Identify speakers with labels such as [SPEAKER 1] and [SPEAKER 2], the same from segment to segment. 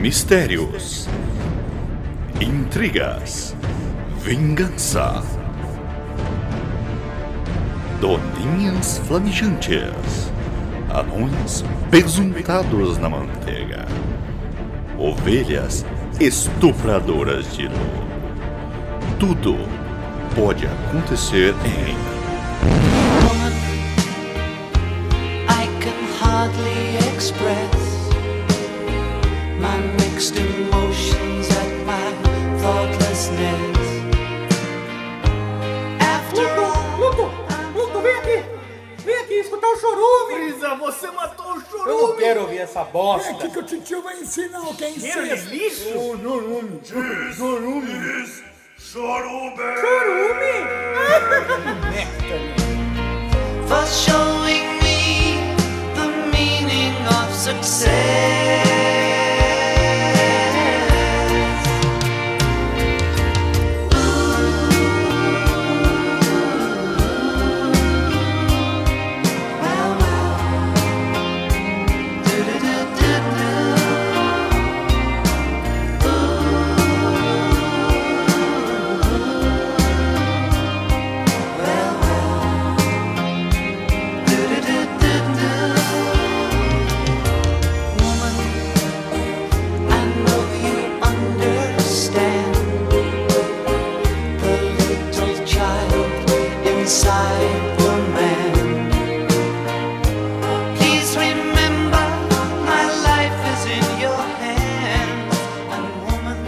[SPEAKER 1] Mistérios, intrigas, vingança, doninhas flamejantes, anões pesuntados na manteiga, ovelhas estupradoras de luz. Tudo pode acontecer em
[SPEAKER 2] woman I can hardly express my mixed emotions at my thoughtlessness. After all,
[SPEAKER 3] Luto! Luto, vem aqui! Vem aqui escutar o chorume!
[SPEAKER 4] Brisa, você matou o chorume!
[SPEAKER 5] Eu não quero ouvir essa
[SPEAKER 6] É aqui
[SPEAKER 5] bosta.
[SPEAKER 6] que o titio vai ensinar o que é incesto.
[SPEAKER 3] lixo!
[SPEAKER 4] O chorume! Chorume! Chorume!
[SPEAKER 3] Chorume!
[SPEAKER 2] for showing me the meaning of success. Inside the man. Please remember, my life is in your hands. And woman,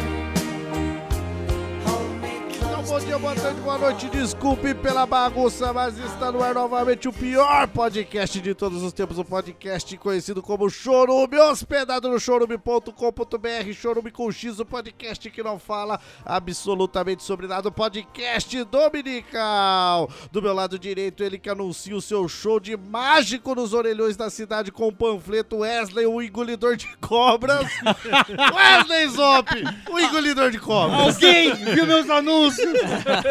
[SPEAKER 2] hold me
[SPEAKER 7] Então,
[SPEAKER 2] close.
[SPEAKER 7] bom dia, boa tarde, boa noite. Desculpe pela bagunça, mas está no ar novamente o pior podcast de todos os tempos. O podcast conhecido como Chorume, hospedado no chorume.com.br. Chorume com X, o podcast que não fala absolutamente sobre nada. O podcast dominical. Do meu lado direito, ele que anuncia o seu show de mágico nos orelhões da cidade com o panfleto Wesley, o engolidor de cobras. Wesley Zop, o engolidor de cobras.
[SPEAKER 8] Alguém viu meus anúncios?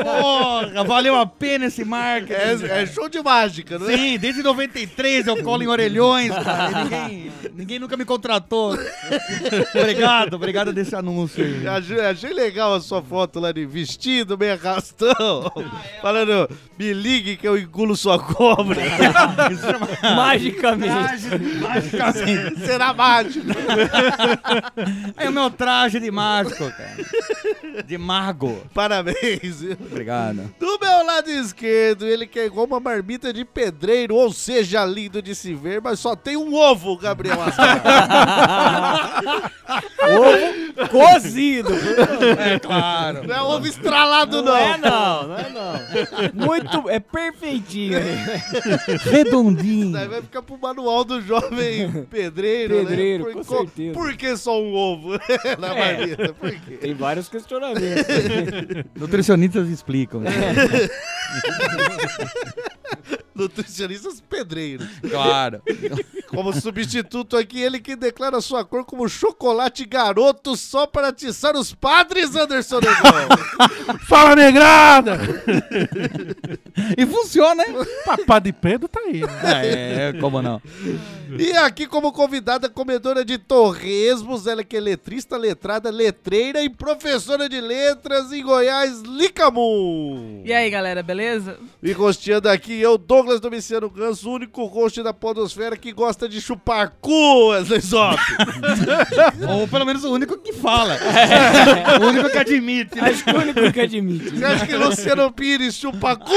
[SPEAKER 8] Porra, valeu a pena esse marketing.
[SPEAKER 7] É, é show de mágica, não é?
[SPEAKER 8] Sim, desde 93 eu colo em orelhões, cara. e ninguém, ninguém nunca me contratou. obrigado, obrigado desse anúncio aí.
[SPEAKER 7] Achei, achei legal a sua foto lá de vestido, meio arrastão.
[SPEAKER 5] Ah, é.
[SPEAKER 7] Falando, me ligue que eu engulo sua cobra.
[SPEAKER 8] Magicamente.
[SPEAKER 7] Será mágico.
[SPEAKER 8] É o meu traje de mágico, cara. De mago.
[SPEAKER 7] Parabéns.
[SPEAKER 8] Obrigado.
[SPEAKER 7] Do meu lado esquerdo, ele que é igual uma marmita de pedreiro, ou seja, lindo de se ver, mas só tem um ovo, Gabriel Ascar.
[SPEAKER 5] Ovo cozido.
[SPEAKER 8] É claro.
[SPEAKER 7] Não é ovo estralado, não.
[SPEAKER 5] Não é não, não é não. Muito, é perfeitinho.
[SPEAKER 8] Redondinho.
[SPEAKER 7] Daí vai ficar pro manual do jovem pedreiro,
[SPEAKER 5] Pedreiro,
[SPEAKER 7] né?
[SPEAKER 5] com
[SPEAKER 7] co-
[SPEAKER 5] certeza. É.
[SPEAKER 7] Por que só um ovo na marmita? Por quê?
[SPEAKER 5] Tem vários questionamentos.
[SPEAKER 8] Nutricionistas explicam. né?
[SPEAKER 5] É.
[SPEAKER 7] Nutricionistas pedreiros.
[SPEAKER 8] Claro.
[SPEAKER 7] Como substituto aqui, ele que declara sua cor como chocolate garoto só para atiçar os padres, Anderson Negão.
[SPEAKER 4] Fala, negrada!
[SPEAKER 8] E funciona, hein?
[SPEAKER 4] Papá de Pedro tá aí. né?
[SPEAKER 8] É, como não?
[SPEAKER 7] E aqui como convidada, comedora de torresmos, ela que é letrista, letrada, letreira e professora de letras em Goiás, Licamun.
[SPEAKER 9] E aí, galera, beleza?
[SPEAKER 7] E rosteando aqui, eu, Douglas Domiciano Ganso, o único host da podosfera que gosta de chupar cu, Wesley Zop.
[SPEAKER 8] Ou pelo menos o único que fala. O único que admite. né?
[SPEAKER 5] Acho que o único que admite. né?
[SPEAKER 7] Você acha que Luciano Pires chupa cu?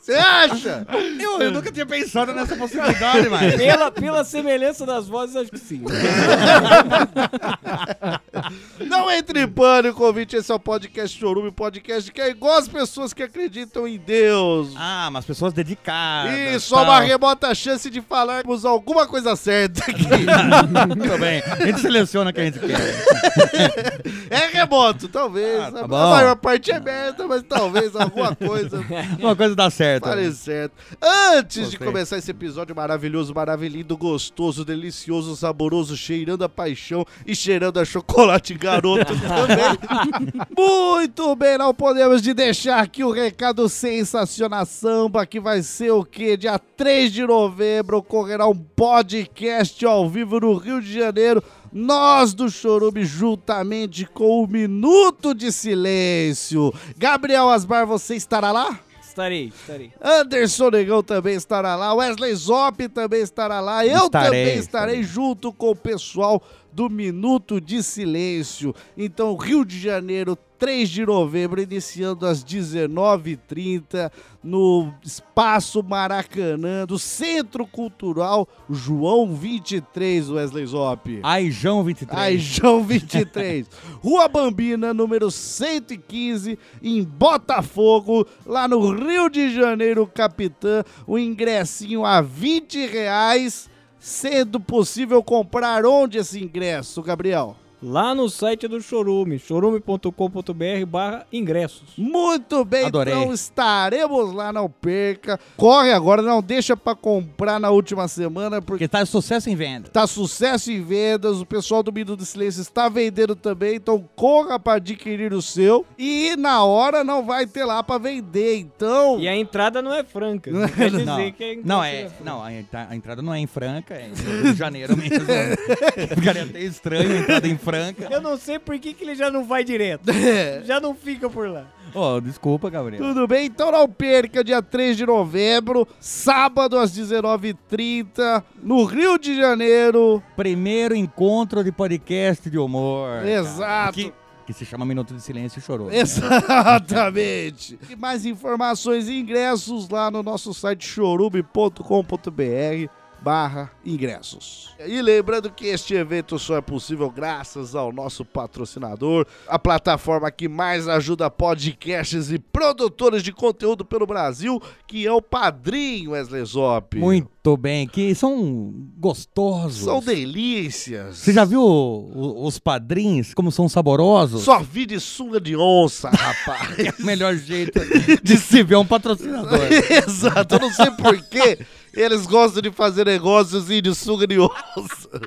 [SPEAKER 7] Você acha?
[SPEAKER 8] Eu, eu nunca tinha pensado nessa possibilidade, mas.
[SPEAKER 5] Pela, pela semelhança das vozes, acho que sim.
[SPEAKER 7] Não entre em pânico, ouvinte. Esse é o podcast Chorume, podcast que é igual as pessoas que acreditam em Deus.
[SPEAKER 8] Ah, mas pessoas dedicadas.
[SPEAKER 7] E só uma
[SPEAKER 8] tal.
[SPEAKER 7] remota chance de falarmos alguma coisa certa aqui.
[SPEAKER 8] Muito bem. A gente seleciona o que a gente quer.
[SPEAKER 7] É remoto, talvez.
[SPEAKER 8] Ah, tá
[SPEAKER 7] a
[SPEAKER 8] bom.
[SPEAKER 7] maior parte é merda, mas talvez alguma coisa.
[SPEAKER 8] Uma coisa dá certo.
[SPEAKER 7] Falei certo. Antes de
[SPEAKER 8] Gostei.
[SPEAKER 7] começar esse episódio maravilhoso, maravilhindo, gostoso, delicioso, saboroso, cheirando a paixão e cheirando a chocolate garoto também. Muito bem, não podemos de deixar aqui o recado sensacional samba, que vai ser o quê? Dia 3 de novembro ocorrerá um podcast ao vivo no Rio de Janeiro. Nós do Chorume, juntamente com o Minuto de Silêncio. Gabriel Asbar, você estará lá?
[SPEAKER 5] Estarei, estarei.
[SPEAKER 7] Anderson Negão também estará lá, Wesley Zop também estará lá, eu
[SPEAKER 8] Estarei,
[SPEAKER 7] também estarei junto com o pessoal do Minuto de Silêncio. Então, Rio de Janeiro, 3 de novembro, iniciando às 19h30, no Espaço Maracanã, do Centro Cultural João 23, Wesley Zop.
[SPEAKER 8] Ai, João 23.
[SPEAKER 7] Ai, João 23. Rua Bambina, número 115, em Botafogo, lá no Rio de Janeiro, Capitã. O ingressinho a 20 reais, sendo possível comprar onde esse ingresso, Gabriel?
[SPEAKER 5] Lá no site do Chorume, chorume.com.br barra ingressos.
[SPEAKER 7] Muito bem,
[SPEAKER 8] Adorei.
[SPEAKER 7] então estaremos lá, não perca. Corre agora, não deixa pra comprar na última semana, porque
[SPEAKER 8] Porque tá sucesso em venda.
[SPEAKER 7] Tá sucesso em vendas, o pessoal do Minuto do Silêncio está vendendo também, então corra pra adquirir o seu. E na hora não vai ter lá pra vender, então.
[SPEAKER 5] E a entrada não é franca. Não quer dizer
[SPEAKER 8] Não,
[SPEAKER 5] que é
[SPEAKER 8] não é. Não, a, entra- a entrada não é em Franca, é em Rio de Janeiro mesmo. Ficaria até estranho a entrada em Franca.
[SPEAKER 5] Eu não sei por que, que ele já não vai direto. já não fica por lá.
[SPEAKER 8] Ô, desculpa, Gabriel.
[SPEAKER 7] Tudo bem? Então não perca, dia 3 de novembro, sábado às 19h30, no Rio de Janeiro.
[SPEAKER 8] Primeiro encontro de podcast de humor. cara.
[SPEAKER 7] Exato.
[SPEAKER 8] Que, que se chama Minuto de Silêncio né? e Chorou.
[SPEAKER 7] Exatamente. E mais informações e ingressos lá no nosso site chorube.com.br barra ingressos. E lembrando que este evento só é possível graças ao nosso patrocinador, a plataforma que mais ajuda podcasts e produtores de conteúdo pelo Brasil, que é o Padrinho Wesley Zop.
[SPEAKER 8] Muito bem, que são gostosos.
[SPEAKER 7] São delícias.
[SPEAKER 8] Você já viu o- os padrinhos, como são saborosos? É
[SPEAKER 7] Só vi de sunga de onça, rapaz.
[SPEAKER 8] O melhor jeito de se ver um patrocinador.
[SPEAKER 7] Exato, eu não sei porquê eles gostam de fazer negócios assim, de suga de onça.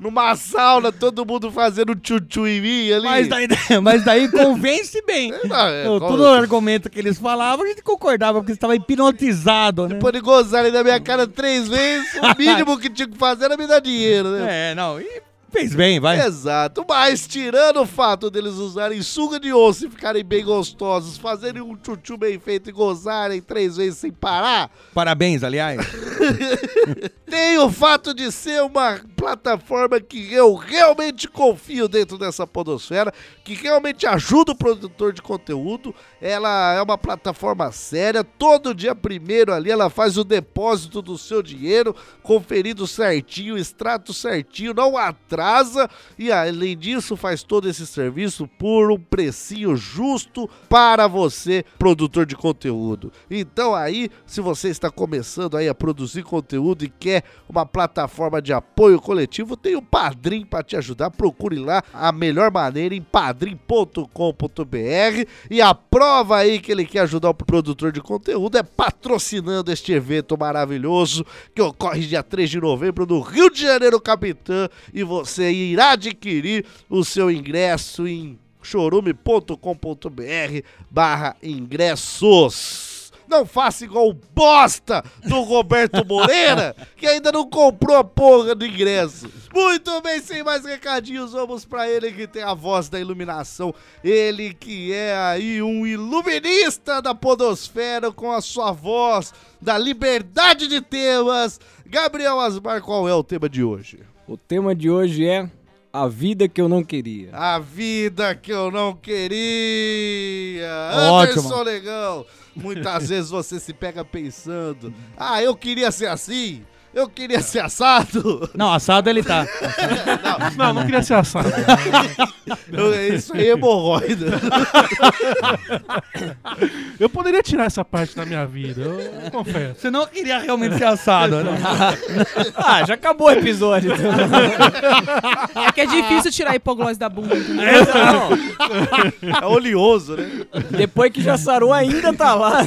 [SPEAKER 7] Numa sauna, todo mundo fazendo tchutchu em mim ali.
[SPEAKER 8] Mas daí, mas daí convence bem.
[SPEAKER 7] Não, é,
[SPEAKER 8] Eu-
[SPEAKER 7] qual-
[SPEAKER 8] todo o argumento que eles falavam, a gente concordava, porque estava hipnotizado, né?
[SPEAKER 7] Depois de gozarem na minha cara três vezes, o mínimo que tinha que fazer era me dar dinheiro, né?
[SPEAKER 8] É, não, e fez bem, vai.
[SPEAKER 7] É. Exato, mas tirando o fato deles usarem suga de onça e ficarem bem gostosos, fazerem um tchutchu bem feito e gozarem três vezes sem parar,
[SPEAKER 8] Parabéns, aliás.
[SPEAKER 7] Tem o fato de ser uma plataforma que eu realmente confio dentro dessa podosfera, que realmente ajuda o produtor de conteúdo. Ela é uma plataforma séria, todo dia primeiro ali ela faz o depósito do seu dinheiro, conferido certinho, extrato certinho, não atrasa. E além disso, faz todo esse serviço por um precinho justo para você, produtor de conteúdo. Então aí, se você está começando aí a produzir conteúdo e quer uma plataforma de apoio coletivo, tem o Padrim para te ajudar. Procure lá a melhor maneira em padrim.com.br e a prova aí que ele quer ajudar o produtor de conteúdo é patrocinando este evento maravilhoso que ocorre dia 3 de novembro no Rio de Janeiro Capitã e você irá adquirir o seu ingresso em chorume.com.br barra ingressos. Não faça igual o bosta do Roberto Moreira, que ainda não comprou a porra do ingresso. Muito bem, sem mais recadinhos, vamos pra ele que tem a voz da iluminação. Ele que é aí um iluminista da podosfera com a sua voz da liberdade de temas. Gabriel Asmar, qual é o tema de hoje?
[SPEAKER 5] O tema de hoje é A Vida Que Eu Não Queria.
[SPEAKER 7] A vida que eu não queria.
[SPEAKER 8] Ótimo.
[SPEAKER 7] Anderson Negão. Muitas vezes você se pega pensando: ah, eu queria ser assim? Eu queria ser assado.
[SPEAKER 8] Não, assado ele tá.
[SPEAKER 4] Não, não queria ser assado.
[SPEAKER 7] Eu- isso aí é hemorroida.
[SPEAKER 4] Eu poderia tirar essa parte da minha vida, eu confesso.
[SPEAKER 8] Você não queria realmente ser assado, né?
[SPEAKER 5] Ah, já acabou o episódio.
[SPEAKER 9] É que é difícil tirar a hipoglose da bunda. entendeu?
[SPEAKER 5] Não,
[SPEAKER 7] É oleoso, né?
[SPEAKER 5] depois que já sarou, ainda tá lá.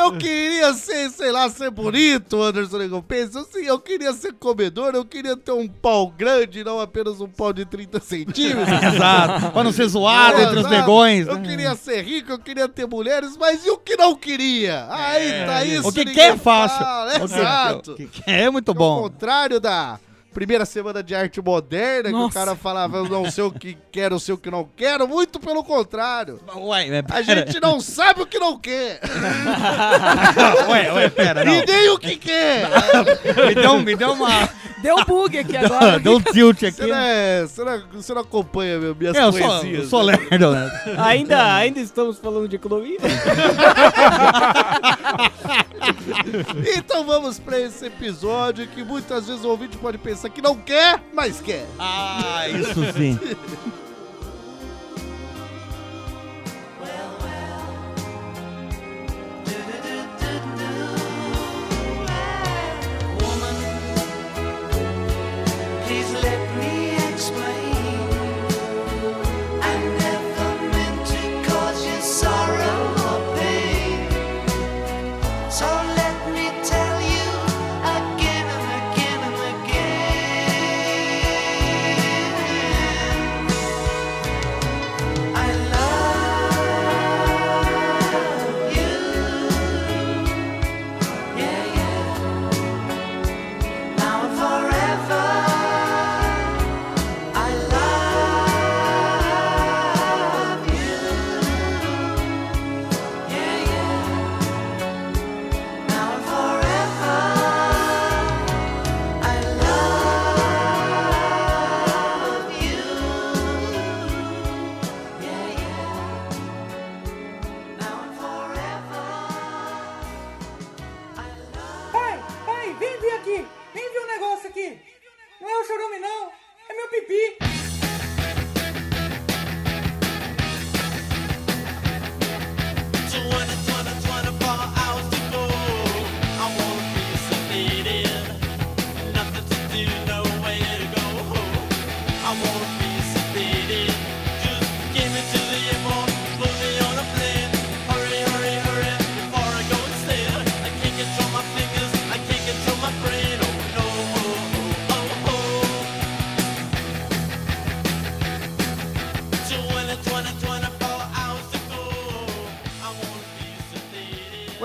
[SPEAKER 7] Eu queria ser, sei lá, ser bonito, Anderson Negão. Pensa assim, eu queria ser comedor, eu queria ter um pau grande, não apenas um pau de 30 centímetros.
[SPEAKER 8] Exato. Pra não ser zoado entre os
[SPEAKER 7] Exato.
[SPEAKER 8] negões.
[SPEAKER 7] Eu
[SPEAKER 8] né?
[SPEAKER 7] queria ser rico, eu queria ter mulheres, mas e o que não queria? Aí tá isso.
[SPEAKER 8] O que
[SPEAKER 7] ninguém
[SPEAKER 8] quer, faço.
[SPEAKER 7] fala, é
[SPEAKER 8] O que-
[SPEAKER 7] Exato.
[SPEAKER 8] o que quer É muito
[SPEAKER 7] Ao
[SPEAKER 8] bom.
[SPEAKER 7] contrário da primeira semana de arte moderna, que
[SPEAKER 9] Nossa.
[SPEAKER 7] o cara falava, eu não sei o que quero, eu sei o que não quero. Muito pelo contrário.
[SPEAKER 8] Ué, é,
[SPEAKER 7] A
[SPEAKER 8] pera.
[SPEAKER 7] gente não sabe o que não quer.
[SPEAKER 8] Ué, ué, pera, não.
[SPEAKER 7] E nem o que quer.
[SPEAKER 8] Me deu, me deu uma...
[SPEAKER 9] Deu um bug aqui agora.
[SPEAKER 8] Deu um tilt aqui.
[SPEAKER 7] Você não, é- você não- você não acompanha meu, minhas
[SPEAKER 8] É, eu sou,
[SPEAKER 7] poesias.
[SPEAKER 8] eu sou
[SPEAKER 7] né?
[SPEAKER 8] lerdo, né?
[SPEAKER 5] Ainda, ainda estamos falando de economia.
[SPEAKER 7] Então vamos pra esse episódio que muitas vezes o ouvinte pode pensar que não quer, mas quer.
[SPEAKER 8] Ah, isso sim.
[SPEAKER 2] Woman, please let me explain. I never meant to cause you sorrow or pain. So let me tell you again and again and again. I love you. Yeah, yeah now and forever. I love you. Yeah, yeah. Now and forever. I love you. Yeah, yeah. Now and forever. I love
[SPEAKER 3] Pai, pai, vem ver aqui. Vem ver um negócio aqui. Não é o chorume, não. É meu pipi.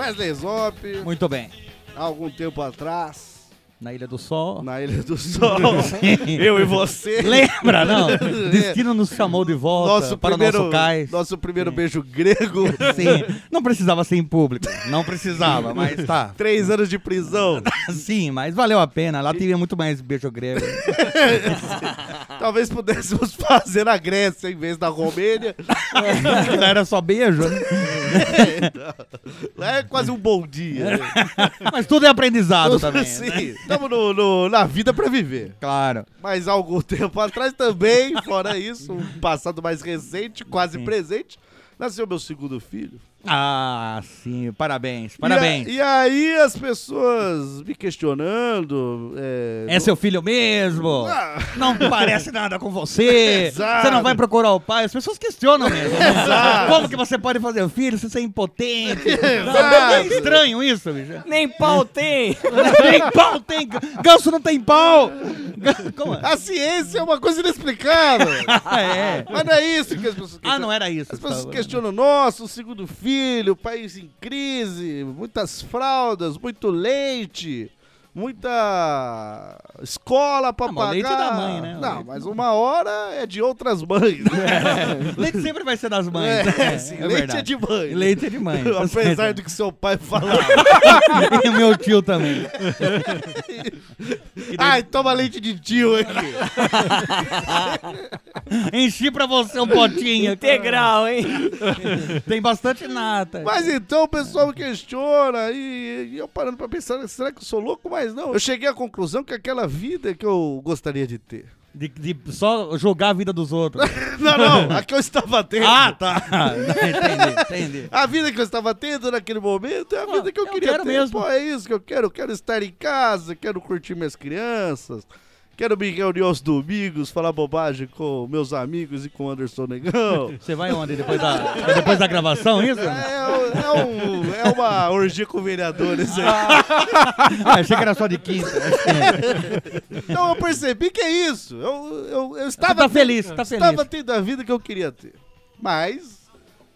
[SPEAKER 4] Oh,
[SPEAKER 7] Wesley Zop,
[SPEAKER 8] Muito bem.
[SPEAKER 7] há algum tempo atrás,
[SPEAKER 8] Na Ilha do Sol.
[SPEAKER 7] na Ilha do Sol, eu e você.
[SPEAKER 8] Lembra, não? Destino nos chamou de volta
[SPEAKER 7] Nosso
[SPEAKER 8] para o
[SPEAKER 7] primeiro,
[SPEAKER 8] nosso cais.
[SPEAKER 7] nosso primeiro beijo grego.
[SPEAKER 8] Sim. Não precisava ser em público. Não precisava, mas tá.
[SPEAKER 7] Três anos de prisão.
[SPEAKER 8] Sim, mas valeu a pena. Lá teria muito mais beijo grego.
[SPEAKER 7] Talvez pudéssemos fazer na Grécia em vez da Romênia.
[SPEAKER 8] Que lá era só beijo. né?
[SPEAKER 7] Lá é quase um bom dia. né?
[SPEAKER 8] Mas tudo é aprendizado também. né?
[SPEAKER 7] Sim, estamos no, no- na vida pra viver.
[SPEAKER 8] Claro.
[SPEAKER 7] Mas há algum tempo atrás também, fora isso, um passado mais recente, quase presente, nasceu meu segundo filho.
[SPEAKER 8] Ah, sim. Parabéns,
[SPEAKER 7] E a-
[SPEAKER 8] parabéns.
[SPEAKER 7] E, aí as pessoas me questionando. É,
[SPEAKER 8] É seu filho mesmo?
[SPEAKER 7] Ah.
[SPEAKER 8] Não parece nada com você.
[SPEAKER 7] Exato.
[SPEAKER 8] Você não vai procurar o pai. As pessoas questionam mesmo. Como que você pode fazer o filho se você é impotente? Não, é estranho isso, bicho.
[SPEAKER 5] Nem pau tem.
[SPEAKER 8] Tem pau, tem. Ganso não tem pau. Gan- Como é?
[SPEAKER 7] A ciência é uma coisa inexplicável.
[SPEAKER 8] Ah, é.
[SPEAKER 7] mas não é isso que as pessoas
[SPEAKER 8] Ah,
[SPEAKER 7] questionam.
[SPEAKER 8] não era isso.
[SPEAKER 7] As pessoas
[SPEAKER 8] tá.
[SPEAKER 7] questionam, nossa, o segundo filho, país em crise, muitas fraldas, muito leite, muita escola pra
[SPEAKER 8] Ah, mas
[SPEAKER 7] pagar.
[SPEAKER 8] o leite é da mãe, né? O
[SPEAKER 7] Não,
[SPEAKER 8] leite-
[SPEAKER 7] mas uma hora é de outras mães. né?
[SPEAKER 8] Leite sempre vai ser das mães. né?
[SPEAKER 7] É, sim, leite é de mãe.
[SPEAKER 8] Leite é de mãe. tá
[SPEAKER 7] Apesar
[SPEAKER 8] certo.
[SPEAKER 7] do que seu pai falava.
[SPEAKER 8] E o meu tio também.
[SPEAKER 7] Ai, toma leite de tio aqui.
[SPEAKER 8] Enchi pra você um potinho.
[SPEAKER 5] Integral, hein?
[SPEAKER 8] Tem bastante nata.
[SPEAKER 7] Mas então o pessoal me questiona e, e eu parando pra pensar, será que eu sou louco? Mas não, eu cheguei à conclusão que aquela vida que eu gostaria de ter.
[SPEAKER 8] De, de só jogar a vida dos outros.
[SPEAKER 7] Não, não, a que eu estava tendo.
[SPEAKER 8] ah, tá. Entendi, entendi.
[SPEAKER 7] A vida que eu estava tendo naquele momento é a vida que eu,
[SPEAKER 8] eu
[SPEAKER 7] queria
[SPEAKER 8] quero
[SPEAKER 7] ter.
[SPEAKER 8] mesmo.
[SPEAKER 7] Pô, é isso que eu quero. Eu quero estar em casa, quero curtir minhas crianças, quero me reunir aos domingos, falar bobagem com meus amigos e com o Anderson Negão.
[SPEAKER 8] Você vai onde? Depois da, é depois da gravação, isso?
[SPEAKER 7] É, é, um- é uma orgia com né, vereadores aí.
[SPEAKER 8] Ah, achei que era só de quinta.
[SPEAKER 7] Então eu percebi que é isso. Eu, eu, eu
[SPEAKER 8] Tá,
[SPEAKER 7] estava
[SPEAKER 8] tá feliz, tá feliz.
[SPEAKER 7] Estava tendo a vida que eu queria ter. Mas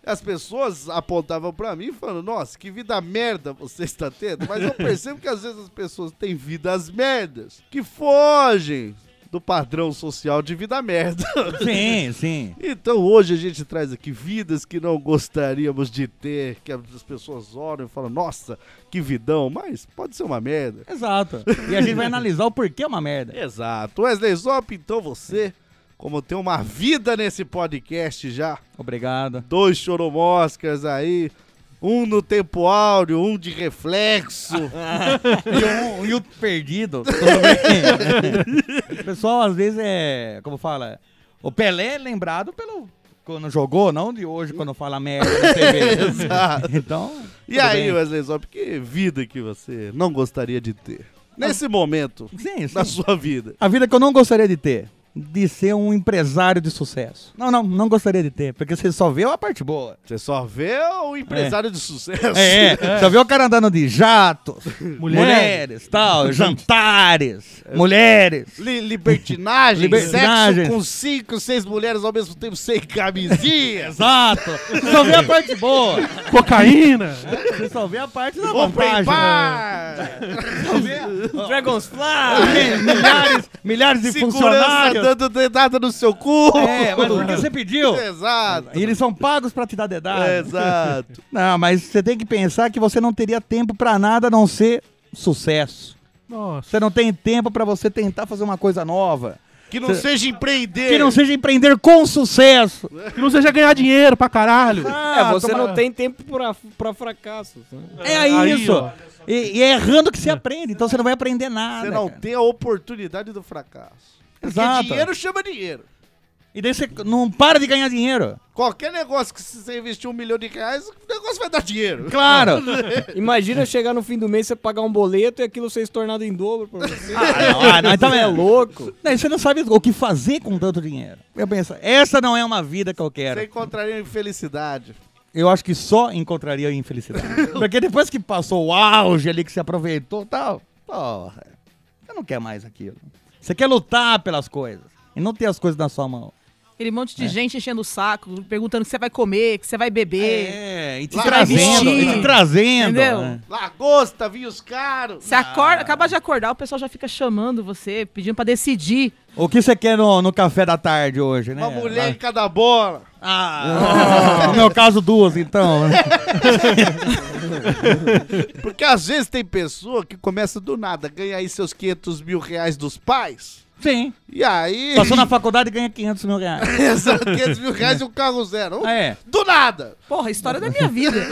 [SPEAKER 7] as pessoas apontavam pra mim falando, nossa, que vida merda você está tendo. Mas eu percebo que às vezes as pessoas têm vidas merdas, que fogem do padrão social de vida merda.
[SPEAKER 8] Sim, sim.
[SPEAKER 7] Então hoje a gente traz aqui vidas que não gostaríamos de ter, que as pessoas olham e falam, nossa, que vidão, mas pode ser uma merda.
[SPEAKER 8] Exato. E a gente vai analisar o porquê é uma merda.
[SPEAKER 7] Exato. Wesley Zop, então você, como tem uma vida nesse podcast já,
[SPEAKER 8] Obrigado.
[SPEAKER 7] dois choromoscas aí, um no tempo áureo, um de reflexo.
[SPEAKER 8] E um e o perdido. tudo bem. o pessoal, às vezes, é. Como fala? O Pelé é lembrado pelo. Quando jogou, não de hoje, quando fala merda na TV.
[SPEAKER 7] Exato.
[SPEAKER 8] Então.
[SPEAKER 7] E
[SPEAKER 8] tudo
[SPEAKER 7] aí,
[SPEAKER 8] bem.
[SPEAKER 7] Wesley Zop, que vida que você não gostaria de ter? Nesse momento
[SPEAKER 8] Ah, Sim, sim.
[SPEAKER 7] da sua vida.
[SPEAKER 8] A vida que eu não gostaria de ter. De ser um empresário de sucesso. Não, não, não gostaria de ter, porque você só vê a parte boa.
[SPEAKER 7] Você só vê o empresário de sucesso.
[SPEAKER 8] É, só vê o cara andando de jatos, mulheres,
[SPEAKER 4] Mulheres.
[SPEAKER 8] tal, jantares, mulheres.
[SPEAKER 7] Li- libertinagem,
[SPEAKER 8] Libertinagem.
[SPEAKER 7] sexo com cinco, seis mulheres ao mesmo tempo sem camisinha.
[SPEAKER 8] Exato. Você só vê a parte boa.
[SPEAKER 4] Cocaína!
[SPEAKER 8] Você só vê a parte da
[SPEAKER 7] Open
[SPEAKER 8] vantagem. né?
[SPEAKER 7] bar!
[SPEAKER 8] Só vê a-
[SPEAKER 5] Dragonfly!
[SPEAKER 8] milhares, milhares de
[SPEAKER 7] Segurança
[SPEAKER 8] funcionários.
[SPEAKER 7] dando dedada no seu cu!
[SPEAKER 8] É, mas porque você pediu.
[SPEAKER 7] Exato!
[SPEAKER 8] E eles são pagos pra te dar dedada.
[SPEAKER 7] Exato!
[SPEAKER 8] Não, mas você tem que pensar que você não teria tempo pra nada a não ser sucesso.
[SPEAKER 4] Nossa.
[SPEAKER 8] Você não tem tempo pra você tentar fazer uma coisa nova.
[SPEAKER 7] Que não seja empreender!
[SPEAKER 8] Que não seja empreender com sucesso.
[SPEAKER 4] É. Que não seja ganhar dinheiro pra caralho!
[SPEAKER 5] É, você não tem tempo pra, pra fracassos. né?
[SPEAKER 8] É aí,
[SPEAKER 4] Aí,
[SPEAKER 8] isso.
[SPEAKER 4] ó.
[SPEAKER 8] E, e é errando que você aprende, então você não vai aprender nada.
[SPEAKER 7] Você não
[SPEAKER 8] cara.
[SPEAKER 7] tem a oportunidade do fracasso. Porque
[SPEAKER 8] Exato.
[SPEAKER 7] dinheiro chama dinheiro.
[SPEAKER 8] E daí você não para de ganhar dinheiro.
[SPEAKER 7] Qualquer negócio que você investir um milhão de reais, o negócio vai dar dinheiro.
[SPEAKER 8] Claro.
[SPEAKER 5] Imagina chegar no fim do mês, você pagar um boleto e aquilo ser estornado em dobro pra você.
[SPEAKER 8] Ah, não, ah, não, então é louco.
[SPEAKER 5] Louco.
[SPEAKER 8] Daí você não sabe o que fazer com tanto dinheiro. Eu penso, essa não é uma vida que eu quero.
[SPEAKER 7] Você encontraria infelicidade.
[SPEAKER 8] Eu acho que só encontraria infelicidade. Porque depois que passou o auge ali, que você aproveitou e tal, porra, você não quer mais aquilo. Você quer lutar pelas coisas e não ter as coisas na sua mão.
[SPEAKER 9] Aquele monte de gente enchendo o saco, perguntando o que você vai comer, o que você vai beber.
[SPEAKER 8] É, e te
[SPEAKER 7] Lá-
[SPEAKER 8] trazendo, e te
[SPEAKER 9] Vestir.
[SPEAKER 8] trazendo.
[SPEAKER 9] Entendeu?
[SPEAKER 8] né?
[SPEAKER 7] Lagosta, vinhos caros.
[SPEAKER 9] Você acorda,
[SPEAKER 7] Ah,
[SPEAKER 9] acaba de acordar, o pessoal já fica chamando você, pedindo pra decidir.
[SPEAKER 8] O que você quer no, no café da tarde hoje, né?
[SPEAKER 7] Uma mulher em cada bola.
[SPEAKER 8] Ah, no meu caso, duas, então.
[SPEAKER 7] Porque às vezes tem pessoa que começa do nada, ganha aí seus 500 mil reais dos pais.
[SPEAKER 8] Sim.
[SPEAKER 7] E aí...
[SPEAKER 8] Passou na faculdade e ganha 500 mil reais.
[SPEAKER 7] São 500 mil reais e um carro zero.
[SPEAKER 8] É.
[SPEAKER 7] Do nada.
[SPEAKER 9] Porra, história da minha vida.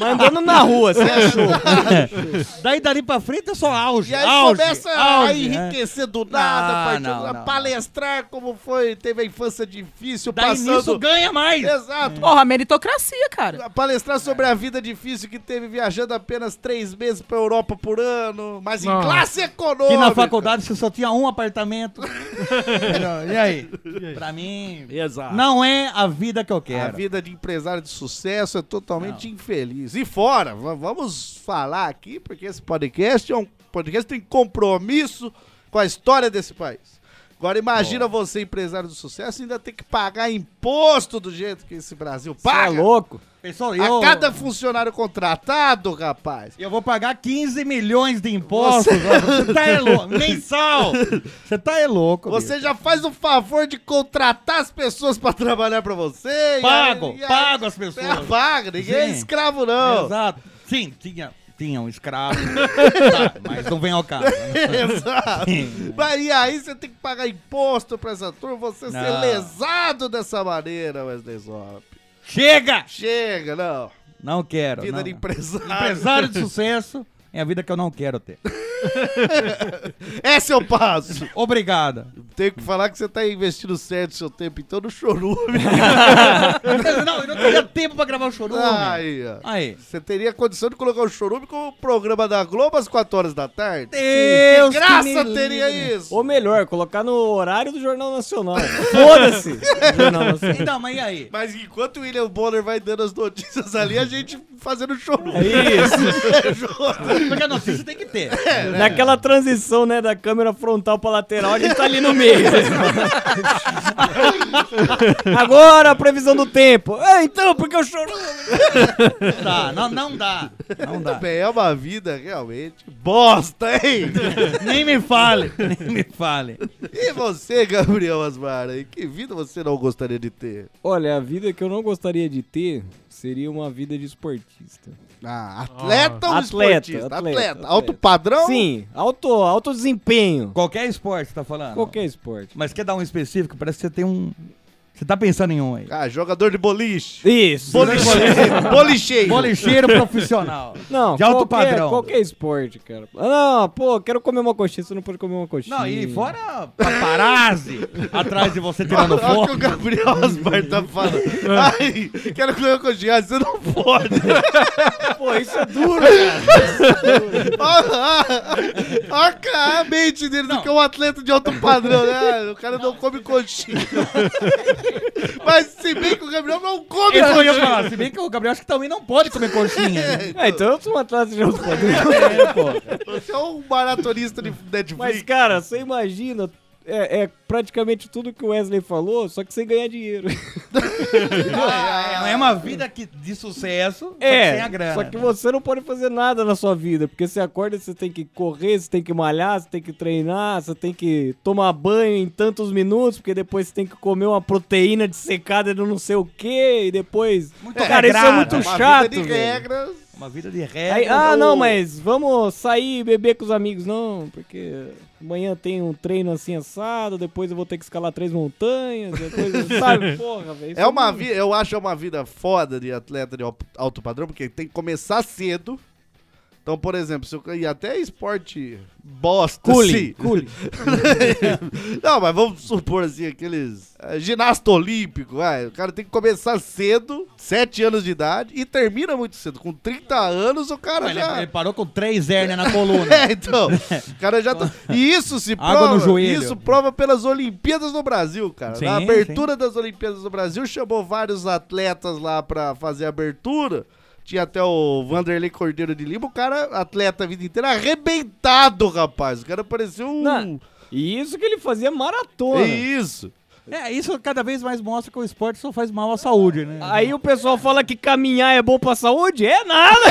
[SPEAKER 5] Mas andando na rua, você achou?
[SPEAKER 8] É. Daí dali pra frente é só auge.
[SPEAKER 7] E aí
[SPEAKER 8] auge,
[SPEAKER 7] começa a
[SPEAKER 8] auge, né?
[SPEAKER 7] enriquecer do nada,
[SPEAKER 8] Ah,
[SPEAKER 7] partiu-
[SPEAKER 8] não,
[SPEAKER 7] a
[SPEAKER 8] não.
[SPEAKER 7] palestrar como foi, teve a infância difícil,
[SPEAKER 8] Daí nisso
[SPEAKER 7] passando.
[SPEAKER 8] ganha mais.
[SPEAKER 7] Exato.
[SPEAKER 9] Porra, meritocracia,
[SPEAKER 8] É.
[SPEAKER 9] cara.
[SPEAKER 7] A Palestrar sobre a vida difícil que teve viajando apenas três meses pra Europa por ano, mas em
[SPEAKER 4] Não.
[SPEAKER 7] classe econômica.
[SPEAKER 8] Que na faculdade você só tinha um apartamento. e aí? Pra mim,
[SPEAKER 5] Exato.
[SPEAKER 8] não é a vida que eu
[SPEAKER 7] A
[SPEAKER 8] quero.
[SPEAKER 7] vida de empresário de sucesso é totalmente infeliz. E fora, va- vamos falar aqui, porque esse podcast é um podcast que tem compromisso com a história desse país. Agora imagina você, empresário de sucesso, ainda ter que pagar imposto do jeito que esse Brasil paga.
[SPEAKER 5] Tá louco.
[SPEAKER 8] é Pessoal,
[SPEAKER 7] A cada funcionário contratado, rapaz.
[SPEAKER 8] Eu vou pagar 15 milhões de impostos. ó. Você, tá é louco. Mensal. Você tá é louco. bicho.
[SPEAKER 7] Você já faz o favor de contratar as pessoas pra trabalhar pra você. e
[SPEAKER 8] Pago,
[SPEAKER 7] aí- e aí-
[SPEAKER 8] pago as
[SPEAKER 7] É,
[SPEAKER 8] pessoas.
[SPEAKER 7] paga, ninguém é
[SPEAKER 8] Sim.
[SPEAKER 7] escravo não.
[SPEAKER 8] Exato. Sim, tinha tinham escravos. Tá, mas não vem ao caso. né?
[SPEAKER 7] Exato.
[SPEAKER 8] Sim.
[SPEAKER 7] Mas e aí você tem que pagar imposto pra essa turma, você ser
[SPEAKER 8] Não.
[SPEAKER 7] lesado dessa maneira, Wesley Zop.
[SPEAKER 8] Chega!
[SPEAKER 7] Chega, não.
[SPEAKER 8] Não quero.
[SPEAKER 7] Vida
[SPEAKER 8] não.
[SPEAKER 7] de empresário.
[SPEAKER 8] Empresário de sucesso é a vida que eu não quero ter.
[SPEAKER 7] Esse é o passo.
[SPEAKER 8] Obrigada.
[SPEAKER 7] Tenho que falar que você tá investindo certo o seu tempo, então no chorume.
[SPEAKER 8] não, eu não teria tempo pra gravar o chorume.
[SPEAKER 7] Aí, ó.
[SPEAKER 8] Aí.
[SPEAKER 7] Você teria condição de colocar o chorume como programa da Globo às 4 horas da tarde?
[SPEAKER 8] Deus
[SPEAKER 7] que
[SPEAKER 8] que
[SPEAKER 7] graça
[SPEAKER 8] me
[SPEAKER 7] teria
[SPEAKER 8] livre.
[SPEAKER 7] isso!
[SPEAKER 5] Ou melhor, colocar no horário do Jornal Nacional. Foda-se! o Jornal Nacional.
[SPEAKER 8] Então, mas e aí?
[SPEAKER 7] Mas enquanto o William Bonner vai dando as notícias ali, a gente fazendo chorume.
[SPEAKER 5] É isso.
[SPEAKER 8] É Porque a notícia tem que ter.
[SPEAKER 5] Naquela transição, né, da câmera frontal pra lateral, a gente tá ali no meio. Agora a previsão do tempo. Ah, então, porque eu choro.
[SPEAKER 8] Tá, não, não dá. Não dá.
[SPEAKER 7] Bem, é uma vida realmente bosta, hein?
[SPEAKER 8] Nem me fale. Nem me fale.
[SPEAKER 7] e você, Gabriel Asmara? hein? Que vida você não gostaria de ter?
[SPEAKER 5] Olha, a vida que eu não gostaria de ter seria uma vida de esportista.
[SPEAKER 7] Ah, atleta ou
[SPEAKER 5] Ah. Atleta,
[SPEAKER 7] esportista?
[SPEAKER 5] atleta, atleta.
[SPEAKER 7] Alto padrão?
[SPEAKER 5] Sim, alto, alto desempenho.
[SPEAKER 8] Qualquer esporte, você tá falando?
[SPEAKER 5] Qualquer esporte.
[SPEAKER 8] Mas quer dar um específico? Parece que você tem um. Você tá pensando em um aí.
[SPEAKER 7] Ah, jogador de boliche.
[SPEAKER 5] Isso.
[SPEAKER 7] Bolicheiro. Bolicheiro.
[SPEAKER 8] Bolicheiro profissional.
[SPEAKER 5] Não,
[SPEAKER 8] De alto
[SPEAKER 5] qualquer,
[SPEAKER 8] padrão.
[SPEAKER 5] qualquer esporte, cara. Ah, Não, pô, quero comer uma coxinha, você não pode comer uma coxinha.
[SPEAKER 8] Não, e fora paparazzi atrás de você tirando
[SPEAKER 7] Olha o que o
[SPEAKER 8] foto.
[SPEAKER 7] Gabriel Asmar tá falando.
[SPEAKER 5] Ah.
[SPEAKER 7] Ai, quero comer uma coxinha. Ah, Você não pode.
[SPEAKER 5] Pô, isso é duro.
[SPEAKER 7] Olha a mente dele do
[SPEAKER 8] Não.
[SPEAKER 7] que é um atleta de alto padrão, né? O cara não come coxinha. Mas se bem que o Gabriel não come
[SPEAKER 8] Isso que eu ia
[SPEAKER 7] coxinha.
[SPEAKER 8] falar. Se bem que o Gabriel acho que também não pode comer coxinha. né?
[SPEAKER 5] Ah, então eu sou um atleta de alto padrão. pô.
[SPEAKER 7] Você é um maratonista de Netflix.
[SPEAKER 5] Mas, cara, você imagina. É, é praticamente tudo que o Wesley falou, só que sem ganhar dinheiro.
[SPEAKER 8] Ah, é, é uma vida que, de sucesso, só que
[SPEAKER 5] É,
[SPEAKER 8] sem a grana.
[SPEAKER 5] só que você não pode fazer nada na sua vida, porque você acorda, você tem que correr, você tem que malhar, você tem que treinar, você tem que tomar banho em tantos minutos, porque depois você tem que comer uma proteína dissecada de não sei o que, e depois...
[SPEAKER 8] Muito
[SPEAKER 5] cara, isso é
[SPEAKER 8] regrado.
[SPEAKER 5] muito
[SPEAKER 7] uma
[SPEAKER 5] chato,
[SPEAKER 7] vida de
[SPEAKER 5] velho.
[SPEAKER 7] regras.
[SPEAKER 8] Uma vida de
[SPEAKER 5] Aí,
[SPEAKER 8] regra.
[SPEAKER 5] ah, não,
[SPEAKER 8] ou-
[SPEAKER 5] mas vamos sair e beber com os amigos. Não, porque amanhã tem um treino assim assado, depois eu vou ter que escalar três montanhas, depois, sabe? Porra, velho. isso um-
[SPEAKER 7] É uma
[SPEAKER 5] muito-
[SPEAKER 7] vida, eu acho é uma vida foda de atleta de al- alto padrão, porque tem que começar cedo. Então, por exemplo, se eu, e até esporte bosta,
[SPEAKER 5] Cule,
[SPEAKER 7] assim.
[SPEAKER 5] cule.
[SPEAKER 7] Não, mas vamos supor assim, aqueles. eh, ginasta olímpico, vai. O cara tem que começar cedo, 7 anos de idade, e termina muito cedo. Com 30 anos, o cara
[SPEAKER 5] é
[SPEAKER 8] Mas Ele,
[SPEAKER 7] já.
[SPEAKER 8] ele parou com três hérnias na coluna.
[SPEAKER 7] É, então. O cara já tá. E isso se
[SPEAKER 8] Água no
[SPEAKER 7] prova.
[SPEAKER 8] joelho.
[SPEAKER 7] Isso prova pelas Olimpíadas no Brasil, cara.
[SPEAKER 8] Sim,
[SPEAKER 7] Na abertura das Olimpíadas no Brasil, chamou vários atletas lá pra fazer a abertura. Tinha até o Vanderlei Cordeiro de Lima, o cara, atleta a vida inteira, arrebentado, rapaz. O cara parecia um.
[SPEAKER 5] Não, E isso que ele fazia maratona.
[SPEAKER 7] É isso.
[SPEAKER 8] É, isso cada vez mais mostra que o esporte só faz mal à saúde, né?
[SPEAKER 5] Aí o pessoal fala que caminhar é bom pra saúde? É nada!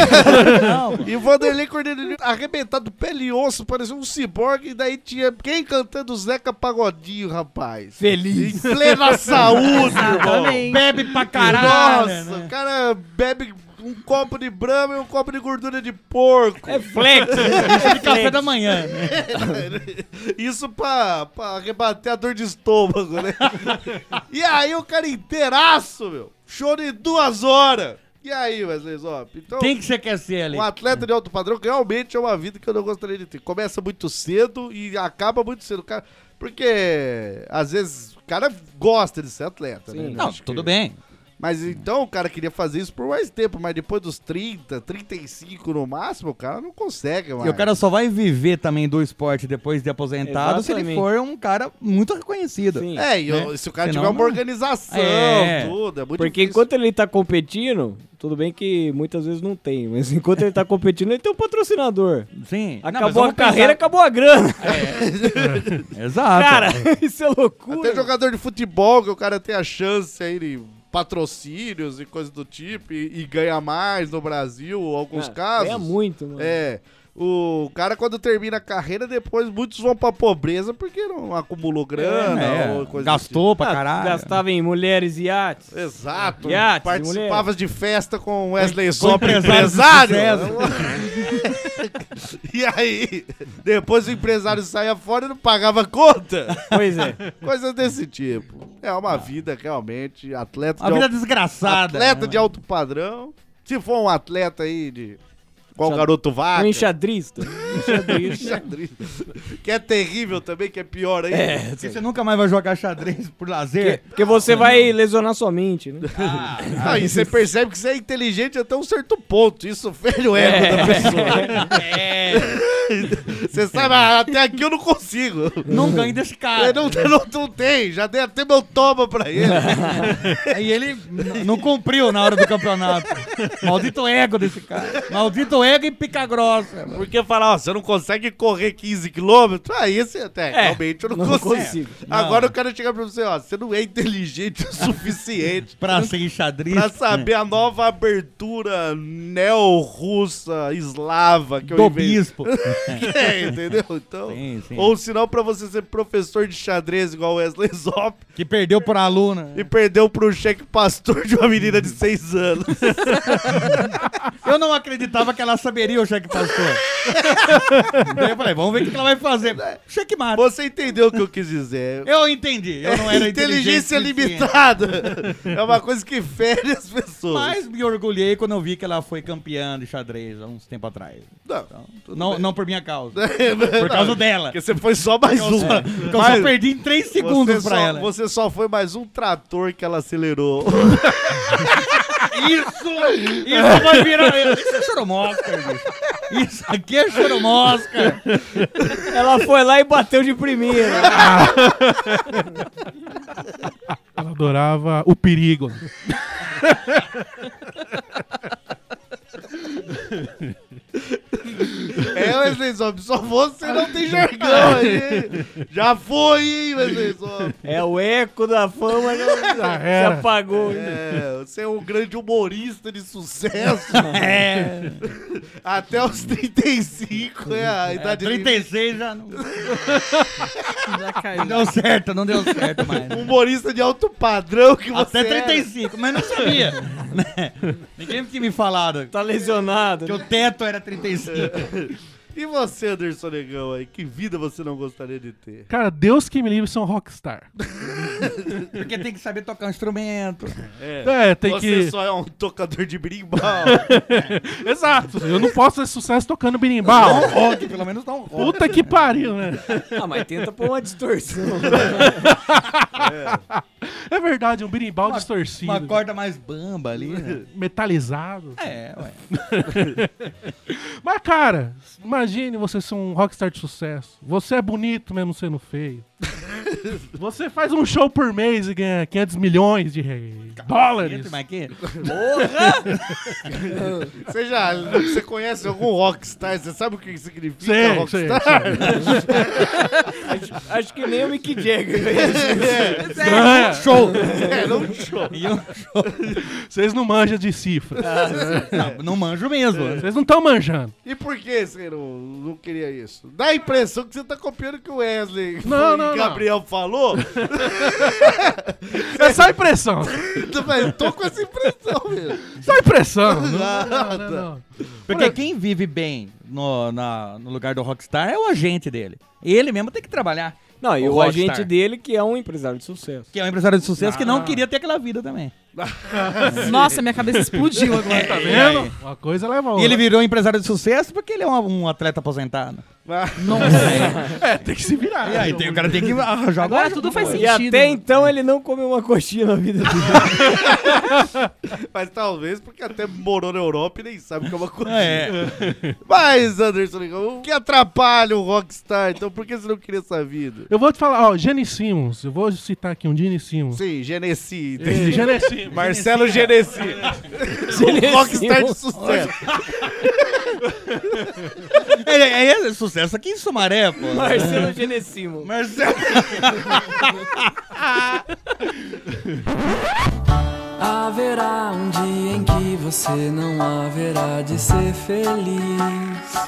[SPEAKER 8] não,
[SPEAKER 7] E o Vanderlei Cordeiro Lima, arrebentado, pele e osso, parecia um ciborgue. E daí tinha quem cantando Zeca Pagodinho, rapaz. Feliz. Em plena saúde, irmão.
[SPEAKER 9] Exatamente.
[SPEAKER 8] bebe pra caralho.
[SPEAKER 7] Nossa,
[SPEAKER 8] né?
[SPEAKER 7] o cara bebe um copo de brama e um copo de gordura de porco.
[SPEAKER 5] É flex!
[SPEAKER 8] De é café da manhã. né?
[SPEAKER 7] Isso pra, pra rebater a dor de estômago, né? e aí o cara inteiraço, meu. Choro em duas horas. E aí, Wesley Zop? Então,
[SPEAKER 8] Quem que é assim, você quer ser ali?
[SPEAKER 7] um atleta de alto padrão que realmente é uma vida que eu não gostaria de ter. Começa muito cedo e acaba muito cedo. Cara, porque às vezes o cara gosta de ser atleta, né?
[SPEAKER 5] Sim.
[SPEAKER 8] Não,
[SPEAKER 7] Acho que-
[SPEAKER 8] tudo bem.
[SPEAKER 7] Mas então o cara queria fazer isso por mais tempo, mas depois dos 30, 35 no máximo, o cara não consegue mais.
[SPEAKER 8] E o cara só vai viver também do esporte depois de aposentado se ele
[SPEAKER 5] Exatamente.
[SPEAKER 8] for um cara muito reconhecido.
[SPEAKER 5] Sim.
[SPEAKER 7] É, e o- se o cara
[SPEAKER 8] né? Senão
[SPEAKER 7] tiver uma
[SPEAKER 8] não-
[SPEAKER 7] organização,
[SPEAKER 8] É.
[SPEAKER 7] tudo, é muito
[SPEAKER 5] Porque
[SPEAKER 7] difícil.
[SPEAKER 5] enquanto ele tá competindo, tudo bem que muitas vezes não tem, mas enquanto ele tá competindo, ele tem um patrocinador.
[SPEAKER 8] Sim. Não, mas
[SPEAKER 5] Acabou a
[SPEAKER 8] vamos
[SPEAKER 5] carreira, acabou a grana.
[SPEAKER 8] pensar- Exato.
[SPEAKER 5] Cara, isso é
[SPEAKER 7] Até
[SPEAKER 5] loucura.
[SPEAKER 7] jogador de futebol que o cara tem a chance aí de patrocínios e coisas do tipo e, e ganha mais no Brasil, alguns
[SPEAKER 5] Ah,
[SPEAKER 7] casos.
[SPEAKER 5] É muito, mano.
[SPEAKER 7] É. O cara, quando termina a carreira, depois muitos vão pra pobreza porque não acumulou grana
[SPEAKER 8] É,
[SPEAKER 7] ou coisa do tipo.
[SPEAKER 8] gastou pra
[SPEAKER 5] Ah,
[SPEAKER 8] caralho.
[SPEAKER 5] Gastava em mulheres e iates.
[SPEAKER 7] Exato.
[SPEAKER 5] Iates,
[SPEAKER 7] Participava de festa com Wesley Zop,
[SPEAKER 8] empresário de
[SPEAKER 7] empresário. e aí, depois o empresário saía fora e não pagava conta.
[SPEAKER 5] Pois é.
[SPEAKER 7] Coisas desse tipo. É uma vida realmente, atleta
[SPEAKER 8] A
[SPEAKER 7] de,
[SPEAKER 8] vida né?
[SPEAKER 7] alto,
[SPEAKER 8] é desgraçada.
[SPEAKER 7] atleta de alto padrão. Se for um atleta aí de... Qual garoto
[SPEAKER 5] Um
[SPEAKER 7] vaca?
[SPEAKER 5] enxadrista. Um enxadrista.
[SPEAKER 7] Xadrez. que é terrível também, que é pior ainda.
[SPEAKER 5] É,
[SPEAKER 8] Porque você nunca mais vai jogar xadrez por lazer.
[SPEAKER 5] porque você vai lesionar sua mente, né?
[SPEAKER 7] Ah, e você percebe que você é inteligente até um certo ponto. Isso fere o ego
[SPEAKER 5] É.
[SPEAKER 7] da pessoa. Você sabe, ah, até aqui eu não consigo.
[SPEAKER 8] Não ganha desse
[SPEAKER 7] Eu
[SPEAKER 8] cara.
[SPEAKER 7] não, eu não, não tem, já dei até meu toma pra ele.
[SPEAKER 8] E ele n- não cumpriu na hora do campeonato. Maldito ego desse cara. Maldito ego e pica grossa. mano.
[SPEAKER 7] Porque falar, ó, você não consegue correr 15 quilômetros? Ah, isso até, realmente eu não,
[SPEAKER 5] É. não
[SPEAKER 7] consigo.
[SPEAKER 5] consigo.
[SPEAKER 7] Agora eu quero chegar pra você, ó, você não é inteligente o suficiente
[SPEAKER 8] Pra ser xadrez.
[SPEAKER 7] pra saber
[SPEAKER 5] né?
[SPEAKER 7] a nova abertura neo-russa, eslava que eu
[SPEAKER 8] do
[SPEAKER 7] inventei.
[SPEAKER 8] bispo.
[SPEAKER 7] É, entendeu? Então,
[SPEAKER 8] Sim, sim.
[SPEAKER 7] ou sinal pra você ser professor de xadrez igual Wesley Zop
[SPEAKER 8] Que perdeu por aluna.
[SPEAKER 7] e perdeu pro cheque pastor de uma menina de 6 anos.
[SPEAKER 8] Eu não acreditava que ela saberia o cheque pastor. Daí eu falei, vamos ver o que ela vai fazer. Cheque mate.
[SPEAKER 7] Né? Você entendeu o que eu quis dizer?
[SPEAKER 8] Eu entendi. Eu não era inteligente
[SPEAKER 7] Inteligência
[SPEAKER 8] o suficiente.
[SPEAKER 7] limitada é uma coisa que fere as pessoas.
[SPEAKER 8] Mas me orgulhei quando eu vi que ela foi campeã de xadrez há uns tempo atrás.
[SPEAKER 7] não, Então, tudo
[SPEAKER 8] Não,
[SPEAKER 7] bem.
[SPEAKER 8] não por minha causa.
[SPEAKER 7] Não,
[SPEAKER 8] Por causa dela.
[SPEAKER 7] Porque você foi só mais
[SPEAKER 8] Eu,
[SPEAKER 7] uma.
[SPEAKER 8] só, que eu então só perdi em 3
[SPEAKER 7] Você
[SPEAKER 8] segundos pra
[SPEAKER 7] só-
[SPEAKER 8] ela.
[SPEAKER 7] Você só foi mais um trator que ela acelerou.
[SPEAKER 8] Isso! Isso vai virar. Isso é choromosca, bicho. Isso aqui é choromosca.
[SPEAKER 5] Ela foi lá e bateu de primeira.
[SPEAKER 4] Ela adorava o perigo.
[SPEAKER 7] É, Wesley Zop, só você não tem jargão aí. Já foi, hein, Wesley Zop.
[SPEAKER 5] É o eco da fama que
[SPEAKER 4] Já
[SPEAKER 5] se
[SPEAKER 4] era.
[SPEAKER 5] apagou.
[SPEAKER 7] É, você é um grande humorista de sucesso.
[SPEAKER 8] É.
[SPEAKER 7] Até os 35 é a idade limite.
[SPEAKER 8] 36 já não.
[SPEAKER 9] Já caiu.
[SPEAKER 8] Não deu certo, não deu certo mais. né?
[SPEAKER 7] Humorista de alto padrão que você
[SPEAKER 8] Até
[SPEAKER 7] é.
[SPEAKER 8] 35, mas não sabia. né? Ninguém tinha me falado
[SPEAKER 5] Tá lesionado.
[SPEAKER 8] que o teto era 35.
[SPEAKER 7] E você, Anderson Negão, aí? Que vida você não gostaria de ter?
[SPEAKER 4] Cara, Deus que me livre são rockstar.
[SPEAKER 8] Porque tem que saber tocar um instrumento.
[SPEAKER 4] É, tem
[SPEAKER 7] você
[SPEAKER 4] que.
[SPEAKER 7] só é um tocador de brimbal.
[SPEAKER 4] Exato. Eu não posso fazer sucesso tocando berimbau.
[SPEAKER 8] Rock, pelo menos dá um rock.
[SPEAKER 4] Puta que pariu, né?
[SPEAKER 5] Ah, mas tenta pôr uma distorção.
[SPEAKER 4] É verdade, um berimbau distorcido.
[SPEAKER 8] Uma corda mais bamba ali. né?
[SPEAKER 4] Metalizado.
[SPEAKER 8] É, ué.
[SPEAKER 4] Mas, cara, imagine você ser um rockstar de sucesso. Você é bonito mesmo sendo feio. você faz um show por mês e ganha 500 milhões de re- dólares.
[SPEAKER 8] Mas que-
[SPEAKER 7] você já você conhece algum rockstar? Você sabe o que significa
[SPEAKER 4] Sei, sei,
[SPEAKER 7] Então, rockstar?
[SPEAKER 5] Acho que nem o Mick Jagger. velho.
[SPEAKER 4] É,
[SPEAKER 8] Show!
[SPEAKER 7] um É, não show.
[SPEAKER 8] E um eu-
[SPEAKER 4] Vocês não manjam de cifra.
[SPEAKER 8] Não, não manjo mesmo.
[SPEAKER 4] Vocês não estão manjando.
[SPEAKER 7] E por que você não, não queria isso? Dá a impressão que você tá copiando o que o Wesley
[SPEAKER 4] Não,
[SPEAKER 7] e
[SPEAKER 4] não, não.
[SPEAKER 7] Gabriel falou.
[SPEAKER 4] É só impressão.
[SPEAKER 7] Mas eu tô com essa impressão mesmo.
[SPEAKER 4] Só impressão. né? Não,
[SPEAKER 7] Ah,
[SPEAKER 4] não,
[SPEAKER 7] tá.
[SPEAKER 4] não, não.
[SPEAKER 8] Porque quem vive bem no, na- no lugar do Rockstar é o agente dele. Ele mesmo tem que trabalhar.
[SPEAKER 5] Não, e
[SPEAKER 8] O
[SPEAKER 5] o,
[SPEAKER 8] Rockstar.
[SPEAKER 5] agente dele que é um empresário de sucesso.
[SPEAKER 8] Que é um empresário de sucesso que não queria ter aquela vida também.
[SPEAKER 9] Nossa, minha cabeça explodiu agora.
[SPEAKER 8] Tá
[SPEAKER 4] Vendo? Uma coisa leva a
[SPEAKER 8] E
[SPEAKER 4] outra.
[SPEAKER 8] ele virou empresário de sucesso porque ele é um, um atleta aposentado.
[SPEAKER 4] É, tem que se virar.
[SPEAKER 8] E aí tem, o cara tem que arranjar
[SPEAKER 9] Agora
[SPEAKER 8] agora.
[SPEAKER 9] tudo faz
[SPEAKER 5] E
[SPEAKER 9] sentido.
[SPEAKER 5] até então ele não comeu uma coxinha na vida dele.
[SPEAKER 7] Mas talvez porque até morou na Europa e nem sabe o que é uma coisa.
[SPEAKER 8] É.
[SPEAKER 7] Mas, Anderson, Negão, o que atrapalha o rockstar? Então por que você não queria essa vida?
[SPEAKER 4] Eu vou te falar, ó, Gene Simmons. Eu vou citar aqui um Gene Simmons.
[SPEAKER 7] Sim, Genesi.
[SPEAKER 4] Eh,
[SPEAKER 7] entendi.
[SPEAKER 4] Gene
[SPEAKER 8] É.
[SPEAKER 4] Simmons.
[SPEAKER 7] Marcelo Genesi. o rockstar de sucesso.
[SPEAKER 8] É, é, é sucesso aqui em Sumaré, pô.
[SPEAKER 5] Marcelo Genessimo.
[SPEAKER 8] Marcelo.
[SPEAKER 2] Haverá um dia em que
[SPEAKER 10] você não haverá de ser feliz.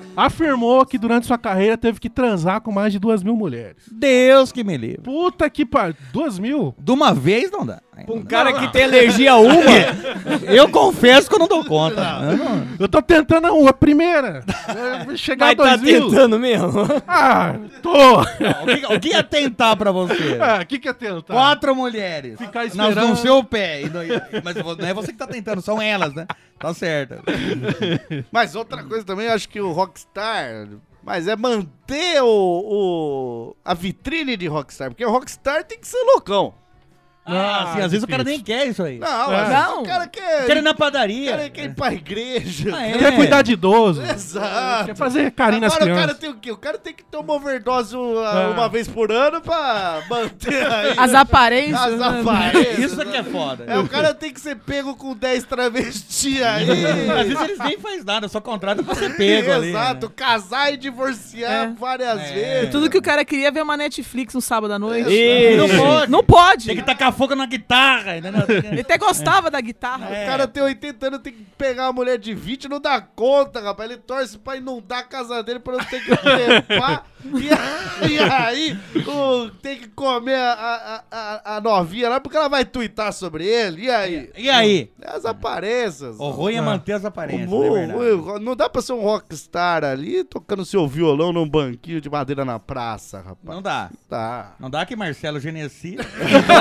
[SPEAKER 4] afirmou que durante sua carreira teve que transar com mais de duas mil mulheres.
[SPEAKER 8] Deus que me livre.
[SPEAKER 4] Puta que pariu. Duas mil?
[SPEAKER 8] De uma vez não É. dá.
[SPEAKER 5] Um cara que tem alergia a uma,
[SPEAKER 8] Eu confesso que eu não dou conta. Eu não-
[SPEAKER 4] Eu tô tentando a, a primeira. É, Chegar a
[SPEAKER 5] vai
[SPEAKER 4] dois
[SPEAKER 5] tá
[SPEAKER 4] mil.
[SPEAKER 5] tentando mesmo.
[SPEAKER 4] Ah, tô.
[SPEAKER 8] O que, o que ia tentar pra você?
[SPEAKER 4] Ah, O que que é tentar?
[SPEAKER 8] Quatro um- mulheres.
[SPEAKER 4] Ficar
[SPEAKER 8] Nas
[SPEAKER 4] esperando.
[SPEAKER 8] no seu pé. E não- e- Mas vo- não é você que tá tentando, são elas, né? Tá certo.
[SPEAKER 7] Mas outra coisa também, eu acho que o Rockstar. Mas é manter o, o- a vitrine de Rockstar. Porque o Rockstar tem que ser loucão.
[SPEAKER 8] Ah, assim, às vezes o cara nem
[SPEAKER 4] difícil.
[SPEAKER 8] quer isso aí.
[SPEAKER 7] Não,
[SPEAKER 4] É.
[SPEAKER 7] às vezes o cara quer.
[SPEAKER 8] Quer ir na
[SPEAKER 7] o
[SPEAKER 8] padaria.
[SPEAKER 7] cara quer ir pra igreja.
[SPEAKER 8] Ah, é.
[SPEAKER 4] Quer cuidar de idoso.
[SPEAKER 7] Exato.
[SPEAKER 4] Quer fazer carinho nas
[SPEAKER 7] Agora o cara
[SPEAKER 4] crianças.
[SPEAKER 7] tem o quê? O cara tem que ter uma overdose uh,
[SPEAKER 4] Ah.
[SPEAKER 7] uma vez por ano pra manter aí
[SPEAKER 9] As aparências.
[SPEAKER 7] as
[SPEAKER 9] né?
[SPEAKER 7] aparências.
[SPEAKER 8] Isso é que é foda.
[SPEAKER 7] É, o cara tem que ser pego com 10 travestis aí.
[SPEAKER 8] Às vezes eles nem fazem nada, só contratam pra ser pego ali. né?
[SPEAKER 7] Exato, casar e divorciar
[SPEAKER 9] É.
[SPEAKER 7] várias
[SPEAKER 8] É.
[SPEAKER 7] vezes.
[SPEAKER 9] Tudo que o cara queria é ver uma Netflix no sábado à noite.
[SPEAKER 5] Ih,
[SPEAKER 9] Não pode. Não pode.
[SPEAKER 8] Tem que tacar fogo na guitarra. Né?
[SPEAKER 9] Ele até gostava da guitarra.
[SPEAKER 8] É.
[SPEAKER 7] O cara tem 80 anos, tem que pegar uma mulher de 20 não dá conta, rapaz. Ele torce pra inundar a casa dele pra não ter que limpar. e, a- e aí o- tem que comer a, a, a, a novinha lá porque ela vai tuitar sobre ele. E aí?
[SPEAKER 8] E aí?
[SPEAKER 7] É As aparências.
[SPEAKER 8] O ruim
[SPEAKER 4] Ah.
[SPEAKER 8] é manter as aparências,
[SPEAKER 7] O-
[SPEAKER 8] é verdade.
[SPEAKER 7] o- não dá pra ser um rockstar ali tocando seu violão num banquinho de madeira na praça, rapaz.
[SPEAKER 8] Não dá.
[SPEAKER 7] Tá.
[SPEAKER 8] Não dá que Marcelo Genesi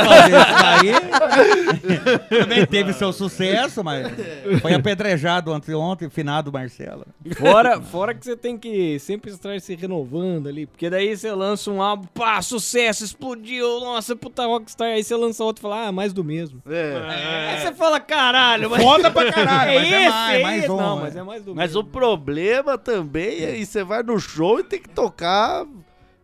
[SPEAKER 8] fazer isso daí. Também teve seu sucesso, mas foi apedrejado anteontem, finado Marcelo.
[SPEAKER 5] Fora, fora que você tem que sempre estar se renovando ali, porque daí você lança um álbum, pá, sucesso, explodiu, nossa, puta rockstar, aí você lança outro e fala, ah, mais do mesmo.
[SPEAKER 7] É.
[SPEAKER 5] Aí você fala, caralho, mas...
[SPEAKER 8] Foda pra caralho,
[SPEAKER 5] é
[SPEAKER 8] mas
[SPEAKER 5] esse,
[SPEAKER 8] é mais,
[SPEAKER 5] é
[SPEAKER 8] mais
[SPEAKER 5] esse.
[SPEAKER 8] um,
[SPEAKER 5] Não,
[SPEAKER 8] é.
[SPEAKER 5] mas é mais do
[SPEAKER 7] Mas o
[SPEAKER 5] mesmo.
[SPEAKER 7] problema também é que você vai no show e tem que tocar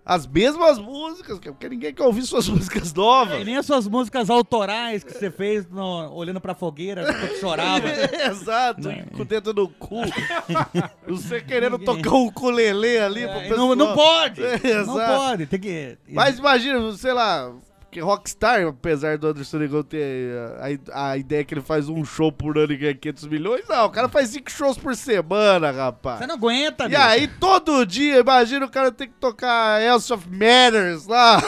[SPEAKER 7] as mesmas músicas, é porque ninguém quer ouvir suas músicas
[SPEAKER 8] E
[SPEAKER 7] novas.
[SPEAKER 8] nem as suas músicas autorais que você fez no- olhando pra fogueira, quando chorava.
[SPEAKER 7] Exato,
[SPEAKER 8] é.
[SPEAKER 7] com o dedo no cu. Você querendo tocar um ukulele ali pro
[SPEAKER 8] E
[SPEAKER 7] pessoal.
[SPEAKER 8] É. Não, não pode!
[SPEAKER 7] Exato.
[SPEAKER 8] Não pode, tem que.
[SPEAKER 7] Mas imagina, sei lá, que Rockstar, apesar do Anderson Negão ter a, a ideia que ele faz um show por ano e ganha 500 milhões, não, o cara faz cinco shows por semana, rapaz.
[SPEAKER 8] Você não aguenta,
[SPEAKER 7] E
[SPEAKER 8] bicho.
[SPEAKER 7] aí, todo dia, imagina o cara ter que tocar Else of Matters lá.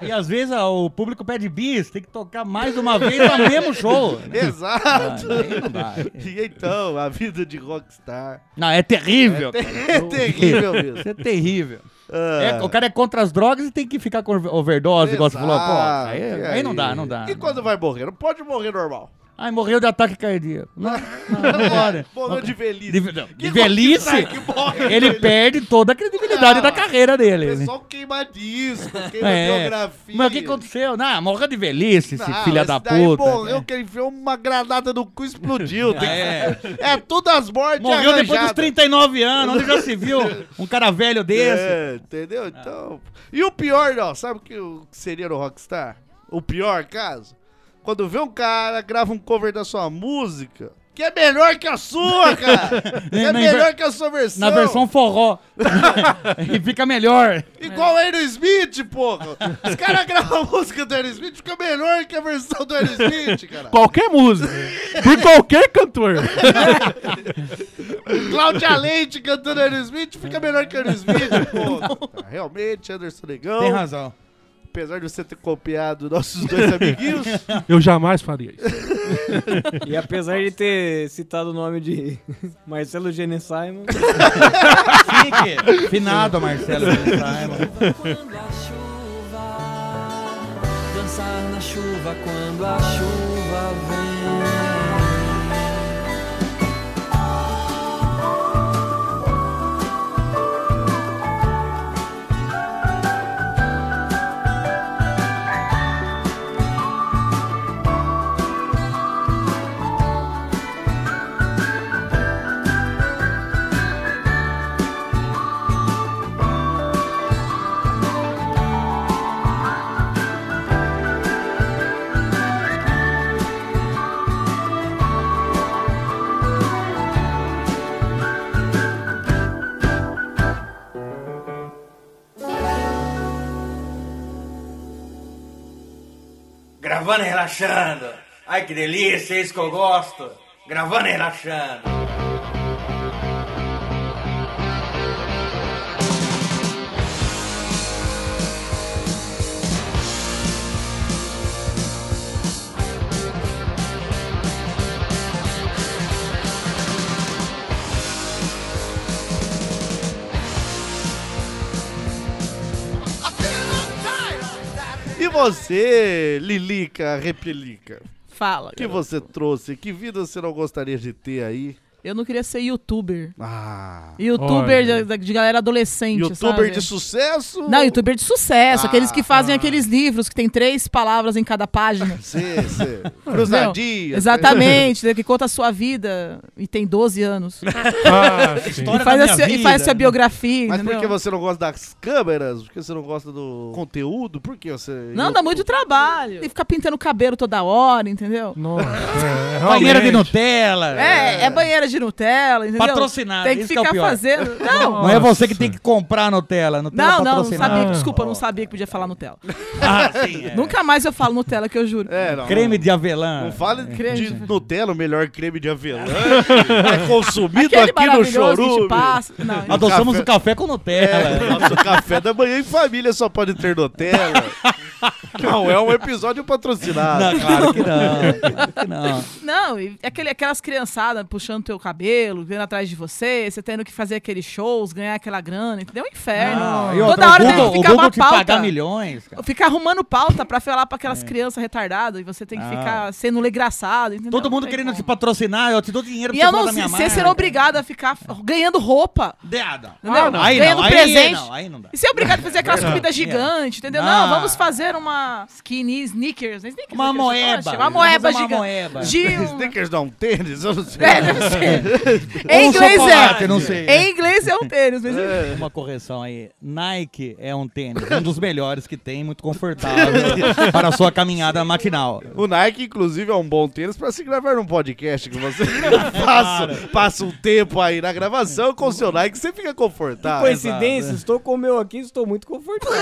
[SPEAKER 8] E às vezes ah, o público pede bis, tem que tocar mais uma vez no mesmo show. né? Ah,
[SPEAKER 7] Exato.
[SPEAKER 8] aí não dá.
[SPEAKER 7] E então, a vida de rockstar.
[SPEAKER 8] Não, é terrível.
[SPEAKER 7] É terrível mesmo.
[SPEAKER 8] Isso é terrível.
[SPEAKER 7] Ah.
[SPEAKER 8] É, o cara é contra as drogas e tem que ficar com overdose, igual você falou. Pô,
[SPEAKER 7] Exato,
[SPEAKER 8] aí,
[SPEAKER 7] e
[SPEAKER 8] aí não dá, não dá.
[SPEAKER 7] E
[SPEAKER 8] não
[SPEAKER 7] quando vai morrer? Não pode morrer normal. É,
[SPEAKER 8] dá. Ai, morreu de ataque cardíaco. Não, não, não pode.
[SPEAKER 7] Morreu de velhice.
[SPEAKER 8] De, não, de
[SPEAKER 7] Que
[SPEAKER 8] velhice,
[SPEAKER 7] rockstar que morre de
[SPEAKER 8] ele perde toda a credibilidade
[SPEAKER 7] Ah,
[SPEAKER 8] da carreira dele.
[SPEAKER 7] O
[SPEAKER 8] né?
[SPEAKER 7] pessoal queima disco, queima
[SPEAKER 8] É.
[SPEAKER 7] biografia.
[SPEAKER 8] Mas o que aconteceu? Não, morreu de velhice, esse
[SPEAKER 7] Não,
[SPEAKER 8] filho
[SPEAKER 7] esse
[SPEAKER 8] da
[SPEAKER 7] daí
[SPEAKER 8] puta.
[SPEAKER 7] morreu que ele enfiou uma granada no cu e explodiu. Tem
[SPEAKER 8] É.
[SPEAKER 7] que- é. tudo as mortes
[SPEAKER 8] Morreu depois dos
[SPEAKER 7] arranjadas.
[SPEAKER 8] 39 anos, onde já se viu um cara velho desse.
[SPEAKER 7] É,
[SPEAKER 8] Ah.
[SPEAKER 7] entendeu? Então. E o pior, não, sabe o que o que seria no Rockstar? O pior caso? Quando vê um cara, grava um cover da sua música, que é melhor que a sua, cara! Que é
[SPEAKER 8] Na
[SPEAKER 7] melhor
[SPEAKER 8] inver-
[SPEAKER 7] que a sua versão!
[SPEAKER 8] Na versão forró. e fica melhor.
[SPEAKER 7] Igual o Aerosmith, porra! Os caras gravam a música do Aerosmith, fica melhor que a versão do Aerosmith, cara!
[SPEAKER 4] Qualquer música. Por qualquer cantor.
[SPEAKER 7] Cláudia Leite cantando Aerosmith, fica melhor que Aerosmith, porra! Realmente, Anderson Negão,
[SPEAKER 8] Tem razão.
[SPEAKER 7] apesar de você ter copiado nossos dois amiguinhos...
[SPEAKER 4] Eu jamais faria isso.
[SPEAKER 5] E apesar de ter citado o nome de Marcelo Gene Simon,
[SPEAKER 8] Ah, é Fique. Finado, Marcelo. Simon.
[SPEAKER 10] Quando a chuva dançar na chuva quando a chuva vem.
[SPEAKER 11] Gravando e relaxando. Ai que delícia, é isso que eu gosto. Gravando e relaxando.
[SPEAKER 7] E você, Lilica Repelica?
[SPEAKER 9] Fala.
[SPEAKER 7] O que
[SPEAKER 9] garoto.
[SPEAKER 7] você trouxe? Que vida você não gostaria de ter aí?
[SPEAKER 9] Eu não queria ser youtuber.
[SPEAKER 7] Ah.
[SPEAKER 9] Youtuber de, de- de galera adolescente.
[SPEAKER 7] Youtuber
[SPEAKER 9] sabe?
[SPEAKER 7] de sucesso?
[SPEAKER 9] Não, youtuber de sucesso.
[SPEAKER 7] Ah.
[SPEAKER 9] aqueles que fazem aqueles livros que tem três palavras em cada página.
[SPEAKER 7] Sim, sim.
[SPEAKER 9] Não,
[SPEAKER 7] Cruzadinha.
[SPEAKER 9] Exatamente, né, que conta a sua vida e tem 12 anos.
[SPEAKER 7] Ah, sim.
[SPEAKER 9] e, faz a sua, e
[SPEAKER 8] né?
[SPEAKER 9] faz sua biografia.
[SPEAKER 7] Mas por
[SPEAKER 9] entendeu?
[SPEAKER 7] que você não gosta das câmeras? Por que você não gosta do conteúdo? Por que você.
[SPEAKER 9] Não, dá muito trabalho. Tem que ficar pintando o cabelo toda hora, entendeu?
[SPEAKER 8] Banheira de Nutella.
[SPEAKER 9] É, é banheira de Nutella, entendeu?
[SPEAKER 8] Patrocinado,
[SPEAKER 9] Tem que
[SPEAKER 8] isso que é o
[SPEAKER 9] ficar
[SPEAKER 8] pior.
[SPEAKER 9] fazendo. Não,
[SPEAKER 8] Não é você que tem que comprar Nutella. Nutella
[SPEAKER 9] Não, não, não
[SPEAKER 8] patrocinada.
[SPEAKER 9] sabia, desculpa, não sabia que podia falar Nutella.
[SPEAKER 8] Ah, sim, é.
[SPEAKER 9] Nunca mais eu falo Nutella, que eu juro.
[SPEAKER 7] É, não.
[SPEAKER 8] Creme de avelã.
[SPEAKER 7] Não fale
[SPEAKER 9] Creme
[SPEAKER 7] de
[SPEAKER 9] de-
[SPEAKER 7] Nutella, o melhor creme de avelã. é consumido
[SPEAKER 9] Aquele
[SPEAKER 7] aqui no
[SPEAKER 9] maravilhoso que te
[SPEAKER 7] Chorume.
[SPEAKER 9] passa- não,
[SPEAKER 7] No
[SPEAKER 8] Adoçamos o café com Nutella.
[SPEAKER 7] É, nosso café da manhã em família só pode ter Nutella. não é um episódio patrocinado.
[SPEAKER 8] Não, claro que não, claro que não.
[SPEAKER 9] Não, e aquele, aquelas criançadas puxando teu cabelo, vendo atrás de você, você tendo que fazer aqueles shows, ganhar aquela grana, entendeu? É um inferno.
[SPEAKER 8] Ah, e
[SPEAKER 9] Toda
[SPEAKER 8] outra, o
[SPEAKER 9] hora
[SPEAKER 8] Google-
[SPEAKER 9] tem que
[SPEAKER 8] o
[SPEAKER 9] ficar
[SPEAKER 8] Google
[SPEAKER 9] uma
[SPEAKER 8] te
[SPEAKER 9] pauta.
[SPEAKER 8] pagar milhões, cara.
[SPEAKER 9] Ficar arrumando pauta pra falar pra aquelas crianças retardadas e você tem que
[SPEAKER 8] É. Ah.
[SPEAKER 9] ficar sendo engraçado, entendeu?
[SPEAKER 8] Todo
[SPEAKER 9] Não
[SPEAKER 8] mundo
[SPEAKER 9] tem
[SPEAKER 8] querendo
[SPEAKER 9] como.
[SPEAKER 8] te patrocinar, eu te dou dinheiro
[SPEAKER 9] E
[SPEAKER 8] pra
[SPEAKER 9] eu
[SPEAKER 8] você falar
[SPEAKER 9] não
[SPEAKER 8] da minha né? É.
[SPEAKER 9] sei,
[SPEAKER 8] marca.
[SPEAKER 9] vocês serão obrigados a ficar f- ganhando roupa.
[SPEAKER 8] Deada.
[SPEAKER 9] Entendeu?
[SPEAKER 8] Ah, não. Aí não,
[SPEAKER 9] ganhando
[SPEAKER 8] aí
[SPEAKER 9] presente.
[SPEAKER 8] não, aí não dá.
[SPEAKER 9] E ser obrigado a fazer aquelas
[SPEAKER 8] Não,
[SPEAKER 9] comidas
[SPEAKER 8] é.
[SPEAKER 9] gigantes, entendeu?
[SPEAKER 8] Não.
[SPEAKER 9] Não, vamos fazer uma skinny, sneakers. né? Sneakers,
[SPEAKER 8] Uma
[SPEAKER 9] sneakers,
[SPEAKER 8] moeba.
[SPEAKER 9] Uma moeba
[SPEAKER 8] Vamos fazer uma
[SPEAKER 9] gigante.
[SPEAKER 8] moeba.
[SPEAKER 9] De um-
[SPEAKER 7] Snickers dá um tênis? Eu não sei.
[SPEAKER 9] É, deve ser. Em
[SPEAKER 8] Ou
[SPEAKER 9] inglês
[SPEAKER 8] chocolate,
[SPEAKER 9] é.
[SPEAKER 8] não sei.
[SPEAKER 9] Em inglês é um tênis, mas.
[SPEAKER 8] Uma correção aí. Nike é um tênis, um dos melhores que tem, muito confortável para a sua caminhada matinal.
[SPEAKER 7] O Nike, inclusive, é um bom tênis pra se gravar num podcast que você passa, passa um tempo aí na gravação com o seu Nike, você fica confortável.
[SPEAKER 5] Coincidência, estou com o meu aqui, estou muito confortável.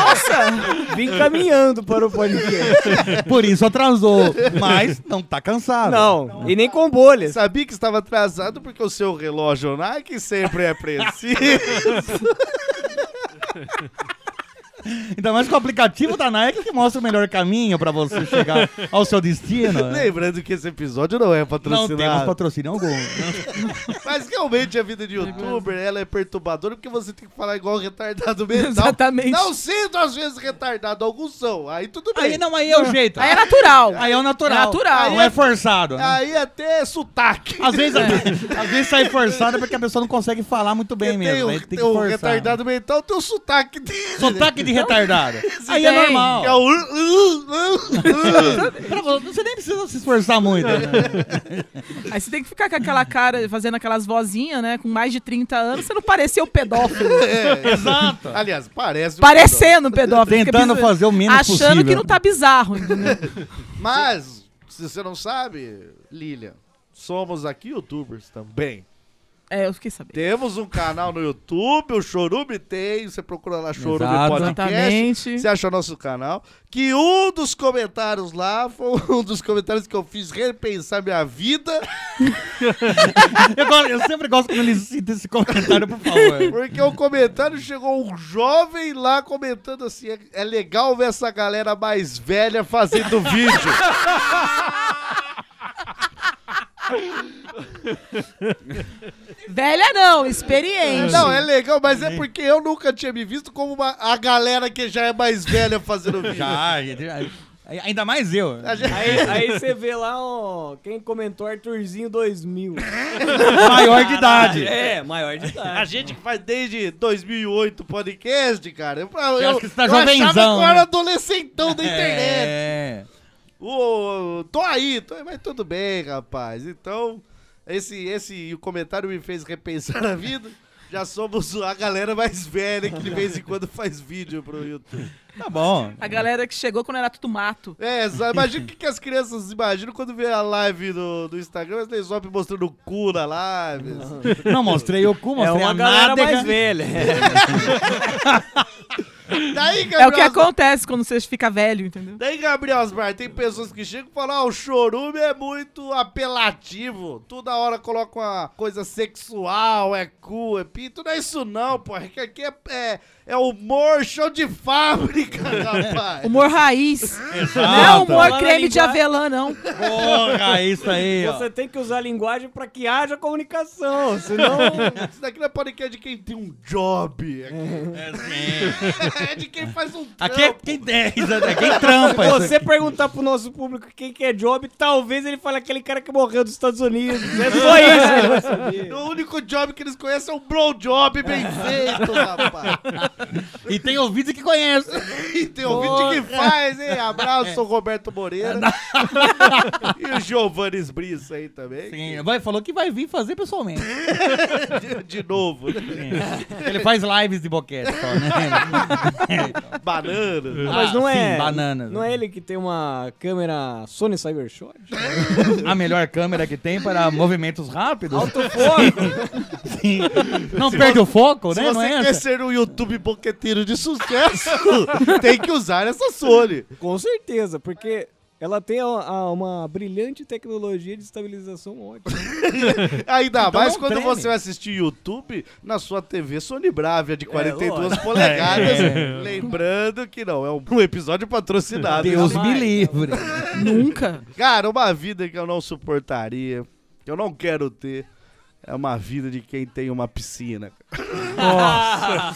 [SPEAKER 9] Nossa!
[SPEAKER 5] Vim caminhando para o podcast.
[SPEAKER 8] Por isso atrasou, mas não tá cansado.
[SPEAKER 5] Não, e nem com bolhas.
[SPEAKER 7] Sabia que estava atrasado porque o seu relógio Nike sempre é preciso.
[SPEAKER 8] Ainda mais com o aplicativo da Nike que mostra o melhor caminho para você chegar ao seu destino. né?
[SPEAKER 7] Lembrando que esse episódio não é
[SPEAKER 8] Não
[SPEAKER 7] patrocinado.
[SPEAKER 8] temos patrocínio algum.
[SPEAKER 7] Mas realmente a vida de youtuber, ela é perturbadora porque você tem que falar igual retardado mental.
[SPEAKER 9] Exatamente.
[SPEAKER 7] Não sinto às vezes retardado, alguns são. Aí tudo bem.
[SPEAKER 8] Aí não, aí é o jeito.
[SPEAKER 9] Aí é natural.
[SPEAKER 8] Aí é o natural.
[SPEAKER 9] É natural.
[SPEAKER 8] Não é forçado. né?
[SPEAKER 7] Aí até é sotaque.
[SPEAKER 8] Às vezes, às vezes sai forçado porque a pessoa não consegue falar muito bem
[SPEAKER 7] Tem o,
[SPEAKER 8] mesmo. Aí tem que
[SPEAKER 7] tem o
[SPEAKER 8] forçar.
[SPEAKER 7] retardado mental, tem o sotaque dele.
[SPEAKER 8] Sotaque de retardado.
[SPEAKER 7] Você
[SPEAKER 8] Aí é
[SPEAKER 7] tem.
[SPEAKER 8] normal.
[SPEAKER 7] Que é o... uh, uh, uh.
[SPEAKER 8] Pra vo- Você nem precisa se esforçar muito. né?
[SPEAKER 9] Aí você tem que ficar com aquela cara, fazendo aquelas vozinhas, né? Com mais de 30 anos, você não pareceu pedófilo.
[SPEAKER 7] É.
[SPEAKER 8] Exato.
[SPEAKER 7] Aliás, parece. um
[SPEAKER 9] Parecendo um pedófilo. fica
[SPEAKER 8] Tentando
[SPEAKER 9] bizarro.
[SPEAKER 8] fazer o menos
[SPEAKER 9] Achando
[SPEAKER 8] possível.
[SPEAKER 9] que não tá bizarro, entendeu?
[SPEAKER 7] pedófilo. Mas, se você não sabe, Lilian, somos aqui youtubers também.
[SPEAKER 9] É, eu fiquei sabendo.
[SPEAKER 7] Temos um canal no YouTube, o Chorume tem. Você procura lá Chorume
[SPEAKER 8] Exato.
[SPEAKER 7] Podcast.
[SPEAKER 9] Exatamente.
[SPEAKER 7] Você acha o nosso canal. Que um dos comentários lá foi um dos comentários que eu fiz repensar minha vida.
[SPEAKER 8] Eu, gosto- eu sempre gosto quando eles citam esse comentário, por favor.
[SPEAKER 7] Porque o comentário chegou um jovem lá comentando assim: "É- é legal ver essa galera mais velha fazendo vídeo.
[SPEAKER 9] Velha não, experiente.
[SPEAKER 7] Não, é legal, mas é porque eu nunca tinha me visto como uma- a galera que já é mais velha fazendo vídeo.
[SPEAKER 8] Já, gente, já- ainda mais eu.
[SPEAKER 7] A gente-
[SPEAKER 5] Aí, aí você vê lá, ó, quem comentou Arthurzinho 2000.
[SPEAKER 8] Maior de idade.
[SPEAKER 7] né?
[SPEAKER 5] É, maior de
[SPEAKER 7] A
[SPEAKER 5] idade.
[SPEAKER 7] gente que faz desde 2008 podcast, cara. Eu, eu,
[SPEAKER 8] acha que você tá
[SPEAKER 7] eu achava
[SPEAKER 8] jovenzão,
[SPEAKER 7] que eu era
[SPEAKER 8] né?
[SPEAKER 7] adolescentão da internet.
[SPEAKER 8] É.
[SPEAKER 7] Ô, tô aí, tô aí, mas tudo bem, rapaz. Então, esse, esse comentário me fez repensar a vida. Já somos a galera mais velha que de vez em quando faz vídeo pro YouTube.
[SPEAKER 8] Tá bom.
[SPEAKER 9] A galera que chegou quando era tudo mato.
[SPEAKER 7] É, exa- imagina o que, que as crianças imaginam quando vê a live no, no Instagram, mas tem só mostrando o cu na live. assim.
[SPEAKER 8] Não mostrei o cu,
[SPEAKER 5] É
[SPEAKER 8] mostrei a
[SPEAKER 5] uma galera
[SPEAKER 8] nádega.
[SPEAKER 5] mais velha.
[SPEAKER 7] Daí,
[SPEAKER 9] É o que
[SPEAKER 7] Gabriel-
[SPEAKER 9] acontece quando você fica velho, entendeu?
[SPEAKER 7] Daí, Gabriel Osmar, tem pessoas que chegam e falam: ah, o chorume é muito apelativo. Toda hora coloca uma coisa sexual, é cu, é pinto. Não é isso, não, pô. É que Aqui é, é, é humor show de fábrica, rapaz.
[SPEAKER 9] Humor raiz.
[SPEAKER 7] Exato.
[SPEAKER 9] Não é humor
[SPEAKER 5] Fala
[SPEAKER 9] creme de
[SPEAKER 5] linguagem.
[SPEAKER 9] avelã, não.
[SPEAKER 8] Porra, isso aí, ó.
[SPEAKER 5] Você tem que usar a linguagem pra que haja comunicação, senão...
[SPEAKER 7] Isso daqui não é podcast de quem tem um job. É, que- é de quem faz um trampo.
[SPEAKER 8] Aqui é quem tem, é quem trampa.
[SPEAKER 5] Se
[SPEAKER 8] isso
[SPEAKER 5] você
[SPEAKER 8] aqui.
[SPEAKER 5] perguntar pro nosso público quem que é job, talvez ele fale aquele cara que morreu dos Estados Unidos. É só isso que ele vai saber.
[SPEAKER 7] O único job que eles conhecem é um blow job bem feito, rapaz.
[SPEAKER 8] E tem ouvido que conhece.
[SPEAKER 7] E tem ouvinte que faz, hein? Abraço,
[SPEAKER 8] É.
[SPEAKER 7] sou Roberto Moreira. e o Giovanni Esbriça aí também.
[SPEAKER 8] Sim, vai, falou que vai vir fazer pessoalmente.
[SPEAKER 7] De, de novo, né?
[SPEAKER 8] Ele faz lives de boquete só, né?
[SPEAKER 7] Bananas.
[SPEAKER 5] Ah, Mas não
[SPEAKER 8] Ah, sim,
[SPEAKER 5] é.
[SPEAKER 8] bananas.
[SPEAKER 5] Não é ele que tem uma câmera Sony Cybershot?
[SPEAKER 8] A melhor câmera que tem para movimentos rápidos.
[SPEAKER 5] Alto foco!
[SPEAKER 8] Sim. Não perde o foco,
[SPEAKER 7] Se
[SPEAKER 8] né? Não
[SPEAKER 7] você
[SPEAKER 8] é
[SPEAKER 7] quer
[SPEAKER 8] essa?
[SPEAKER 7] ser um YouTube boqueteiro de sucesso, tem que usar essa Sony.
[SPEAKER 5] Com certeza, porque ela tem a- a- uma brilhante tecnologia de estabilização ótima.
[SPEAKER 7] Ainda
[SPEAKER 8] Então
[SPEAKER 7] mais
[SPEAKER 8] não
[SPEAKER 7] quando
[SPEAKER 8] treme.
[SPEAKER 7] você vai assistir YouTube na sua TV Sony Bravia de 42
[SPEAKER 5] lógico.
[SPEAKER 7] polegadas.
[SPEAKER 8] É.
[SPEAKER 7] Lembrando que não é um episódio patrocinado.
[SPEAKER 8] Deus
[SPEAKER 7] Isso
[SPEAKER 8] me livre.
[SPEAKER 9] Nunca.
[SPEAKER 7] Cara, uma vida que eu não suportaria, que eu não quero ter, é uma vida de quem tem uma piscina.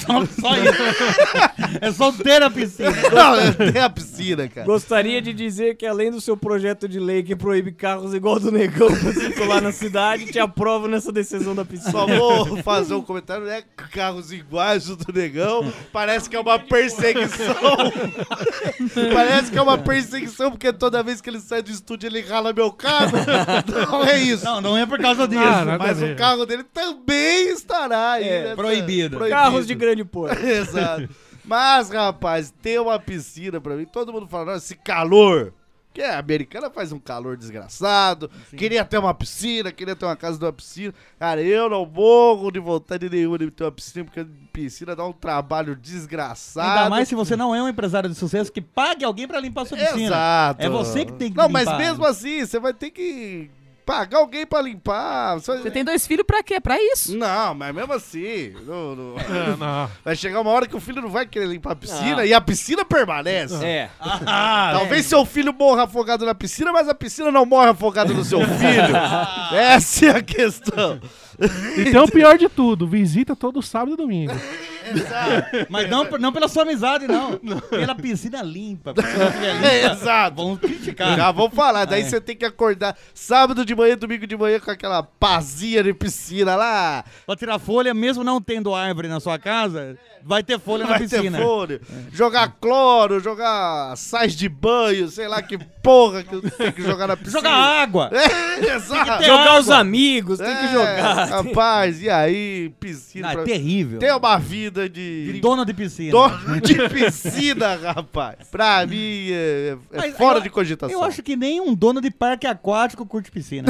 [SPEAKER 8] Só, só isso. É só ter a piscina.
[SPEAKER 7] Não, eu tenho a piscina, cara.
[SPEAKER 5] Gostaria de dizer que além do seu projeto de lei que proíbe carros igual do negão pra circular na cidade, te aprovo nessa decisão da
[SPEAKER 7] Só
[SPEAKER 5] piscina.
[SPEAKER 7] vou fazer um comentário, né? Carros iguais do negão. Parece que é uma perseguição. Parece que é uma perseguição, porque toda vez que ele sai do estúdio ele rala meu carro. Não é isso.
[SPEAKER 8] Não, não é por causa disso.
[SPEAKER 4] Ah, nada
[SPEAKER 7] Mas
[SPEAKER 4] a ver.
[SPEAKER 7] o carro dele também estará aí. né,
[SPEAKER 5] É,
[SPEAKER 7] nessa-
[SPEAKER 8] proibido.
[SPEAKER 5] Carros de grande porte.
[SPEAKER 7] Exato. Mas, rapaz, ter uma piscina pra mim, todo mundo fala, nossa, esse calor. Porque a americana faz um calor desgraçado. Queria ter uma piscina, queria ter uma casa de uma piscina. Cara, eu não morro de vontade nenhuma de ter uma piscina, porque piscina dá um trabalho desgraçado.
[SPEAKER 8] Ainda mais se você não é um empresário de sucesso que pague alguém pra limpar sua piscina.
[SPEAKER 7] Exato.
[SPEAKER 8] É você que tem que
[SPEAKER 7] Não,
[SPEAKER 8] limpar.
[SPEAKER 7] mas mesmo assim, você vai ter que pagar alguém pra limpar. Você
[SPEAKER 9] Você tem dois filhos pra quê? Pra isso.
[SPEAKER 7] Não, mas mesmo assim. não- não-
[SPEAKER 8] É,
[SPEAKER 4] Ah, não.
[SPEAKER 7] Vai chegar uma hora que o filho não vai querer limpar a piscina e a piscina permanece.
[SPEAKER 5] É.
[SPEAKER 8] Ah,
[SPEAKER 7] Talvez seu filho morra afogado na piscina, mas a piscina não morre afogada no seu filho. Essa é a questão.
[SPEAKER 4] E tem o pior de tudo: visita todo sábado e domingo.
[SPEAKER 8] Mas não, não pela sua amizade, não. Pela piscina limpa. Porque se não tiver
[SPEAKER 7] É,
[SPEAKER 8] limpa,
[SPEAKER 7] Exato.
[SPEAKER 8] vão criticar.
[SPEAKER 7] Já vou falar. Daí
[SPEAKER 8] Ah, é.
[SPEAKER 7] você tem que acordar sábado de manhã, domingo de manhã com aquela pazinha de piscina lá.
[SPEAKER 8] Pra tirar folha, mesmo não tendo árvore na sua casa, vai ter folha na
[SPEAKER 7] Vai ter
[SPEAKER 8] piscina.
[SPEAKER 7] fone. Jogar cloro, jogar sais de banho, sei lá que porra que tem que jogar na piscina.
[SPEAKER 8] Jogar água.
[SPEAKER 7] É, exato.
[SPEAKER 5] Jogar os amigos, tem que jogar.
[SPEAKER 7] É, Rapaz, e aí, piscina.
[SPEAKER 8] Ah, é
[SPEAKER 7] pra-
[SPEAKER 8] terrível.
[SPEAKER 7] Tem uma vida de.
[SPEAKER 8] De dono de piscina.
[SPEAKER 7] Dono de piscina, rapaz. Pra mim, é, é
[SPEAKER 8] Mas
[SPEAKER 7] fora
[SPEAKER 8] eu-
[SPEAKER 7] de cogitação.
[SPEAKER 8] Eu acho que nem um dono de parque aquático curte piscina.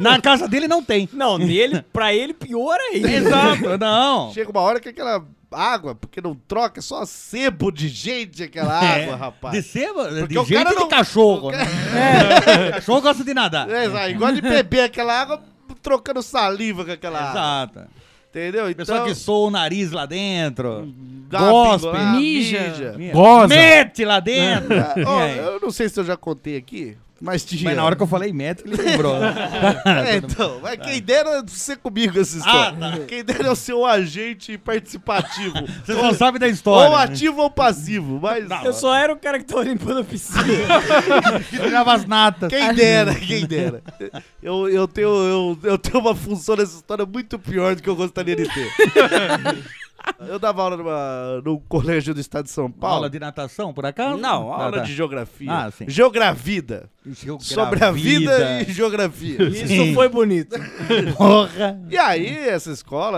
[SPEAKER 8] na casa dele não tem.
[SPEAKER 5] Não, nele, pra ele, pior ainda.
[SPEAKER 8] Exato, não.
[SPEAKER 7] Chega uma hora que aquela água, porque não troca, é só sebo de gente aquela
[SPEAKER 8] É,
[SPEAKER 7] água, rapaz.
[SPEAKER 8] De sebo,
[SPEAKER 7] Porque
[SPEAKER 8] de
[SPEAKER 7] o
[SPEAKER 8] gente
[SPEAKER 7] cara
[SPEAKER 8] e de
[SPEAKER 7] não-
[SPEAKER 8] cachorro.
[SPEAKER 7] o
[SPEAKER 8] né? É, cachorro gosta de nadar.
[SPEAKER 7] É, exato, igual de beber aquela água, trocando saliva com aquela água.
[SPEAKER 8] Exato.
[SPEAKER 7] Entendeu?
[SPEAKER 8] Pessoa
[SPEAKER 7] Então, Hum,
[SPEAKER 8] que soa o nariz lá dentro.
[SPEAKER 7] dá uma
[SPEAKER 8] Gospe.
[SPEAKER 7] pingolada,
[SPEAKER 9] mija.
[SPEAKER 4] Goza.
[SPEAKER 8] Mete lá dentro.
[SPEAKER 7] Ah, ó,
[SPEAKER 8] E aí?
[SPEAKER 7] eu não sei se eu já contei aqui, mas tinha.
[SPEAKER 8] É. Mas na hora que eu falei mete, ele né? lembrou.
[SPEAKER 7] É, então, mas quem dera ser comigo essa história. Quem dera eu ser um agente participativo.
[SPEAKER 8] Você tá não sabe da história.
[SPEAKER 7] ou ativo ou passivo, mas.
[SPEAKER 5] Eu só era o cara que tava limpando a piscina.
[SPEAKER 8] que tirava as natas.
[SPEAKER 7] Quem dera, quem dera. Eu, eu, tenho, eu, eu tenho uma função nessa história muito pior do que eu gostaria de ter. Eu dava aula numa, num colégio do estado de São Paulo.
[SPEAKER 8] Aula de natação, por acaso?
[SPEAKER 7] Não,
[SPEAKER 8] Ah,
[SPEAKER 7] aula
[SPEAKER 8] tá.
[SPEAKER 7] de geografia.
[SPEAKER 8] Ah, sim.
[SPEAKER 7] Geogravida. Sobre a vida e geografia.
[SPEAKER 5] Isso foi bonito.
[SPEAKER 8] Porra.
[SPEAKER 7] E aí, essa escola,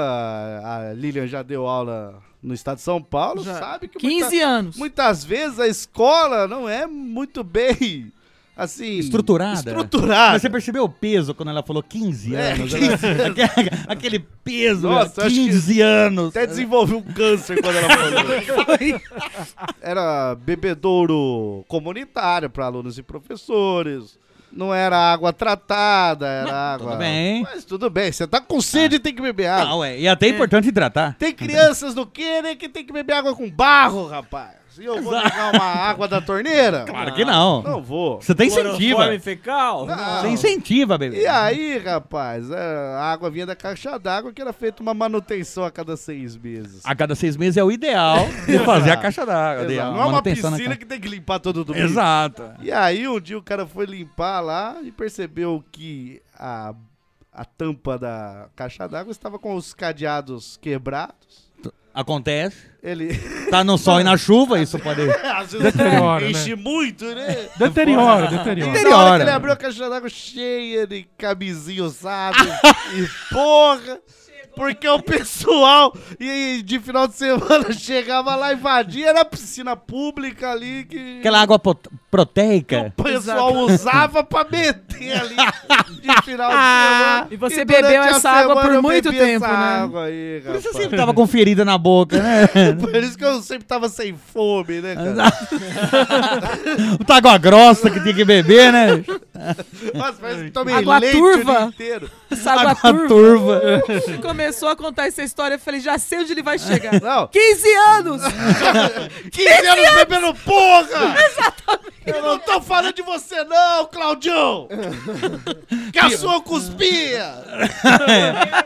[SPEAKER 7] a Lilian já deu aula no estado de São Paulo,
[SPEAKER 9] Já.
[SPEAKER 7] sabe que
[SPEAKER 9] 15
[SPEAKER 7] muita-
[SPEAKER 9] anos.
[SPEAKER 7] muitas vezes a escola não é muito bem assim.
[SPEAKER 8] Estruturada.
[SPEAKER 7] Estruturada.
[SPEAKER 8] Mas você percebeu o peso quando ela falou 15
[SPEAKER 7] É,
[SPEAKER 8] anos?
[SPEAKER 7] 15.
[SPEAKER 8] Ela- Aquele- Aquele peso,
[SPEAKER 7] Nossa, eu
[SPEAKER 8] Nossa,
[SPEAKER 7] acho que
[SPEAKER 8] 15 anos.
[SPEAKER 7] Até desenvolveu um câncer quando ela falou. Era bebedouro comunitário para alunos e professores. Não era água tratada, era água.
[SPEAKER 8] bem.
[SPEAKER 7] Mas tudo bem, você tá com sede e tem que beber água.
[SPEAKER 8] Ah, ué, e até é importante hidratar.
[SPEAKER 7] Tem crianças no Kenner que tem que beber água com barro, rapaz. E eu vou pegar uma água da torneira?
[SPEAKER 8] Claro que não.
[SPEAKER 7] Não vou.
[SPEAKER 8] Você tá tem é. incentiva.
[SPEAKER 5] Cloroforme fecal?
[SPEAKER 8] Você incentiva, bebê.
[SPEAKER 7] E aí, rapaz, é, a água vinha da caixa d'água que era feita uma manutenção a cada seis meses.
[SPEAKER 8] A cada seis meses é o ideal de fazer a caixa d'água. de-
[SPEAKER 7] Exato.
[SPEAKER 8] a
[SPEAKER 7] Não é uma
[SPEAKER 8] manutenção na
[SPEAKER 7] piscina
[SPEAKER 8] caixa.
[SPEAKER 7] que tem que limpar todo domingo.
[SPEAKER 8] Exato.
[SPEAKER 7] E aí um dia o cara foi limpar lá e percebeu que a, a tampa da caixa d'água estava com os cadeados quebrados.
[SPEAKER 8] Acontece.
[SPEAKER 7] Ele
[SPEAKER 8] Tá no sol e na chuva, isso pode.
[SPEAKER 7] Às vezes
[SPEAKER 8] Deteriora,
[SPEAKER 7] enche
[SPEAKER 8] né?
[SPEAKER 7] muito, né?
[SPEAKER 8] Deteriora,
[SPEAKER 7] Porra. E
[SPEAKER 8] deteriora.
[SPEAKER 7] na hora que ele
[SPEAKER 8] Deteriora.
[SPEAKER 7] abriu a caixa d'água cheia de camisinha usada e porra. Porque o pessoal e de final de semana chegava lá e invadia, era a piscina pública ali que
[SPEAKER 8] Aquela água pot- proteica.
[SPEAKER 7] o pessoal usava pra meter ali de final de semana.
[SPEAKER 9] E você
[SPEAKER 7] durante
[SPEAKER 9] bebeu
[SPEAKER 7] a
[SPEAKER 9] essa água
[SPEAKER 7] semana
[SPEAKER 9] por
[SPEAKER 7] eu
[SPEAKER 9] muito
[SPEAKER 7] bebi essa
[SPEAKER 9] tempo, né?
[SPEAKER 7] água aí,
[SPEAKER 8] Por isso
[SPEAKER 7] rapaz.
[SPEAKER 8] você sempre tava com ferida na boca, né?
[SPEAKER 7] Por isso que eu sempre tava sem fome, né, cara?
[SPEAKER 8] O Tá água grossa que tinha que beber, né?
[SPEAKER 7] Nossa, parece que tomei
[SPEAKER 9] Água
[SPEAKER 7] leite o dia
[SPEAKER 9] turva.
[SPEAKER 7] inteiro.
[SPEAKER 9] Essa água,
[SPEAKER 8] Água
[SPEAKER 9] turva.
[SPEAKER 8] turva.
[SPEAKER 9] Começou a contar essa história, eu falei, já sei onde ele vai chegar.
[SPEAKER 7] Não.
[SPEAKER 9] 15 anos!
[SPEAKER 7] 15 anos bebendo porra! Exatamente! Eu não tô falando de você não, Claudião! que a sua cuspia!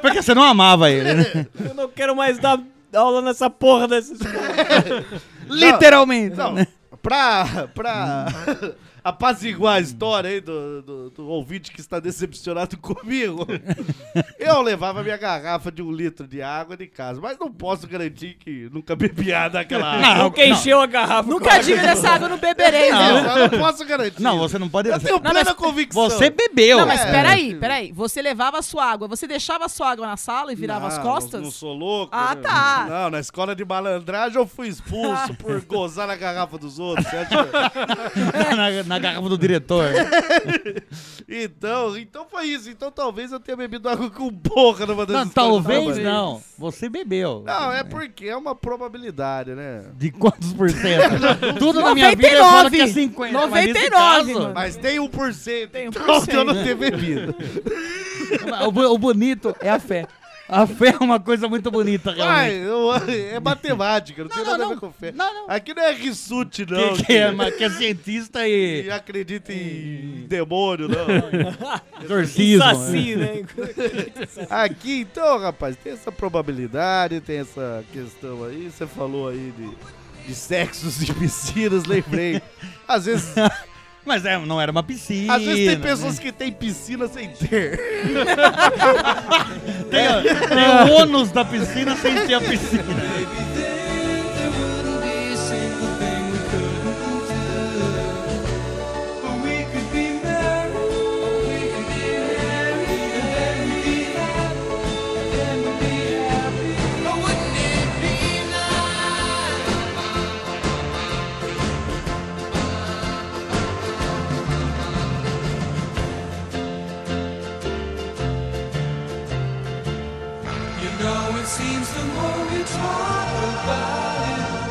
[SPEAKER 8] Porque você não amava ele, né?
[SPEAKER 5] Eu não quero mais dar aula nessa porra dessa escola.
[SPEAKER 8] Literalmente.
[SPEAKER 7] Não, pra, pra apaziguar a história aí do, do, do ouvinte que está decepcionado comigo, eu levava minha garrafa de um litro de água de casa, mas não posso garantir que nunca bebi água daquela água.
[SPEAKER 8] Não,
[SPEAKER 5] Nunca encheu a garrafa. com
[SPEAKER 9] Nunca
[SPEAKER 5] água.
[SPEAKER 9] diga dessa água, eu não beberei.
[SPEAKER 7] Eu
[SPEAKER 9] Não,
[SPEAKER 7] não posso garantir.
[SPEAKER 8] Não, você não pode.
[SPEAKER 7] é assim. Eu tenho plena
[SPEAKER 9] mas-
[SPEAKER 7] convicção.
[SPEAKER 8] Você bebeu.
[SPEAKER 9] não mas
[SPEAKER 7] É.
[SPEAKER 9] peraí, peraí. Você levava a sua água, você deixava a sua água na sala e virava
[SPEAKER 7] Ah, Não,
[SPEAKER 9] as
[SPEAKER 7] Não,
[SPEAKER 9] costas?
[SPEAKER 7] não sou louco.
[SPEAKER 9] Ah,
[SPEAKER 7] né?
[SPEAKER 9] tá.
[SPEAKER 7] Não, na escola de malandragem eu fui expulso por gozar na garrafa dos outros. Você acha?
[SPEAKER 8] na, na garrafa do diretor.
[SPEAKER 7] então, então foi isso. Então talvez eu tenha bebido água com boca numa dessas
[SPEAKER 8] Não, talvez
[SPEAKER 7] escolas.
[SPEAKER 8] não. Você bebeu.
[SPEAKER 7] Não, é porque é uma probabilidade, né?
[SPEAKER 8] De quantos por cento? Tudo na minha vida eu falo que é
[SPEAKER 9] 99.
[SPEAKER 8] 50. Mas
[SPEAKER 9] 99,
[SPEAKER 8] nesse caso,
[SPEAKER 9] mano.
[SPEAKER 7] Mas tem 1%. Tem 1%.
[SPEAKER 9] 1%.
[SPEAKER 7] Então eu não ter bebido.
[SPEAKER 8] o, bo- o bonito é a fé. A fé é uma coisa muito bonita,
[SPEAKER 7] Ai,
[SPEAKER 8] realmente.
[SPEAKER 7] eu- é matemática, não, tem
[SPEAKER 8] Não,
[SPEAKER 7] nada
[SPEAKER 8] não,
[SPEAKER 7] a ver com fé.
[SPEAKER 8] não, não.
[SPEAKER 7] Aqui não é rissute, não.
[SPEAKER 8] que, que é, mas que é cientista
[SPEAKER 7] que
[SPEAKER 8] e
[SPEAKER 7] acredita em demônio, não.
[SPEAKER 8] exorcismo.
[SPEAKER 5] Saci, né?
[SPEAKER 7] Aqui, então, rapaz, tem essa probabilidade, tem essa questão aí. Você falou aí de, de sexos e piscinas, lembrei. Às vezes,
[SPEAKER 8] Mas é, não era uma piscina.
[SPEAKER 7] às vezes tem
[SPEAKER 8] né?
[SPEAKER 7] pessoas que têm piscina sem ter.
[SPEAKER 8] Tem, ó, tem o ônus da piscina sem ter a piscina.
[SPEAKER 10] You know, it seems the more we talk about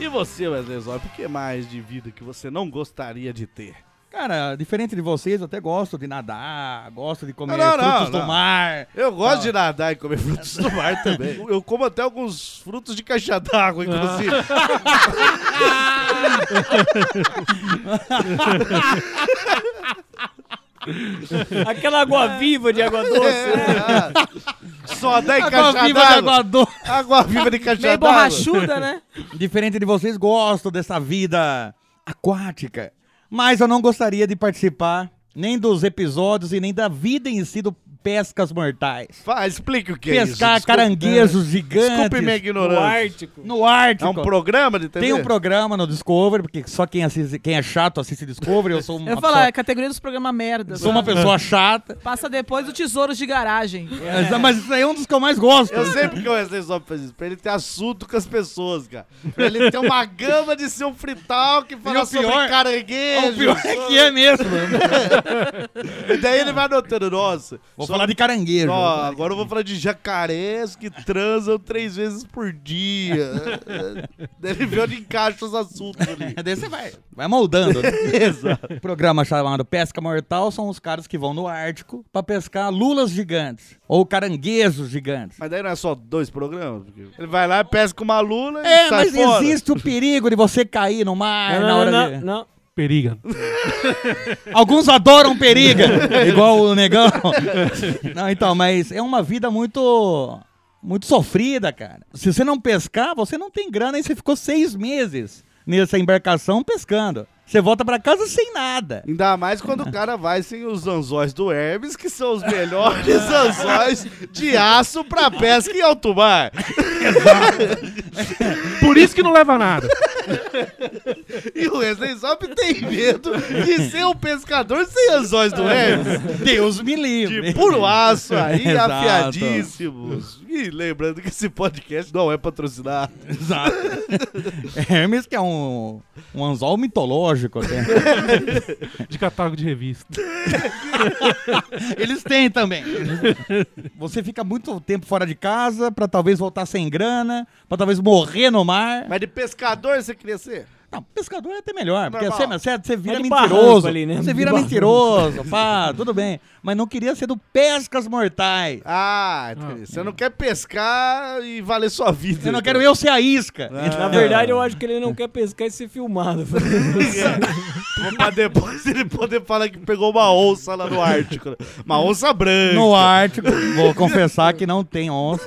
[SPEAKER 7] E você, Wesley Zop, o que mais de vida que você não gostaria de ter?
[SPEAKER 8] Cara, diferente de vocês, eu até gosto de nadar, gosto de comer
[SPEAKER 7] Não, não,
[SPEAKER 8] frutos
[SPEAKER 7] não,
[SPEAKER 8] do
[SPEAKER 7] não.
[SPEAKER 8] mar.
[SPEAKER 7] Eu gosto de nadar e comer frutos do mar também. Ah. Eu como até alguns frutos de caixa d'água, inclusive.
[SPEAKER 5] Aquela água viva de água doce.
[SPEAKER 7] É.
[SPEAKER 5] né?
[SPEAKER 7] Só dá em
[SPEAKER 5] Água
[SPEAKER 7] caixa
[SPEAKER 5] viva de
[SPEAKER 7] d'água.
[SPEAKER 5] água doce.
[SPEAKER 7] Água viva de caixa d'água.
[SPEAKER 9] né?
[SPEAKER 8] Diferente de vocês, gosto dessa vida aquática. Mas eu não gostaria de participar nem dos episódios e nem da vida em si do Pescas Mortais.
[SPEAKER 7] explique o que é isso.
[SPEAKER 8] Pescar
[SPEAKER 7] Desculpa.
[SPEAKER 8] caranguejos
[SPEAKER 7] É.
[SPEAKER 8] gigantes.
[SPEAKER 7] Desculpe minha ignorância.
[SPEAKER 8] No Ártico. No Ártico.
[SPEAKER 7] É um programa de TV?
[SPEAKER 8] Tem um programa no Discovery, porque só quem, assiste- quem é chato assiste Discovery. Eu sou uma
[SPEAKER 9] Eu ia falar,
[SPEAKER 7] "Ah,
[SPEAKER 9] é
[SPEAKER 8] pessoa-
[SPEAKER 9] categoria dos programas merda.
[SPEAKER 8] Sou uma pessoa chata.
[SPEAKER 9] Passa depois do Tesouros de Garagem.
[SPEAKER 8] Mas- Mas isso aí é um dos que eu mais gosto.
[SPEAKER 7] Eu sei porque o Wesley Zop faz isso. Pra ele ter assunto com as pessoas, cara. Pra ele ter uma gama de ser um frital que fala
[SPEAKER 8] o pior-
[SPEAKER 7] sobre caranguejo.
[SPEAKER 8] o pior é que é mesmo.
[SPEAKER 7] e daí ele vai anotando, nossa.
[SPEAKER 8] Vou falar de caranguejo.
[SPEAKER 7] Ó,
[SPEAKER 8] Vou falar de
[SPEAKER 7] agora eu vou falar de jacarés que transam três vezes por dia. daí ele vê onde encaixa os assuntos ali.
[SPEAKER 8] daí você vai. Vai moldando, né?
[SPEAKER 7] Exato.
[SPEAKER 8] O programa chamado Pesca Mortal são os caras que vão no Ártico pra pescar lulas gigantes ou caranguejos gigantes.
[SPEAKER 7] Mas daí não é só dois programas? porque Ele vai lá, pesca uma lula e
[SPEAKER 8] É,
[SPEAKER 7] sai
[SPEAKER 8] mas
[SPEAKER 7] fora.
[SPEAKER 8] existe o perigo de você cair no
[SPEAKER 4] É
[SPEAKER 8] mar na hora
[SPEAKER 5] não,
[SPEAKER 8] de...
[SPEAKER 5] não.
[SPEAKER 4] Periga.
[SPEAKER 8] Alguns adoram periga, igual o negão. Não, então, mas é uma vida muito muito sofrida, cara. Se você não pescar, você não tem grana e você ficou seis meses nessa embarcação pescando. Você volta pra casa sem nada.
[SPEAKER 7] Ainda mais quando o cara vai sem os anzóis do Hermes, que são os melhores anzóis de aço pra pesca em alto mar.
[SPEAKER 4] Por isso que não leva nada.
[SPEAKER 7] E o Wesley Zop tem medo de ser um pescador sem anzóis do Hermes.
[SPEAKER 8] Deus me livre.
[SPEAKER 7] De puro aço aí,
[SPEAKER 8] Exato.
[SPEAKER 7] afiadíssimos. E lembrando que esse podcast não é patrocinado.
[SPEAKER 8] Exato. Hermes que é um, um anzol mitológico. Né?
[SPEAKER 4] De catálogo de revista.
[SPEAKER 8] Eles têm também. Você fica muito tempo fora de casa pra talvez voltar sem grana, pra talvez morrer no mar.
[SPEAKER 7] Mas de pescador você queria ser?
[SPEAKER 8] Não, pescador é até melhor, porque
[SPEAKER 7] Normal.
[SPEAKER 8] você, você, é, você vira
[SPEAKER 5] Mas de
[SPEAKER 8] mentiroso.
[SPEAKER 5] barranco ali, né?
[SPEAKER 8] Você
[SPEAKER 5] De
[SPEAKER 8] vira
[SPEAKER 5] barranco.
[SPEAKER 8] mentiroso, pá, tudo bem. Mas não queria ser do Pescas Mortais.
[SPEAKER 7] Ah, entendi. você não quer pescar e valer sua vida.
[SPEAKER 8] é. Eu não quero eu ser a isca.
[SPEAKER 5] Ah. Na verdade, eu acho que ele não quer pescar e ser filmado.
[SPEAKER 7] Pra depois ele poder falar que pegou uma onça lá no Ártico. né? Uma onça branca.
[SPEAKER 8] No Ártico, vou confessar que não tem onça.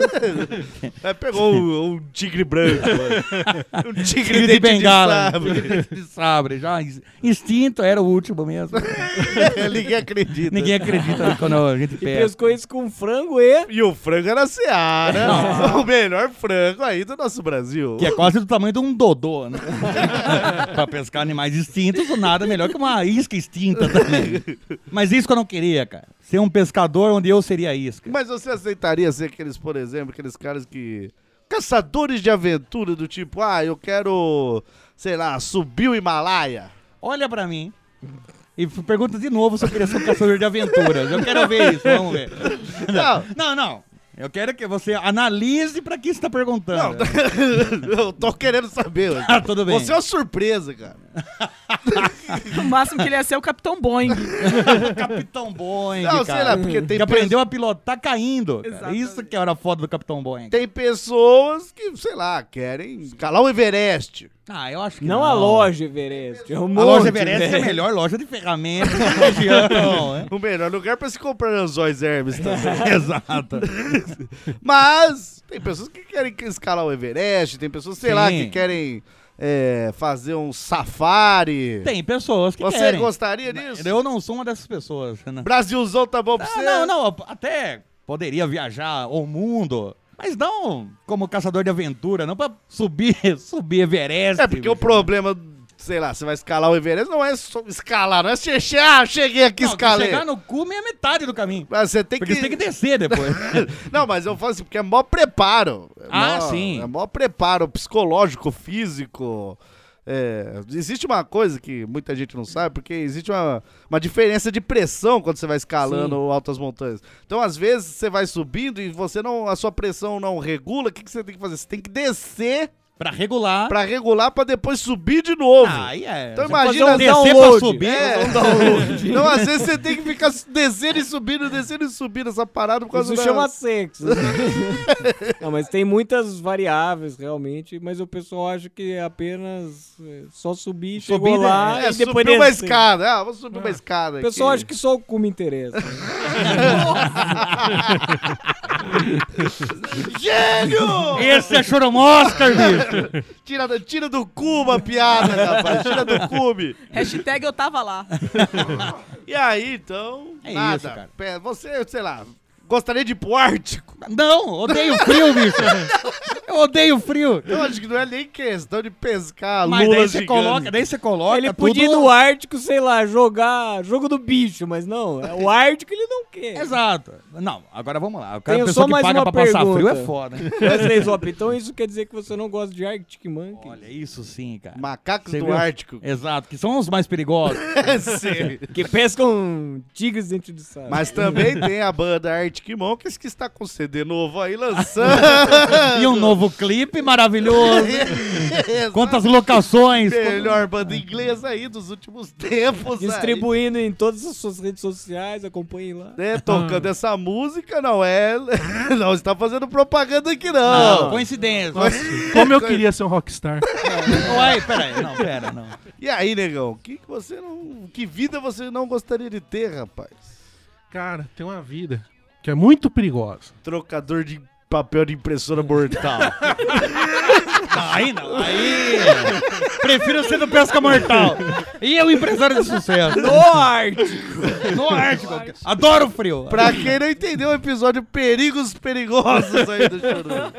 [SPEAKER 7] É, pegou um, um tigre branco. mano. Um tigre,
[SPEAKER 8] Tigre de
[SPEAKER 7] dente
[SPEAKER 8] bengala.
[SPEAKER 7] sabre.
[SPEAKER 8] De sabre, já. Instinto era o último mesmo.
[SPEAKER 7] Ninguém acredita.
[SPEAKER 8] Ninguém acredita quando a gente
[SPEAKER 5] E
[SPEAKER 8] pesca.
[SPEAKER 5] pescou isso com frango e.
[SPEAKER 7] E o frango era Seara. O melhor frango aí do nosso Brasil.
[SPEAKER 8] Que é quase do tamanho de um dodô, né? pra pescar animais extintos, nada melhor que uma isca extinta também. Mas isso que eu não queria, cara. Ser um pescador onde eu seria a isca.
[SPEAKER 7] Mas você aceitaria ser aqueles, por exemplo, aqueles caras que. Caçadores de aventura do tipo, ah, eu quero, sei lá, subir o Himalaia.
[SPEAKER 8] Olha pra mim e f- pergunta de novo se eu queria ser um caçador de aventuras. Eu quero ver isso, vamos ver.
[SPEAKER 7] Não,
[SPEAKER 8] Não, não. Eu quero que você analise pra que você tá perguntando.
[SPEAKER 7] eu tô querendo saber. Wesley.
[SPEAKER 8] Ah, tudo bem.
[SPEAKER 7] Você é uma surpresa, cara.
[SPEAKER 9] No máximo que ele ia ser é o Capitão Boeing.
[SPEAKER 8] Capitão Boeing,
[SPEAKER 7] Não,
[SPEAKER 8] cara.
[SPEAKER 7] sei lá, porque tem
[SPEAKER 8] que aprendeu a pilotar caindo. cara. Isso que era a foto do Capitão Boeing.
[SPEAKER 7] Tem pessoas que, sei lá, querem escalar o Everest.
[SPEAKER 8] Ah, eu acho que
[SPEAKER 5] Não a loja Everest. É um
[SPEAKER 8] A loja
[SPEAKER 5] monte,
[SPEAKER 8] Everest é a
[SPEAKER 7] né?
[SPEAKER 5] velho.
[SPEAKER 8] melhor loja de ferramentas da região. né?
[SPEAKER 7] O melhor lugar pra se comprar anzóis Hermes também.
[SPEAKER 8] Exato.
[SPEAKER 7] Mas tem pessoas que querem escalar o Everest, tem pessoas, sei lá,
[SPEAKER 8] Sim.
[SPEAKER 7] que querem é, fazer um safari.
[SPEAKER 8] Tem pessoas que
[SPEAKER 7] Você
[SPEAKER 8] querem.
[SPEAKER 7] gostaria disso?
[SPEAKER 8] Eu não sou uma dessas pessoas. Não,
[SPEAKER 7] Brasilzão tá bom pra
[SPEAKER 8] Ah,
[SPEAKER 7] você?
[SPEAKER 8] não, não. eu Até poderia viajar ao mundo. Mas não como caçador de aventura, não pra subir, subir Everest.
[SPEAKER 7] É porque o
[SPEAKER 8] bicho.
[SPEAKER 7] problema, sei lá, você vai escalar o Everest, não é só escalar, não é che che- ah, cheguei aqui,
[SPEAKER 8] Não,
[SPEAKER 7] escalei.
[SPEAKER 8] Chegar no cume é metade do caminho.
[SPEAKER 7] Mas você tem
[SPEAKER 8] Porque
[SPEAKER 7] que...
[SPEAKER 8] você tem que descer depois.
[SPEAKER 7] Não, mas eu falo assim, porque é mó preparo. É
[SPEAKER 8] Ah,
[SPEAKER 7] mó-
[SPEAKER 8] sim.
[SPEAKER 7] É mó preparo psicológico, físico. É, existe uma coisa que muita gente não sabe, porque existe uma, uma diferença de pressão quando você vai escalando altas montanhas. Então, às vezes, você vai subindo e você não. A sua pressão não regula, o que, que você tem que fazer? Você tem que descer
[SPEAKER 8] Pra regular.
[SPEAKER 7] Pra regular, pra depois subir de novo.
[SPEAKER 8] Aí é.
[SPEAKER 7] Então
[SPEAKER 8] Você
[SPEAKER 7] imagina
[SPEAKER 8] fazer um descer pra subir,
[SPEAKER 7] É.
[SPEAKER 8] fazer um download.
[SPEAKER 7] então às vezes você tem que ficar descendo e subindo, descendo e subindo essa parada por causa
[SPEAKER 5] Isso
[SPEAKER 7] da...
[SPEAKER 5] chama sexo. Não, mas tem muitas variáveis realmente, mas o pessoal acha que é apenas é, só subir, chegou
[SPEAKER 7] Subir, né?
[SPEAKER 5] lá
[SPEAKER 7] É,
[SPEAKER 5] e depois
[SPEAKER 7] subir uma
[SPEAKER 8] né?
[SPEAKER 5] descer.
[SPEAKER 7] escada. Ah, vou subir uma escada
[SPEAKER 5] O pessoal
[SPEAKER 7] aqui.
[SPEAKER 5] acha que só o cu me interessa.
[SPEAKER 7] Gênio!
[SPEAKER 8] Esse é choromosca, bicho.
[SPEAKER 7] Tira, do- tira do cu uma piada, rapaz. Tira do cube.
[SPEAKER 9] Hashtag eu tava lá.
[SPEAKER 7] E aí, então,
[SPEAKER 8] É
[SPEAKER 7] nada.
[SPEAKER 8] isso, cara.
[SPEAKER 7] Pé, Você, sei lá, gostaria de ir pro Ártico?
[SPEAKER 8] Não, odeio frio, bicho. Eu odeio frio.
[SPEAKER 7] Eu acho que não é nem questão de pescar
[SPEAKER 8] Mas daí
[SPEAKER 7] lulas
[SPEAKER 8] você
[SPEAKER 7] gigantes.
[SPEAKER 8] coloca, daí você coloca
[SPEAKER 5] Ele
[SPEAKER 8] tá tudo-
[SPEAKER 5] podia ir no Ártico, sei lá, jogar jogo do bicho, mas não. é O Ártico ele não quer.
[SPEAKER 8] Exato. Não, agora vamos lá. O cara, a
[SPEAKER 5] Tenho
[SPEAKER 8] pessoa
[SPEAKER 5] só
[SPEAKER 8] que
[SPEAKER 5] mais
[SPEAKER 8] paga
[SPEAKER 5] uma
[SPEAKER 8] pra passar
[SPEAKER 5] pergunta.
[SPEAKER 8] frio é foda.
[SPEAKER 5] Wesley Zop, então isso quer dizer que você não gosta de Arctic Monkey?
[SPEAKER 8] Olha, isso sim, cara.
[SPEAKER 7] Macacos
[SPEAKER 8] Você
[SPEAKER 7] do
[SPEAKER 8] viu?
[SPEAKER 7] Ártico. É,
[SPEAKER 8] Exato, que são os mais perigosos.
[SPEAKER 7] Sim.
[SPEAKER 5] Que pescam tigres dentro de saco.
[SPEAKER 7] Mas também tem a banda Arctic Monkeys que está com CD novo aí lançando.
[SPEAKER 8] e um novo clipe maravilhoso.
[SPEAKER 7] Exato.
[SPEAKER 8] Quantas locações.
[SPEAKER 7] Melhor banda inglesa aí dos últimos tempos. aí.
[SPEAKER 5] Distribuindo em todas as suas redes sociais, acompanhem lá.
[SPEAKER 7] Né,
[SPEAKER 8] Ah.
[SPEAKER 7] tocando essa música, não é. Não está fazendo propaganda aqui,
[SPEAKER 8] Não,
[SPEAKER 7] não.
[SPEAKER 8] Ah, coincidência.
[SPEAKER 4] Como eu queria ser um rockstar.
[SPEAKER 8] Uai, peraí. Não, pera, não.
[SPEAKER 7] E aí, negão, o que, que você não. Que vida você não gostaria de ter, rapaz?
[SPEAKER 4] Cara, tem uma vida que é muito perigosa.
[SPEAKER 7] Trocador de papel de impressora mortal.
[SPEAKER 8] Não, Aí não, aí. Prefiro ser do Pesca Mortal. E eu, empresário de sucesso.
[SPEAKER 5] No Ártico!
[SPEAKER 8] No Ártico. Adoro o frio.
[SPEAKER 7] pra quem não entendeu o episódio Perigos Perigosos aí do Chorão.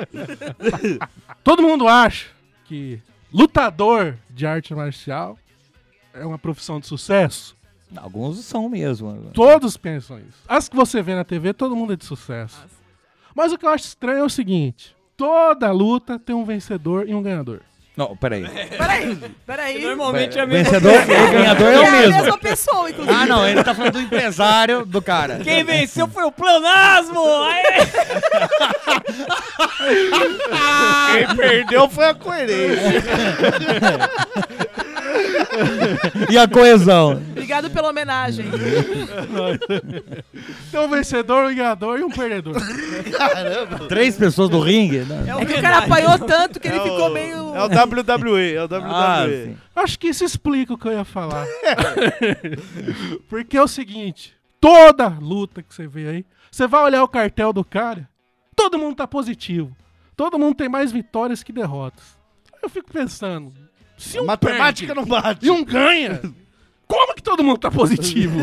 [SPEAKER 4] Todo mundo acha que lutador de arte marcial é uma profissão de sucesso.
[SPEAKER 8] Alguns são mesmo.
[SPEAKER 4] Todos pensam isso. As que você vê na TV, todo mundo é de sucesso. Mas o que eu acho estranho é o seguinte: toda luta tem um vencedor e um ganhador.
[SPEAKER 8] Não, peraí.
[SPEAKER 9] Peraí, peraí.
[SPEAKER 5] Normalmente é a mesma
[SPEAKER 8] Vencedor, o ganhador é o
[SPEAKER 9] É a
[SPEAKER 8] mesmo.
[SPEAKER 9] mesma pessoa, inclusive.
[SPEAKER 8] Ah, não, ele tá falando do empresário do cara.
[SPEAKER 5] Quem venceu foi o Planasmo! Aê!
[SPEAKER 7] Quem perdeu foi a coerência.
[SPEAKER 8] E a coesão?
[SPEAKER 9] Obrigado pela homenagem.
[SPEAKER 4] Tem um vencedor, um ganhador e um perdedor.
[SPEAKER 8] Três pessoas do ringue? Né?
[SPEAKER 9] É que o cara apanhou tanto que ele ficou meio.
[SPEAKER 7] É o WWE, é o WWE.
[SPEAKER 8] Ah, sim.
[SPEAKER 4] Acho que isso explica o que eu ia falar. Porque é o seguinte: toda luta que você vê aí, você vai olhar o cartel do cara, todo mundo tá positivo. Todo mundo tem mais vitórias que derrotas. Eu fico pensando, se
[SPEAKER 7] A
[SPEAKER 4] um
[SPEAKER 7] matemática não bate.
[SPEAKER 4] perde e um ganha, como que todo mundo tá positivo?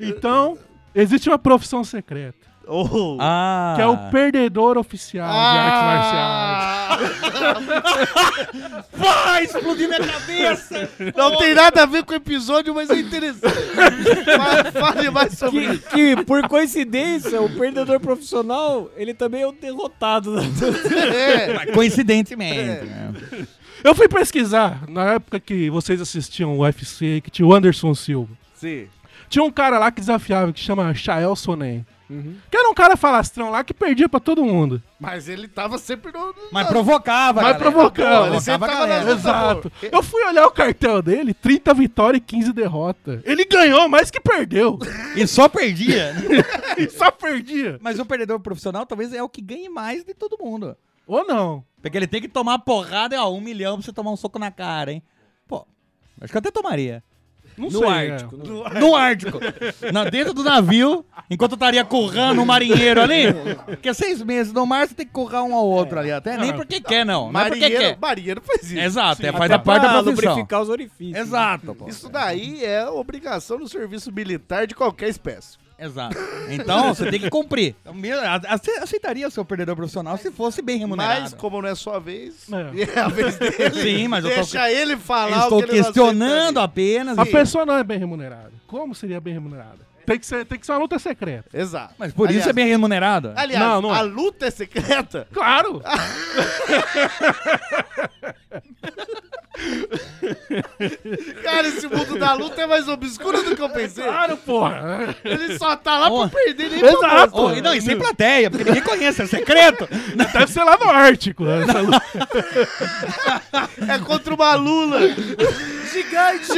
[SPEAKER 4] então, existe uma profissão secreta,
[SPEAKER 7] Oh.
[SPEAKER 8] Ah.
[SPEAKER 4] que é o perdedor oficial de artes marciais.
[SPEAKER 8] Vai explodir minha cabeça!
[SPEAKER 7] Não tem nada a ver com o episódio, mas é interessante. Fa- Fale mais sobre
[SPEAKER 5] Que,
[SPEAKER 7] isso.
[SPEAKER 5] que, por coincidência, o perdedor profissional, ele também é o derrotado. da-
[SPEAKER 7] É.
[SPEAKER 8] Coincidentemente. né?
[SPEAKER 7] Ah.
[SPEAKER 4] Eu fui pesquisar, na época que vocês assistiam o UFC, que tinha o Anderson Silva.
[SPEAKER 7] Sim.
[SPEAKER 4] Tinha um cara lá que desafiava, que chama Chael Sonnen.
[SPEAKER 7] Uhum.
[SPEAKER 4] Que era um cara falastrão lá que perdia pra todo mundo.
[SPEAKER 7] Mas ele tava sempre no. no-
[SPEAKER 8] Mas provocava,
[SPEAKER 4] Mas
[SPEAKER 8] galera.
[SPEAKER 4] provocava.
[SPEAKER 7] Ele sempre
[SPEAKER 8] Provocava a
[SPEAKER 7] tava na-
[SPEAKER 8] galera.
[SPEAKER 4] Exato. Eu fui olhar o cartel dele, 30 vitórias e 15 derrotas. Ele ganhou mais que perdeu.
[SPEAKER 8] E só perdia. né?
[SPEAKER 4] e só perdia.
[SPEAKER 8] Mas o perdedor profissional talvez é o que ganhe mais de todo mundo.
[SPEAKER 4] Ou não.
[SPEAKER 8] Porque ele tem que tomar porrada, ó, um milhão pra você tomar um soco na cara, hein? Pô, acho que eu até tomaria.
[SPEAKER 4] Não
[SPEAKER 5] No
[SPEAKER 4] sei.
[SPEAKER 5] Ártico. né?
[SPEAKER 4] é.
[SPEAKER 5] no-
[SPEAKER 8] No Ártico. Na, dentro do navio, enquanto eu estaria currando um marinheiro ali. Porque seis meses no mar, você tem que currar um ao outro ali. Até nem porque quer, não. Não é porque
[SPEAKER 7] Marinheiro,
[SPEAKER 8] quer.
[SPEAKER 7] marinheiro faz isso.
[SPEAKER 8] Exato, é, faz
[SPEAKER 5] Até
[SPEAKER 8] a parte da
[SPEAKER 5] Tá pra
[SPEAKER 8] profissão.
[SPEAKER 5] lubrificar os orifícios.
[SPEAKER 8] Exato, pô.
[SPEAKER 7] Isso daí é obrigação do serviço militar de qualquer espécie.
[SPEAKER 8] Exato. Então, você tem que cumprir. Eu me- a- ace- aceitaria ser o perdedor profissional se fosse bem remunerado.
[SPEAKER 7] Mas, como não é sua vez,
[SPEAKER 4] É.
[SPEAKER 7] é a vez dele.
[SPEAKER 8] Sim, mas eu tô-
[SPEAKER 7] Deixa ele
[SPEAKER 8] Eu
[SPEAKER 7] falar
[SPEAKER 8] estou
[SPEAKER 7] o que ele não
[SPEAKER 8] questionando
[SPEAKER 7] aceitaria.
[SPEAKER 8] apenas.
[SPEAKER 4] A
[SPEAKER 8] e-
[SPEAKER 4] pessoa não é bem remunerada. Como seria bem remunerada? Tem que ser, tem que ser uma luta secreta.
[SPEAKER 7] Exato.
[SPEAKER 8] Mas por isso é bem remunerado.
[SPEAKER 7] Aliás,
[SPEAKER 4] Não, não é.
[SPEAKER 7] a luta é secreta?
[SPEAKER 4] Claro!
[SPEAKER 7] Cara, esse mundo da luta é mais obscuro do que eu pensei. Claro,
[SPEAKER 4] porra.
[SPEAKER 7] Ele só tá lá pra perder nem
[SPEAKER 8] Exato.
[SPEAKER 7] famoso.
[SPEAKER 8] Oh, e não, e sem plateia, porque ninguém conhece,
[SPEAKER 4] um
[SPEAKER 8] é secreto.
[SPEAKER 4] Deve ser lá no Ártico. né? Essa luta.
[SPEAKER 7] É contra uma lula gigante.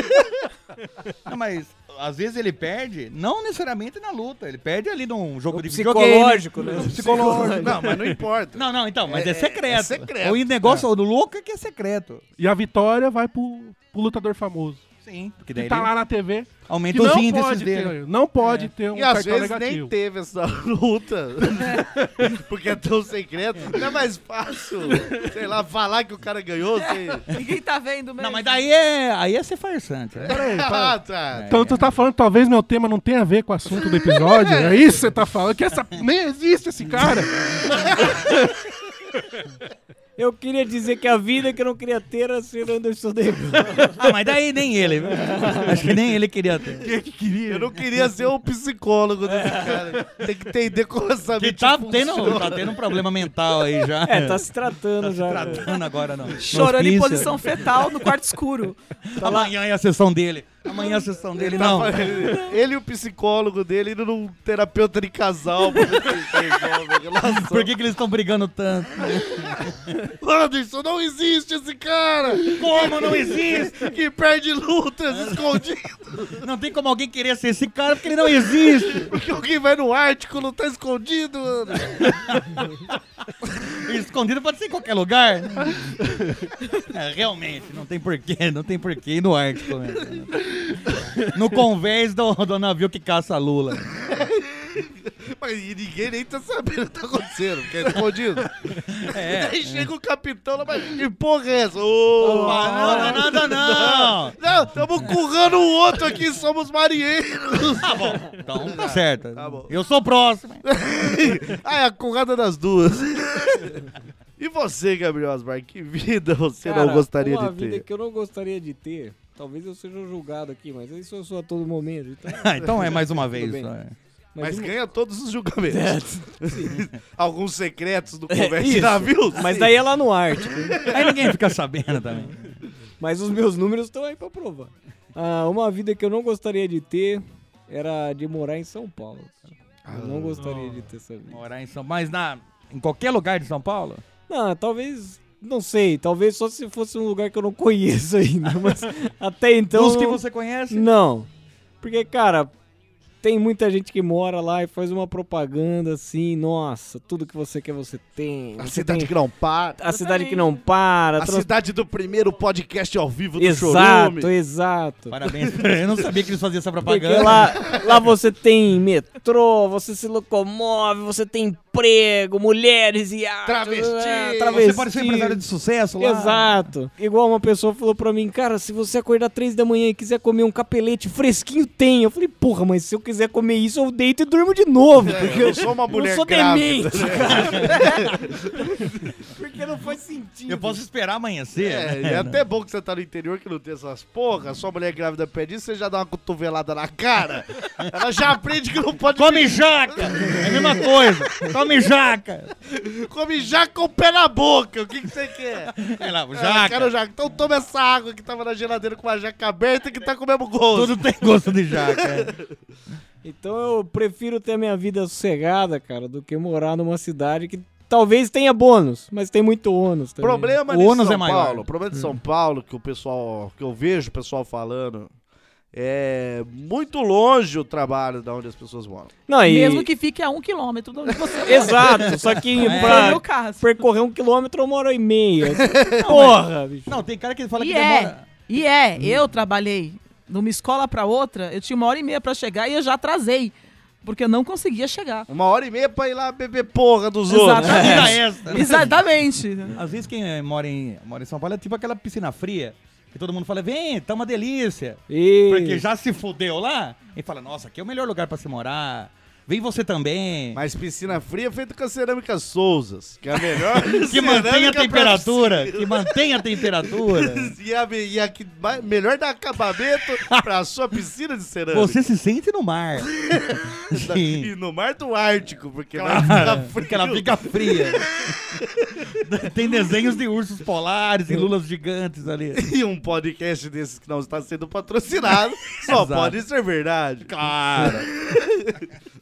[SPEAKER 8] Não, mas às vezes ele perde, não necessariamente na luta. Ele perde ali num jogo de
[SPEAKER 5] psicológico,
[SPEAKER 8] videogame,
[SPEAKER 5] né?
[SPEAKER 8] no Psicológico.
[SPEAKER 7] Não, mas não importa.
[SPEAKER 8] Não, não, então, mas é,
[SPEAKER 7] É-
[SPEAKER 8] secreto.
[SPEAKER 7] é secreto.
[SPEAKER 8] O negócio do louco é que é secreto.
[SPEAKER 4] E a vitória vai pro, pro lutador famoso.
[SPEAKER 8] Sim. Porque
[SPEAKER 4] Que
[SPEAKER 8] daí
[SPEAKER 4] tá
[SPEAKER 8] ele
[SPEAKER 4] lá na TV.
[SPEAKER 8] aumenta
[SPEAKER 4] que
[SPEAKER 8] os
[SPEAKER 4] não
[SPEAKER 8] índices
[SPEAKER 4] pode
[SPEAKER 8] dele.
[SPEAKER 4] ter- não pode ter um
[SPEAKER 7] E às
[SPEAKER 4] cartão
[SPEAKER 7] vezes nem
[SPEAKER 4] negativo.
[SPEAKER 7] teve essa luta. Porque é tão secreto. Não é mais fácil, sei lá, falar que o cara ganhou. assim. Sei...
[SPEAKER 9] Ninguém tá vendo mesmo.
[SPEAKER 8] Não, mas daí é, aí é ser farsante. Né?
[SPEAKER 7] Ah, tá.
[SPEAKER 4] Então tu tá falando que talvez meu tema não tenha a ver com o assunto do episódio? é isso que você tá falando? Que essa... nem existe assim. esse cara.
[SPEAKER 5] Eu queria dizer que a vida que eu não queria ter era ser Anderson Davis.
[SPEAKER 8] Ah, mas daí nem ele. viu? Acho que nem ele queria ter.
[SPEAKER 4] Quem que queria?
[SPEAKER 7] Eu não queria ser um psicólogo desse cara. Tem que entender como essa
[SPEAKER 8] Que
[SPEAKER 7] mente
[SPEAKER 8] tá tendo,
[SPEAKER 7] funciona.
[SPEAKER 8] tá tendo um problema mental aí já.
[SPEAKER 5] É, tá se tratando já.
[SPEAKER 8] tratando agora, não.
[SPEAKER 9] Chorando em
[SPEAKER 8] Hospício.
[SPEAKER 9] posição fetal no quarto escuro. tá
[SPEAKER 8] Amanhã é a sessão dele. Amanhã é a sessão dele, não.
[SPEAKER 7] Ele e o psicólogo dele indo num terapeuta de casal. pra ver se resolve a relação.
[SPEAKER 8] Por que, que eles estão brigando tanto?
[SPEAKER 7] Anderson, não existe esse cara!
[SPEAKER 8] Como não existe?
[SPEAKER 7] Que perde lutas escondido!
[SPEAKER 8] Não tem como alguém querer ser esse cara porque ele não existe.
[SPEAKER 7] Porque alguém vai no Ártico não tá escondido, mano.
[SPEAKER 8] Escondido pode ser em qualquer lugar. É, realmente, não tem porquê, não tem porquê ir no Ártico. né? No convés do, do navio que caça a Lula.
[SPEAKER 7] Mas e ninguém nem tá sabendo o que tá acontecendo, porque é escondido.
[SPEAKER 8] É.
[SPEAKER 7] Aí chega o capitão lá, mas que porra é essa? Ô!
[SPEAKER 8] Nada, é nada, não.
[SPEAKER 7] Não, estamos currando o outro aqui, somos marinheiros!
[SPEAKER 8] Tá bom. Então tá certo.
[SPEAKER 7] Tá bom.
[SPEAKER 8] Eu sou o próximo.
[SPEAKER 7] ah, é a currada das duas. e você, Gabriel Asmar, que vida você não
[SPEAKER 5] Cara,
[SPEAKER 7] gostaria
[SPEAKER 5] uma
[SPEAKER 7] de
[SPEAKER 5] vida
[SPEAKER 7] ter?
[SPEAKER 5] que eu não gostaria de ter. Talvez eu seja um julgado aqui, mas isso eu sou a todo momento. Então,
[SPEAKER 8] Ah, então é mais uma vez.
[SPEAKER 5] bem.
[SPEAKER 8] só, é.
[SPEAKER 7] Mas
[SPEAKER 5] um-
[SPEAKER 7] ganha todos os julgamentos. Alguns secretos do Conversa de
[SPEAKER 5] É, isso.
[SPEAKER 7] Navios.
[SPEAKER 5] Mas
[SPEAKER 7] sim.
[SPEAKER 5] daí é lá no tipo. Ártico.
[SPEAKER 8] Aí ninguém fica sabendo também.
[SPEAKER 5] Mas os meus números estão aí pra provar. Ah, uma vida que eu não gostaria de ter era de morar em São Paulo. Cara. Eu
[SPEAKER 7] Ah.
[SPEAKER 5] não gostaria de ter essa vida.
[SPEAKER 8] Morar em São Mas na... em qualquer lugar de São Paulo?
[SPEAKER 5] Não, talvez. Não sei, talvez só se fosse um lugar que eu não conheço ainda, mas até então.
[SPEAKER 8] Dos que
[SPEAKER 5] não-
[SPEAKER 8] você conhece?
[SPEAKER 5] Não. Porque, cara, tem muita gente que mora lá e faz uma propaganda assim, nossa, tudo que você quer você tem.
[SPEAKER 7] A
[SPEAKER 5] Você
[SPEAKER 7] cidade
[SPEAKER 5] tem
[SPEAKER 7] que não para.
[SPEAKER 5] a cidade que não para.
[SPEAKER 7] A
[SPEAKER 5] Tá, trans-
[SPEAKER 7] cidade do primeiro podcast ao vivo do Chorume.
[SPEAKER 5] Exato, exato.
[SPEAKER 8] Parabéns. Eu não sabia que eles faziam essa
[SPEAKER 5] Porque
[SPEAKER 8] propaganda.
[SPEAKER 5] lá, lá você tem metrô, você se locomove, você tem emprego, mulheres e arte,
[SPEAKER 7] Travesti.
[SPEAKER 5] ah,
[SPEAKER 8] Você
[SPEAKER 5] travesti.
[SPEAKER 8] pode ser empresário de sucesso lá.
[SPEAKER 5] Exato. Igual uma pessoa falou pra mim, cara, se você acordar três da manhã e quiser comer um capelete fresquinho, tem. Eu falei, porra, mas se eu quiser comer isso, eu deito e durmo de novo. porque
[SPEAKER 7] Eu sou uma
[SPEAKER 5] eu
[SPEAKER 7] É, mulher
[SPEAKER 5] sou
[SPEAKER 7] grávida.
[SPEAKER 5] demente, porque não faz sentido.
[SPEAKER 8] Eu posso esperar amanhecer.
[SPEAKER 7] É,
[SPEAKER 8] né?
[SPEAKER 7] é até bom que você tá no interior que não tem essas porra. Sua mulher grávida pede isso, você já dá uma cotovelada na cara. Ela já aprende que não pode
[SPEAKER 8] Come jaca! É a mesma coisa. Come jaca!
[SPEAKER 7] come jaca com o pé na boca. O que, que você quer?
[SPEAKER 8] É lá, o
[SPEAKER 7] Ah,
[SPEAKER 8] jaca.
[SPEAKER 7] quero jaca. Então toma essa água que tava na geladeira com uma jaca aberta que tá com o mesmo gosto.
[SPEAKER 8] Tudo tem gosto de jaca. é.
[SPEAKER 5] Então eu prefiro ter a minha vida sossegada, cara, do que morar numa cidade que talvez tenha bônus, mas tem muito ônus também.
[SPEAKER 7] problema
[SPEAKER 8] O
[SPEAKER 7] de
[SPEAKER 8] ônus
[SPEAKER 7] São
[SPEAKER 8] é maior.
[SPEAKER 7] Paulo, o problema de São Paulo que o pessoal, que eu vejo o pessoal falando é muito longe o trabalho da onde as pessoas moram.
[SPEAKER 5] Não, e...
[SPEAKER 9] Mesmo que fique a um quilômetro de onde você mora.
[SPEAKER 5] Exato, só que
[SPEAKER 8] É.
[SPEAKER 9] Foi o
[SPEAKER 5] pra
[SPEAKER 9] meu caso.
[SPEAKER 5] percorrer um quilômetro uma hora e meia. Porra, bicho.
[SPEAKER 8] Não, tem cara que fala
[SPEAKER 9] E
[SPEAKER 8] que demora.
[SPEAKER 9] é, e é, eu trabalhei de uma escola pra outra, eu tinha uma hora e meia pra chegar e eu já atrasei, porque eu não conseguia chegar.
[SPEAKER 7] Uma hora e meia pra ir lá beber porra dos outros.
[SPEAKER 5] É.
[SPEAKER 8] Tira
[SPEAKER 9] Exatamente.
[SPEAKER 8] essa. né?
[SPEAKER 9] Exatamente.
[SPEAKER 8] Às vezes quem eh, mora em, mora em São Paulo é tipo aquela piscina fria. Que todo mundo fala, vem, tá uma delícia.
[SPEAKER 5] E...
[SPEAKER 8] Porque já se fudeu lá e fala, nossa, aqui é o melhor lugar pra se morar. Vem você também.
[SPEAKER 7] Mas piscina fria é feita com a cerâmica Souzas, que é a melhor.
[SPEAKER 8] que mantém a
[SPEAKER 7] cerâmica
[SPEAKER 8] temperatura.
[SPEAKER 7] pra-
[SPEAKER 8] Que mantém a temperatura.
[SPEAKER 7] e a, me- e a que mais- melhor dá acabamento pra sua piscina de cerâmica.
[SPEAKER 8] Você se sente no mar. Sim.
[SPEAKER 7] E no mar do Ártico, porque
[SPEAKER 8] Cara,
[SPEAKER 7] ela fica Tá frio.
[SPEAKER 8] porque ela fica fria. Tem desenhos de ursos polares e lulas gigantes ali.
[SPEAKER 7] E um podcast desses que não está sendo patrocinado só
[SPEAKER 8] Exato.
[SPEAKER 7] pode ser verdade.
[SPEAKER 8] Claro.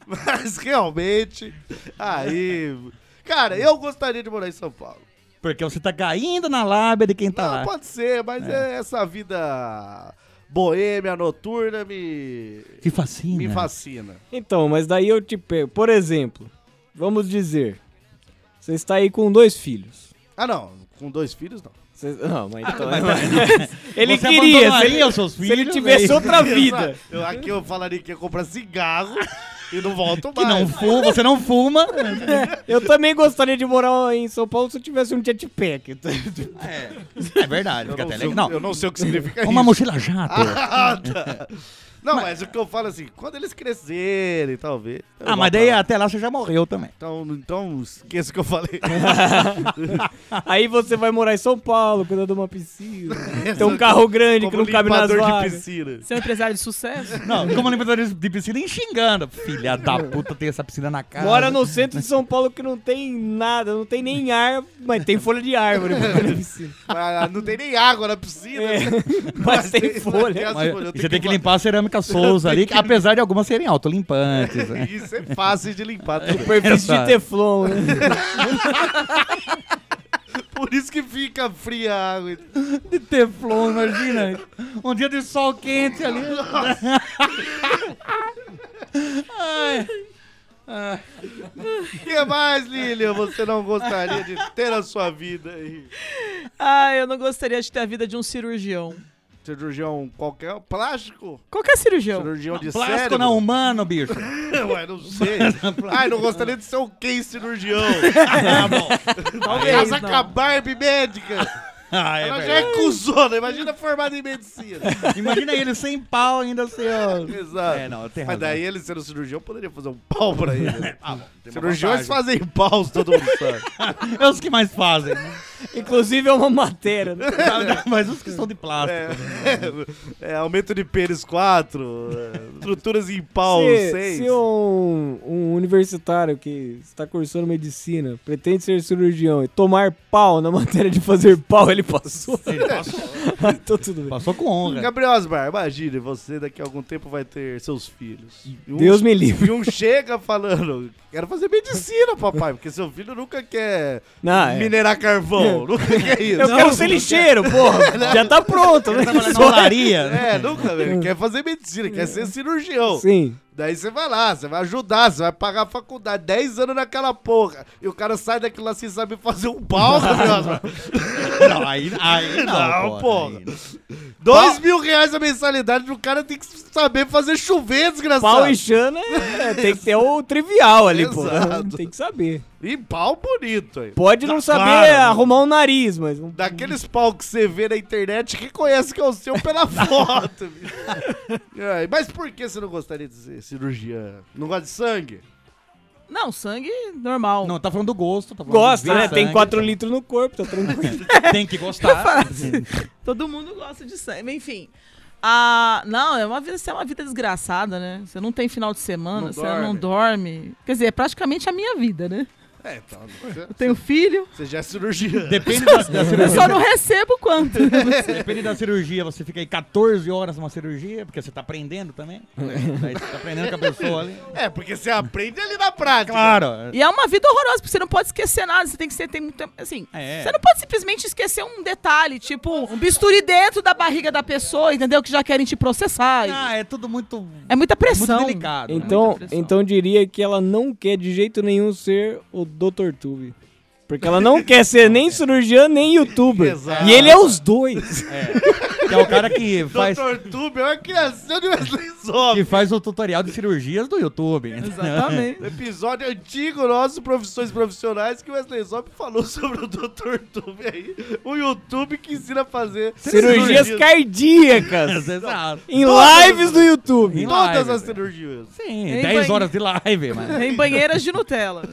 [SPEAKER 7] Mas realmente, aí. Cara, eu gostaria de morar em São Paulo.
[SPEAKER 8] Porque você tá caindo na lábia de quem tá lá.
[SPEAKER 7] Pode ser, mas é essa vida boêmia, noturna, me.
[SPEAKER 8] Que fascina.
[SPEAKER 7] Me fascina.
[SPEAKER 5] Então, mas daí eu te pego. Por exemplo, vamos dizer, você está aí com dois filhos.
[SPEAKER 7] Ah, não, com dois filhos não.
[SPEAKER 5] Não, mas então.
[SPEAKER 7] mas-
[SPEAKER 5] ele
[SPEAKER 7] Você
[SPEAKER 5] queria. Se
[SPEAKER 7] abandonaria
[SPEAKER 5] ele,
[SPEAKER 7] os seus
[SPEAKER 5] se ele
[SPEAKER 7] filhos,
[SPEAKER 5] tivesse
[SPEAKER 7] né?
[SPEAKER 5] outra vida.
[SPEAKER 7] Eu, aqui eu falaria que ia comprar cigarro e não volto mais.
[SPEAKER 5] Que não
[SPEAKER 8] fuma, você não fuma.
[SPEAKER 5] Eu também gostaria de morar em São Paulo se eu tivesse um jetpack.
[SPEAKER 8] É, é verdade. Fica
[SPEAKER 7] não
[SPEAKER 8] até
[SPEAKER 7] sei o-
[SPEAKER 8] legal.
[SPEAKER 7] eu não sei o que significa
[SPEAKER 8] Uma
[SPEAKER 7] isso.
[SPEAKER 8] mochila jato.
[SPEAKER 7] Ah, tá. Não, mas... o que eu falo assim, quando eles crescerem, talvez. eu
[SPEAKER 8] Ah,
[SPEAKER 7] vá
[SPEAKER 8] mas
[SPEAKER 7] pra
[SPEAKER 8] daí
[SPEAKER 7] lá.
[SPEAKER 8] até lá você já morreu também.
[SPEAKER 7] Então, então esqueça o que eu falei.
[SPEAKER 8] um
[SPEAKER 5] Aí você vai morar em São Paulo, cuidando de uma piscina. Tem um carro grande que
[SPEAKER 8] Como
[SPEAKER 5] não cabe nas
[SPEAKER 8] limpador de
[SPEAKER 5] vagas.
[SPEAKER 7] piscina.
[SPEAKER 9] Você é um empresário de sucesso?
[SPEAKER 8] Não, como limpador de piscina e xingando. Filha da puta, tem essa piscina na casa.
[SPEAKER 5] Mora no centro de São Paulo que não tem nada, não tem nem ar, mas tem folha de árvore.
[SPEAKER 7] Mas Ah, não tem nem água na piscina.
[SPEAKER 5] É, Mas tem folha.
[SPEAKER 8] É, Mas você tem que limpar a cerâmica Souza ali, que, apesar de algumas serem autolimpantes. Né?
[SPEAKER 7] Isso é fácil de limpar. também.
[SPEAKER 8] Superfície de
[SPEAKER 5] teflon, né?
[SPEAKER 7] Por isso que fica fria a água.
[SPEAKER 8] De teflon, imagina. Um dia de sol quente ali. Ai.
[SPEAKER 7] Ai. O que mais, Lilian, você não gostaria de ter na sua vida aí?
[SPEAKER 9] Ah, eu não gostaria de ter a vida de um cirurgião.
[SPEAKER 7] Cirurgião qualquer, plástico?
[SPEAKER 9] Qualquer cirurgião.
[SPEAKER 7] Cirurgião de
[SPEAKER 8] Plástico
[SPEAKER 7] cérebro?
[SPEAKER 8] não humano, bicho.
[SPEAKER 7] Ué, não sei. Ai, não gostaria de ser um quem cirurgião.
[SPEAKER 8] Ah, bom.
[SPEAKER 7] Talvez
[SPEAKER 8] Talvez
[SPEAKER 7] Casa
[SPEAKER 8] não.
[SPEAKER 7] com a Barbie médica.
[SPEAKER 8] Ah, é
[SPEAKER 7] Ela já
[SPEAKER 8] verdade.
[SPEAKER 7] é cuzona, imagina formada em medicina.
[SPEAKER 8] Imagina ele sem pau ainda assim, ó.
[SPEAKER 7] Exato.
[SPEAKER 8] É, não, tem
[SPEAKER 7] Mas
[SPEAKER 8] razão.
[SPEAKER 7] daí ele sendo cirurgião poderia fazer um pau pra ele. né?
[SPEAKER 8] Ah, bom, tem uma
[SPEAKER 7] Cirurgiões
[SPEAKER 8] vantagem.
[SPEAKER 7] fazem paus, todo mundo sabe.
[SPEAKER 8] É os que mais fazem. né?
[SPEAKER 5] Inclusive é uma matéria. né?
[SPEAKER 8] Mas os que são de plástico.
[SPEAKER 7] É, é, aumento de pênis 4, é, estruturas em pau
[SPEAKER 5] se,
[SPEAKER 7] 6.
[SPEAKER 5] se um, um universitário que está cursando medicina pretende ser cirurgião e tomar pau na matéria de fazer pau, ele passou.
[SPEAKER 8] Ele passou.
[SPEAKER 5] Tô tudo bem.
[SPEAKER 8] Passou com honra.
[SPEAKER 7] Gabriel Osmar, imagine, você daqui a algum tempo vai ter seus filhos. E um-
[SPEAKER 5] Deus me livre.
[SPEAKER 7] E um chega falando, quero fazer medicina, papai, porque seu filho nunca quer
[SPEAKER 5] Não, é.
[SPEAKER 7] minerar carvão, nunca quer isso.
[SPEAKER 5] Eu quero ser lixeiro, porra. Já tá pronto, né? Só-
[SPEAKER 7] É, nunca, velho. Quer fazer medicina, quer ser cirurgião.
[SPEAKER 5] Sim.
[SPEAKER 7] Daí você vai lá, você vai ajudar, você vai pagar a faculdade, 10 anos naquela porra. E o cara sai daquilo lá sem saber fazer um pau, Gabriel Osmar.
[SPEAKER 8] Não, aí, aí não,
[SPEAKER 7] Não,
[SPEAKER 8] porra.
[SPEAKER 7] porra. Dois mil reais a mensalidade o cara tem que saber fazer chover, desgraçado.
[SPEAKER 5] Pau e chana é- tem que ter o trivial ali, pô.
[SPEAKER 7] Exato.
[SPEAKER 5] Tem que saber.
[SPEAKER 7] E pau bonito aí.
[SPEAKER 5] Pode não saber
[SPEAKER 7] claro.
[SPEAKER 5] arrumar um nariz, mas... um-
[SPEAKER 7] Daqueles pau que você vê na internet, reconhece que é o seu pela foto. bicho. Ai, mas por que você não gostaria de ser cirurgiã? Não gosta de sangue?
[SPEAKER 9] Não, sangue normal.
[SPEAKER 8] Não, tá falando do gosto. Tá falando
[SPEAKER 5] Gosta,
[SPEAKER 8] do
[SPEAKER 5] né? Tem
[SPEAKER 8] sangue.
[SPEAKER 5] 4 litros no corpo, tá tranquilo.
[SPEAKER 8] Tem que gostar.
[SPEAKER 9] Todo mundo gosta de sangue. Enfim. Ah, não, é uma vida, isso é uma vida desgraçada, né? Você não tem final de semana,
[SPEAKER 7] Não
[SPEAKER 9] você não dorme. Quer dizer, é praticamente a minha vida, né?
[SPEAKER 7] É, então. Você,
[SPEAKER 9] Eu tenho filho,
[SPEAKER 7] você já é cirurgiã.
[SPEAKER 8] Depende da, da
[SPEAKER 9] eu
[SPEAKER 8] cirurgia.
[SPEAKER 9] só não recebo quanto.
[SPEAKER 8] Depende da cirurgia, você fica aí 14 horas numa cirurgia, porque você tá aprendendo também. Aí você tá aprendendo com a pessoa ali.
[SPEAKER 7] É, porque você aprende ali na prática.
[SPEAKER 8] Claro.
[SPEAKER 9] E é uma vida horrorosa, porque você não pode esquecer nada. Você tem que ser. Tem, muito- assim,
[SPEAKER 8] É.
[SPEAKER 9] Você não pode simplesmente esquecer um detalhe, tipo um bisturi dentro da barriga da pessoa, entendeu? Que já querem te processar.
[SPEAKER 8] Ah, é tudo muito.
[SPEAKER 9] É muita pressão.
[SPEAKER 8] Muito delicado. né?
[SPEAKER 7] Então,
[SPEAKER 5] Então, então diria que ela não quer de jeito nenhum ser o Dr. Tube. Porque ela não quer ser nem cirurgiã, nem youtuber.
[SPEAKER 7] Exato.
[SPEAKER 5] E ele é os dois.
[SPEAKER 8] É. Que é o cara que faz.
[SPEAKER 7] Dr. Tube é uma criação de Wesley Zop.
[SPEAKER 8] Que faz o tutorial de cirurgias do YouTube. né?
[SPEAKER 7] Exatamente. Episódio antigo nosso, Profissões Profissionais, que o Wesley Zop falou sobre o Dr. Tube aí. O YouTube que ensina a fazer
[SPEAKER 5] Cirurgias cardíacas.
[SPEAKER 8] Exato.
[SPEAKER 5] Em
[SPEAKER 7] Todas-
[SPEAKER 5] lives do YouTube.
[SPEAKER 7] Em Todas
[SPEAKER 8] live,
[SPEAKER 7] as
[SPEAKER 8] velho.
[SPEAKER 7] cirurgias.
[SPEAKER 8] Sim,
[SPEAKER 9] Em
[SPEAKER 8] 10
[SPEAKER 9] banhe-
[SPEAKER 8] horas de live, mano.
[SPEAKER 9] Em banheiras de Nutella.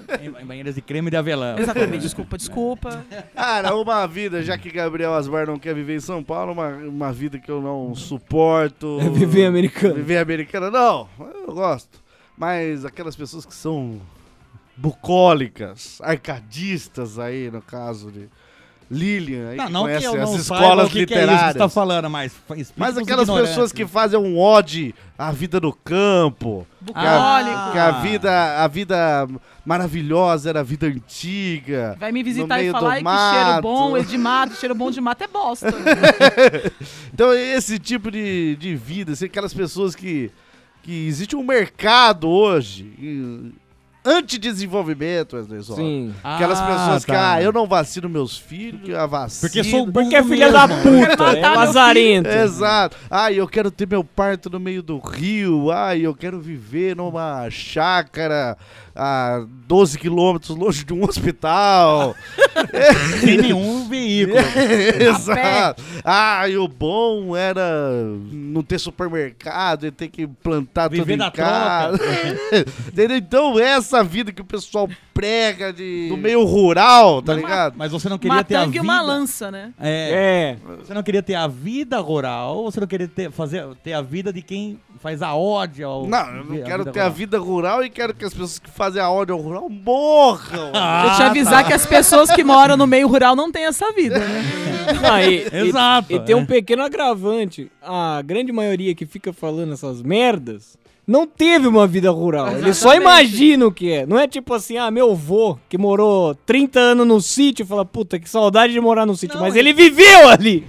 [SPEAKER 8] Em banheiras de creme de avelã.
[SPEAKER 9] Exatamente, desculpa, desculpa.
[SPEAKER 7] Cara, uma vida, já que Gabriel Asbar não quer viver em São Paulo, uma, uma vida que eu não suporto.
[SPEAKER 5] É viver americano.
[SPEAKER 7] Hum. Viver americana, não. Eu gosto. Mas aquelas pessoas que são bucólicas, arcadistas aí, no caso de Lilian, aí
[SPEAKER 8] Não,
[SPEAKER 7] que
[SPEAKER 8] não que
[SPEAKER 7] conhece
[SPEAKER 8] eu não
[SPEAKER 7] as
[SPEAKER 8] saiba
[SPEAKER 7] escolas
[SPEAKER 8] o que que é isso que
[SPEAKER 7] literárias.
[SPEAKER 8] você tá falando, mas... fa- explica
[SPEAKER 7] mas
[SPEAKER 8] pros
[SPEAKER 7] aquelas
[SPEAKER 8] ignorantes.
[SPEAKER 7] pessoas que fazem um ode à vida no campo. que a-
[SPEAKER 9] Bucólico.
[SPEAKER 7] Que a vida, a vida maravilhosa era a vida antiga.
[SPEAKER 9] Vai me
[SPEAKER 7] no
[SPEAKER 9] visitar e
[SPEAKER 7] meio do
[SPEAKER 9] falar "Ai, que cheiro
[SPEAKER 7] mato."
[SPEAKER 9] bom, esse de mato, cheiro bom de mato é bosta.
[SPEAKER 7] Então, esse tipo de, de vida, assim, aquelas pessoas que, que existe um mercado hoje e- anti-desenvolvimento, Wesley Zop.
[SPEAKER 5] Sim.
[SPEAKER 7] Aquelas
[SPEAKER 8] Ah,
[SPEAKER 7] pessoas que,
[SPEAKER 8] tá.
[SPEAKER 7] ah, eu não vacino meus filhos, a vacina.
[SPEAKER 8] Porque sou burro
[SPEAKER 5] Porque é filha da
[SPEAKER 8] mesmo.
[SPEAKER 5] puta, é lazarento.
[SPEAKER 7] Exato. Ah, eu quero ter meu parto no meio do rio. Ah, eu quero viver numa chácara a 12 quilômetros longe de um hospital.
[SPEAKER 8] Sem nenhum veículo.
[SPEAKER 7] Exato. Ah, e o bom era não ter supermercado e ter que plantar
[SPEAKER 8] Viver
[SPEAKER 7] tudo
[SPEAKER 8] na
[SPEAKER 7] em casa. Entendeu? Então, essa vida que o pessoal prega de... do meio rural, tá ligado?
[SPEAKER 8] Mas você não queria
[SPEAKER 9] Uma
[SPEAKER 8] ter a
[SPEAKER 9] tanga
[SPEAKER 8] vida...
[SPEAKER 9] e é uma lança, né?
[SPEAKER 8] É,
[SPEAKER 5] É.
[SPEAKER 8] Você não queria ter a vida rural, você não queria ter, fazer, ter a vida de quem faz a ódio ao...
[SPEAKER 7] Não, eu não quero ter a
[SPEAKER 8] rural.
[SPEAKER 7] vida rural e quero que as pessoas que fazem a ódio ao rural morram.
[SPEAKER 8] Ah,
[SPEAKER 9] Deixa eu te
[SPEAKER 8] tá.
[SPEAKER 9] avisar que as pessoas que moram no meio rural não têm essa vida, né?
[SPEAKER 5] Não, e, e-
[SPEAKER 8] Exato,
[SPEAKER 5] E, tem
[SPEAKER 8] é.
[SPEAKER 5] um pequeno agravante. A grande maioria que fica falando essas merdas não teve uma vida rural. Ele só imagina o que é. Não é tipo assim, ah, meu avô, que morou 30 anos no sítio, fala, puta, que saudade de morar no sítio.
[SPEAKER 8] Não,
[SPEAKER 5] Mas
[SPEAKER 8] e-
[SPEAKER 5] ele viveu ali.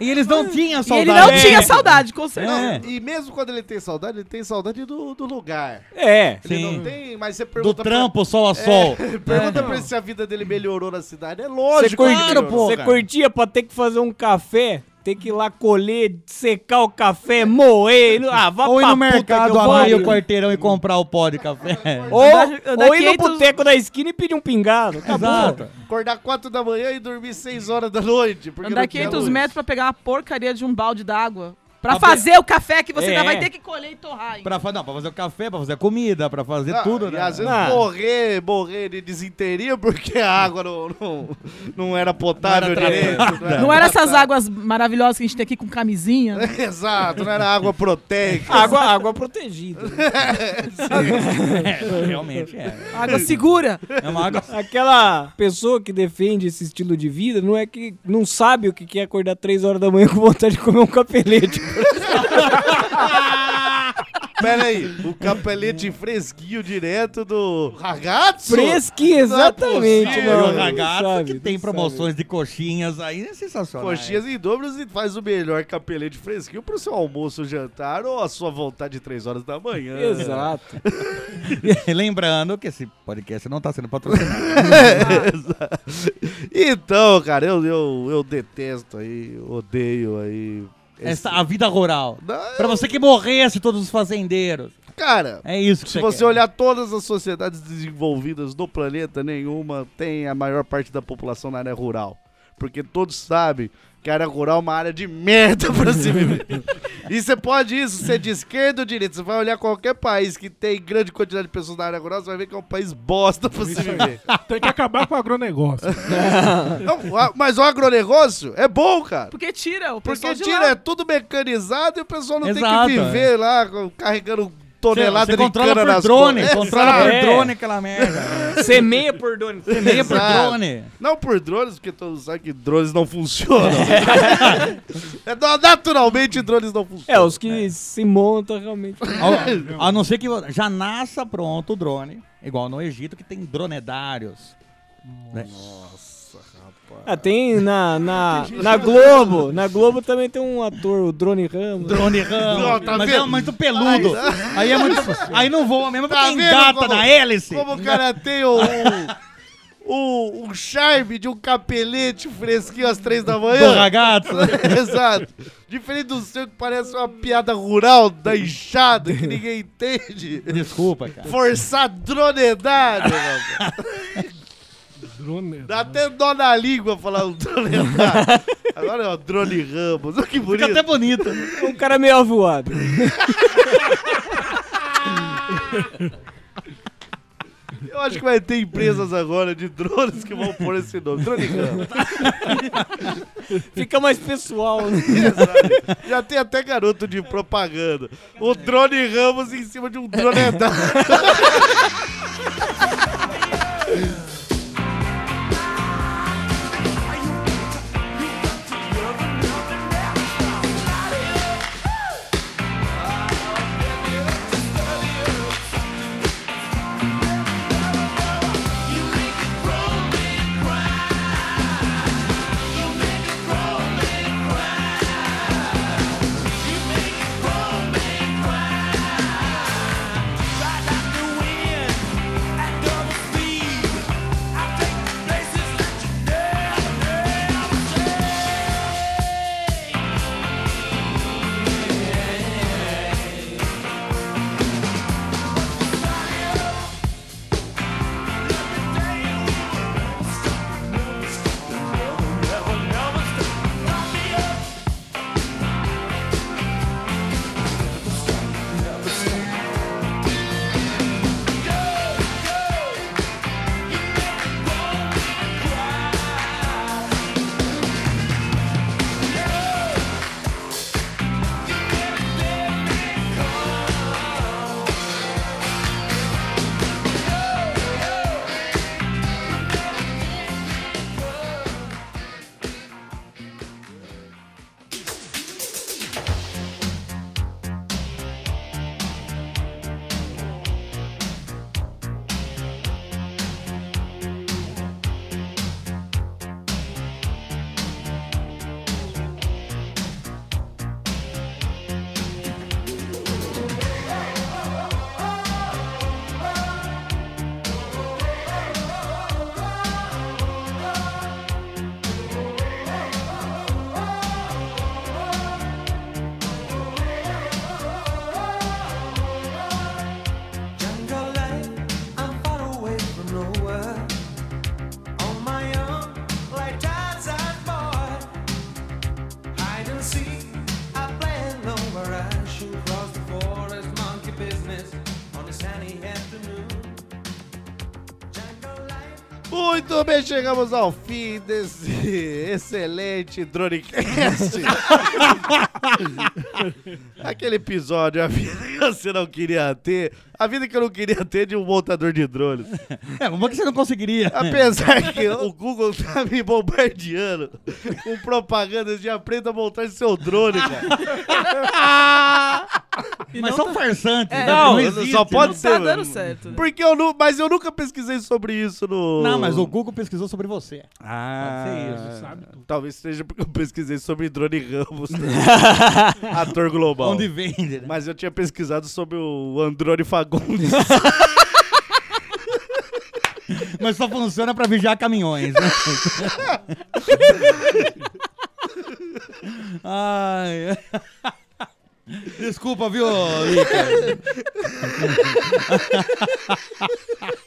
[SPEAKER 8] E eles não tinham
[SPEAKER 9] Hum, E
[SPEAKER 8] saudade.
[SPEAKER 9] ele não
[SPEAKER 8] É.
[SPEAKER 9] tinha saudade, com certeza.
[SPEAKER 8] É.
[SPEAKER 7] E mesmo quando ele tem saudade, ele tem saudade do, do lugar.
[SPEAKER 5] É.
[SPEAKER 7] Ele não
[SPEAKER 8] Sim.
[SPEAKER 7] tem, mas você
[SPEAKER 8] Do
[SPEAKER 7] pergunta É.
[SPEAKER 8] trampo, É. sol a sol.
[SPEAKER 7] Pra, pergunta pra ele se a vida dele melhorou na cidade. É
[SPEAKER 5] Você
[SPEAKER 7] lógico. que
[SPEAKER 5] curtia,
[SPEAKER 7] melhorou.
[SPEAKER 5] você curtia pra ter que fazer um café, ter que ir lá colher, secar o café, moer. Ah, vá
[SPEAKER 8] Ou ir
[SPEAKER 5] pra
[SPEAKER 8] no
[SPEAKER 5] puta que
[SPEAKER 8] mercado
[SPEAKER 5] eu vou
[SPEAKER 8] abrir
[SPEAKER 5] ir.
[SPEAKER 8] o quarteirão e comprar o pó de café.
[SPEAKER 5] Ou,
[SPEAKER 9] Da- da
[SPEAKER 5] ou ir no
[SPEAKER 9] 500
[SPEAKER 5] boteco da esquina e pedir um pingado. Acabou.
[SPEAKER 8] Exato.
[SPEAKER 7] Acordar 4 da manhã e dormir 6 horas da noite. Porque
[SPEAKER 9] Andar
[SPEAKER 7] não tinha
[SPEAKER 9] 500
[SPEAKER 7] luz.
[SPEAKER 9] metros pra pegar uma porcaria de um balde d'água. Pra
[SPEAKER 8] Pra
[SPEAKER 9] fazer o café que você ainda
[SPEAKER 5] É.
[SPEAKER 9] vai ter que colher e torrar. ainda.
[SPEAKER 8] Pra, fa- não, pra fazer o café, pra fazer a comida, pra fazer
[SPEAKER 7] Ah,
[SPEAKER 8] tudo,
[SPEAKER 7] e
[SPEAKER 8] né?
[SPEAKER 7] às vezes
[SPEAKER 5] Ah.
[SPEAKER 7] morrer, morrer de desinteria porque a água não, não, não era potável
[SPEAKER 8] Não era
[SPEAKER 7] direito.
[SPEAKER 9] Não era essas águas maravilhosas que a gente tem aqui com camisinha. né?
[SPEAKER 7] Exato, não era água proteica.
[SPEAKER 5] Água, água protegida.
[SPEAKER 8] É, realmente é.
[SPEAKER 9] Água segura.
[SPEAKER 8] É uma água.
[SPEAKER 5] Aquela pessoa que defende esse estilo de vida não é que não sabe o que que é acordar 3 horas da manhã com vontade de comer um capelete.
[SPEAKER 7] Pera aí, o capelete fresquinho direto do ragazzo?
[SPEAKER 5] Fresquinho,
[SPEAKER 7] Não é
[SPEAKER 5] exatamente,
[SPEAKER 7] possível,
[SPEAKER 5] mano.
[SPEAKER 8] O ragazzo
[SPEAKER 5] sabe,
[SPEAKER 8] que tem
[SPEAKER 5] sabe.
[SPEAKER 8] promoções de coxinhas aí é sensacional.
[SPEAKER 7] Coxinhas em dobras e faz o melhor capelete fresquinho pro seu almoço, jantar ou a sua vontade de 3 horas da
[SPEAKER 5] É.
[SPEAKER 7] manhã. né?
[SPEAKER 5] Exato.
[SPEAKER 8] E Lembrando que esse podcast não tá sendo patrocinado.
[SPEAKER 7] Então, cara, eu, eu, eu detesto aí, odeio aí. esse-
[SPEAKER 8] Essa, a vida rural.
[SPEAKER 7] Não,
[SPEAKER 8] Pra você que morresse todos os fazendeiros.
[SPEAKER 7] Cara,
[SPEAKER 8] É isso que
[SPEAKER 7] se
[SPEAKER 8] você
[SPEAKER 7] você
[SPEAKER 8] quer.
[SPEAKER 7] olhar todas as sociedades desenvolvidas do planeta, nenhuma tem a maior parte da população na área rural. Porque todos sabem que a área rural é uma área de merda pra se viver. e você pode isso ser de esquerda ou direita. Você vai olhar qualquer país que tem grande quantidade de pessoas na área rural, você vai ver que é um país bosta pra se viver.
[SPEAKER 4] Tem que acabar com o agronegócio.
[SPEAKER 7] Não, a- mas o agronegócio é bom, cara.
[SPEAKER 9] Porque tira o pessoal
[SPEAKER 7] Porque
[SPEAKER 9] de
[SPEAKER 7] tira,
[SPEAKER 9] lá.
[SPEAKER 7] é tudo mecanizado e o pessoal não
[SPEAKER 8] Exato,
[SPEAKER 7] tem que viver lá com- carregando tonelada
[SPEAKER 8] você
[SPEAKER 7] de
[SPEAKER 8] controla
[SPEAKER 7] cana
[SPEAKER 8] por
[SPEAKER 7] nas
[SPEAKER 8] drone,
[SPEAKER 7] costas.
[SPEAKER 8] controla
[SPEAKER 7] Exato.
[SPEAKER 8] por
[SPEAKER 5] É.
[SPEAKER 8] drone aquela merda.
[SPEAKER 5] Semeia por dono.
[SPEAKER 8] Meia por
[SPEAKER 7] Exato.
[SPEAKER 8] drone.
[SPEAKER 7] É, Não por drones, porque todos sabem que drones não funcionam. É, na- Naturalmente, drones não
[SPEAKER 5] É,
[SPEAKER 7] funcionam.
[SPEAKER 5] os que se montam realmente.
[SPEAKER 8] Ao- A, não ser que já nasça pronto o drone, igual no Egito, que tem dronedários. né?
[SPEAKER 5] Ah, tem na, na, na Globo. Na Globo também tem um ator, o Drone Ramos.
[SPEAKER 8] Drone ramo,
[SPEAKER 7] Não, tá
[SPEAKER 8] mas
[SPEAKER 7] vendo?
[SPEAKER 8] é muito peludo. Aí, é muito, aí não voa mesmo porque
[SPEAKER 7] Tá vendo
[SPEAKER 8] engata
[SPEAKER 7] como-
[SPEAKER 8] na hélice.
[SPEAKER 7] Como o cara tem o, o, o, o charme de um capelete fresquinho às três da manhã.
[SPEAKER 8] Do ragazzo.
[SPEAKER 7] Exato. Diferente do seu que parece uma piada rural da enxada que ninguém entende.
[SPEAKER 8] Desculpa, cara.
[SPEAKER 7] Forçar dronedado, mano.
[SPEAKER 4] Drone.
[SPEAKER 7] Dá até dó na língua falar um dronedado. Agora é o drone Ramos. Olha que bonito.
[SPEAKER 8] até bonito.
[SPEAKER 5] Um cara meio avoado.
[SPEAKER 7] Eu acho que vai ter empresas agora de drones que vão pôr esse nome. Drone Ramos.
[SPEAKER 5] Fica mais pessoal, né?
[SPEAKER 7] Exato. Já tem até garoto de propaganda. O drone Ramos em cima de um dronedado.
[SPEAKER 10] Jungle life, I'm far away from nowhere. On my own, like Tarzan boy. Hide and seek, I play alone where I shoot across the forest, monkey business on a sunny afternoon. Jungle life.
[SPEAKER 7] Muito bem, chegamos ao fim desse excelente Dronecast. Aquele episódio, a vida que você não queria ter, a vida que eu não queria ter de um montador de drones.
[SPEAKER 8] É, como é que você não conseguiria?
[SPEAKER 7] Apesar que o Google tá me bombardeando com propagandas de aprenda a montar seu drone, cara.
[SPEAKER 8] Mas são farsantes.
[SPEAKER 9] É,
[SPEAKER 8] né?
[SPEAKER 9] não,
[SPEAKER 8] existe,
[SPEAKER 7] só pode
[SPEAKER 9] Não
[SPEAKER 7] ser.
[SPEAKER 9] tá
[SPEAKER 7] mano.
[SPEAKER 9] dando certo. né?
[SPEAKER 7] Porque eu nu mas eu nunca pesquisei sobre isso no.
[SPEAKER 8] Não, mas o Google pesquisou sobre você.
[SPEAKER 7] Ah,
[SPEAKER 8] Pode ser
[SPEAKER 4] Você sabe tudo.
[SPEAKER 7] Talvez seja porque eu pesquisei sobre Drone Ramos, né? ator global.
[SPEAKER 8] Onde vende, né?
[SPEAKER 7] Mas eu tinha pesquisado sobre o Androne Fagundes.
[SPEAKER 8] Mas só funciona pra vigiar caminhões, né? Ai. Desculpa, viu, Lica?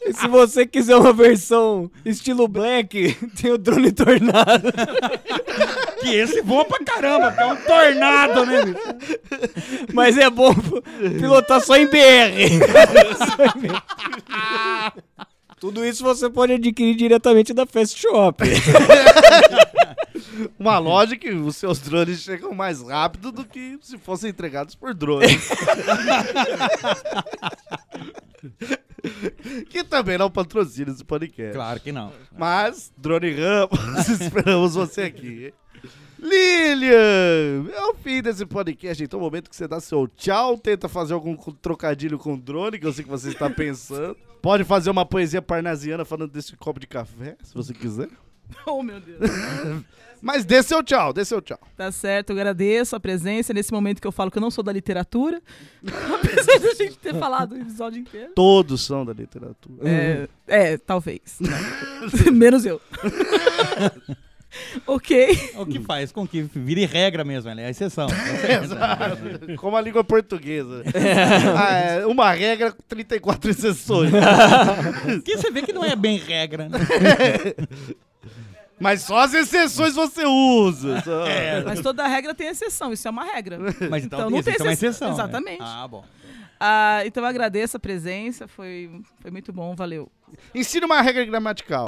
[SPEAKER 5] E se você quiser uma versão estilo black, tem o drone tornado.
[SPEAKER 8] Que esse voa pra caramba, que é um tornado, né? bicho?
[SPEAKER 5] Mas é bom pilotar só em BR. Só em BR. Tudo isso você pode adquirir diretamente da Fast Shop.
[SPEAKER 7] Uma loja que os seus drones chegam mais rápido do que se fossem entregados por drones. que também não patrocina esse podcast.
[SPEAKER 8] Claro que não.
[SPEAKER 7] Mas, Drone Ramos, esperamos você aqui. Lilian! É o fim desse podcast. Então, o momento que você dá seu tchau, tenta fazer algum co- trocadilho com drone, que eu sei que você está pensando. Pode fazer uma poesia parnasiana falando desse copo de café, se você quiser.
[SPEAKER 9] Oh, meu Deus.
[SPEAKER 7] Mas dê seu tchau, dê seu tchau.
[SPEAKER 9] Tá certo, eu agradeço a presença nesse momento que eu falo que eu não sou da literatura. Apesar de a gente ter falado o episódio inteiro.
[SPEAKER 7] Todos são da literatura.
[SPEAKER 9] É, é, talvez. Menos eu. ok.
[SPEAKER 8] O que faz com que vire regra mesmo, ela é a exceção.
[SPEAKER 7] Exato. Como a língua é portuguesa. Ah, é, uma regra, 34 exceções.
[SPEAKER 8] que você vê que não é bem regra. né?
[SPEAKER 7] Mas só as exceções você usa. só.
[SPEAKER 9] Mas toda regra tem exceção, isso é uma regra.
[SPEAKER 8] Mas então, isso é uma exceção, né?
[SPEAKER 9] Exatamente.
[SPEAKER 8] Ah, bom.
[SPEAKER 9] Ah, então eu agradeço a presença, foi, foi muito bom, valeu.
[SPEAKER 7] Ensina uma regra gramatical.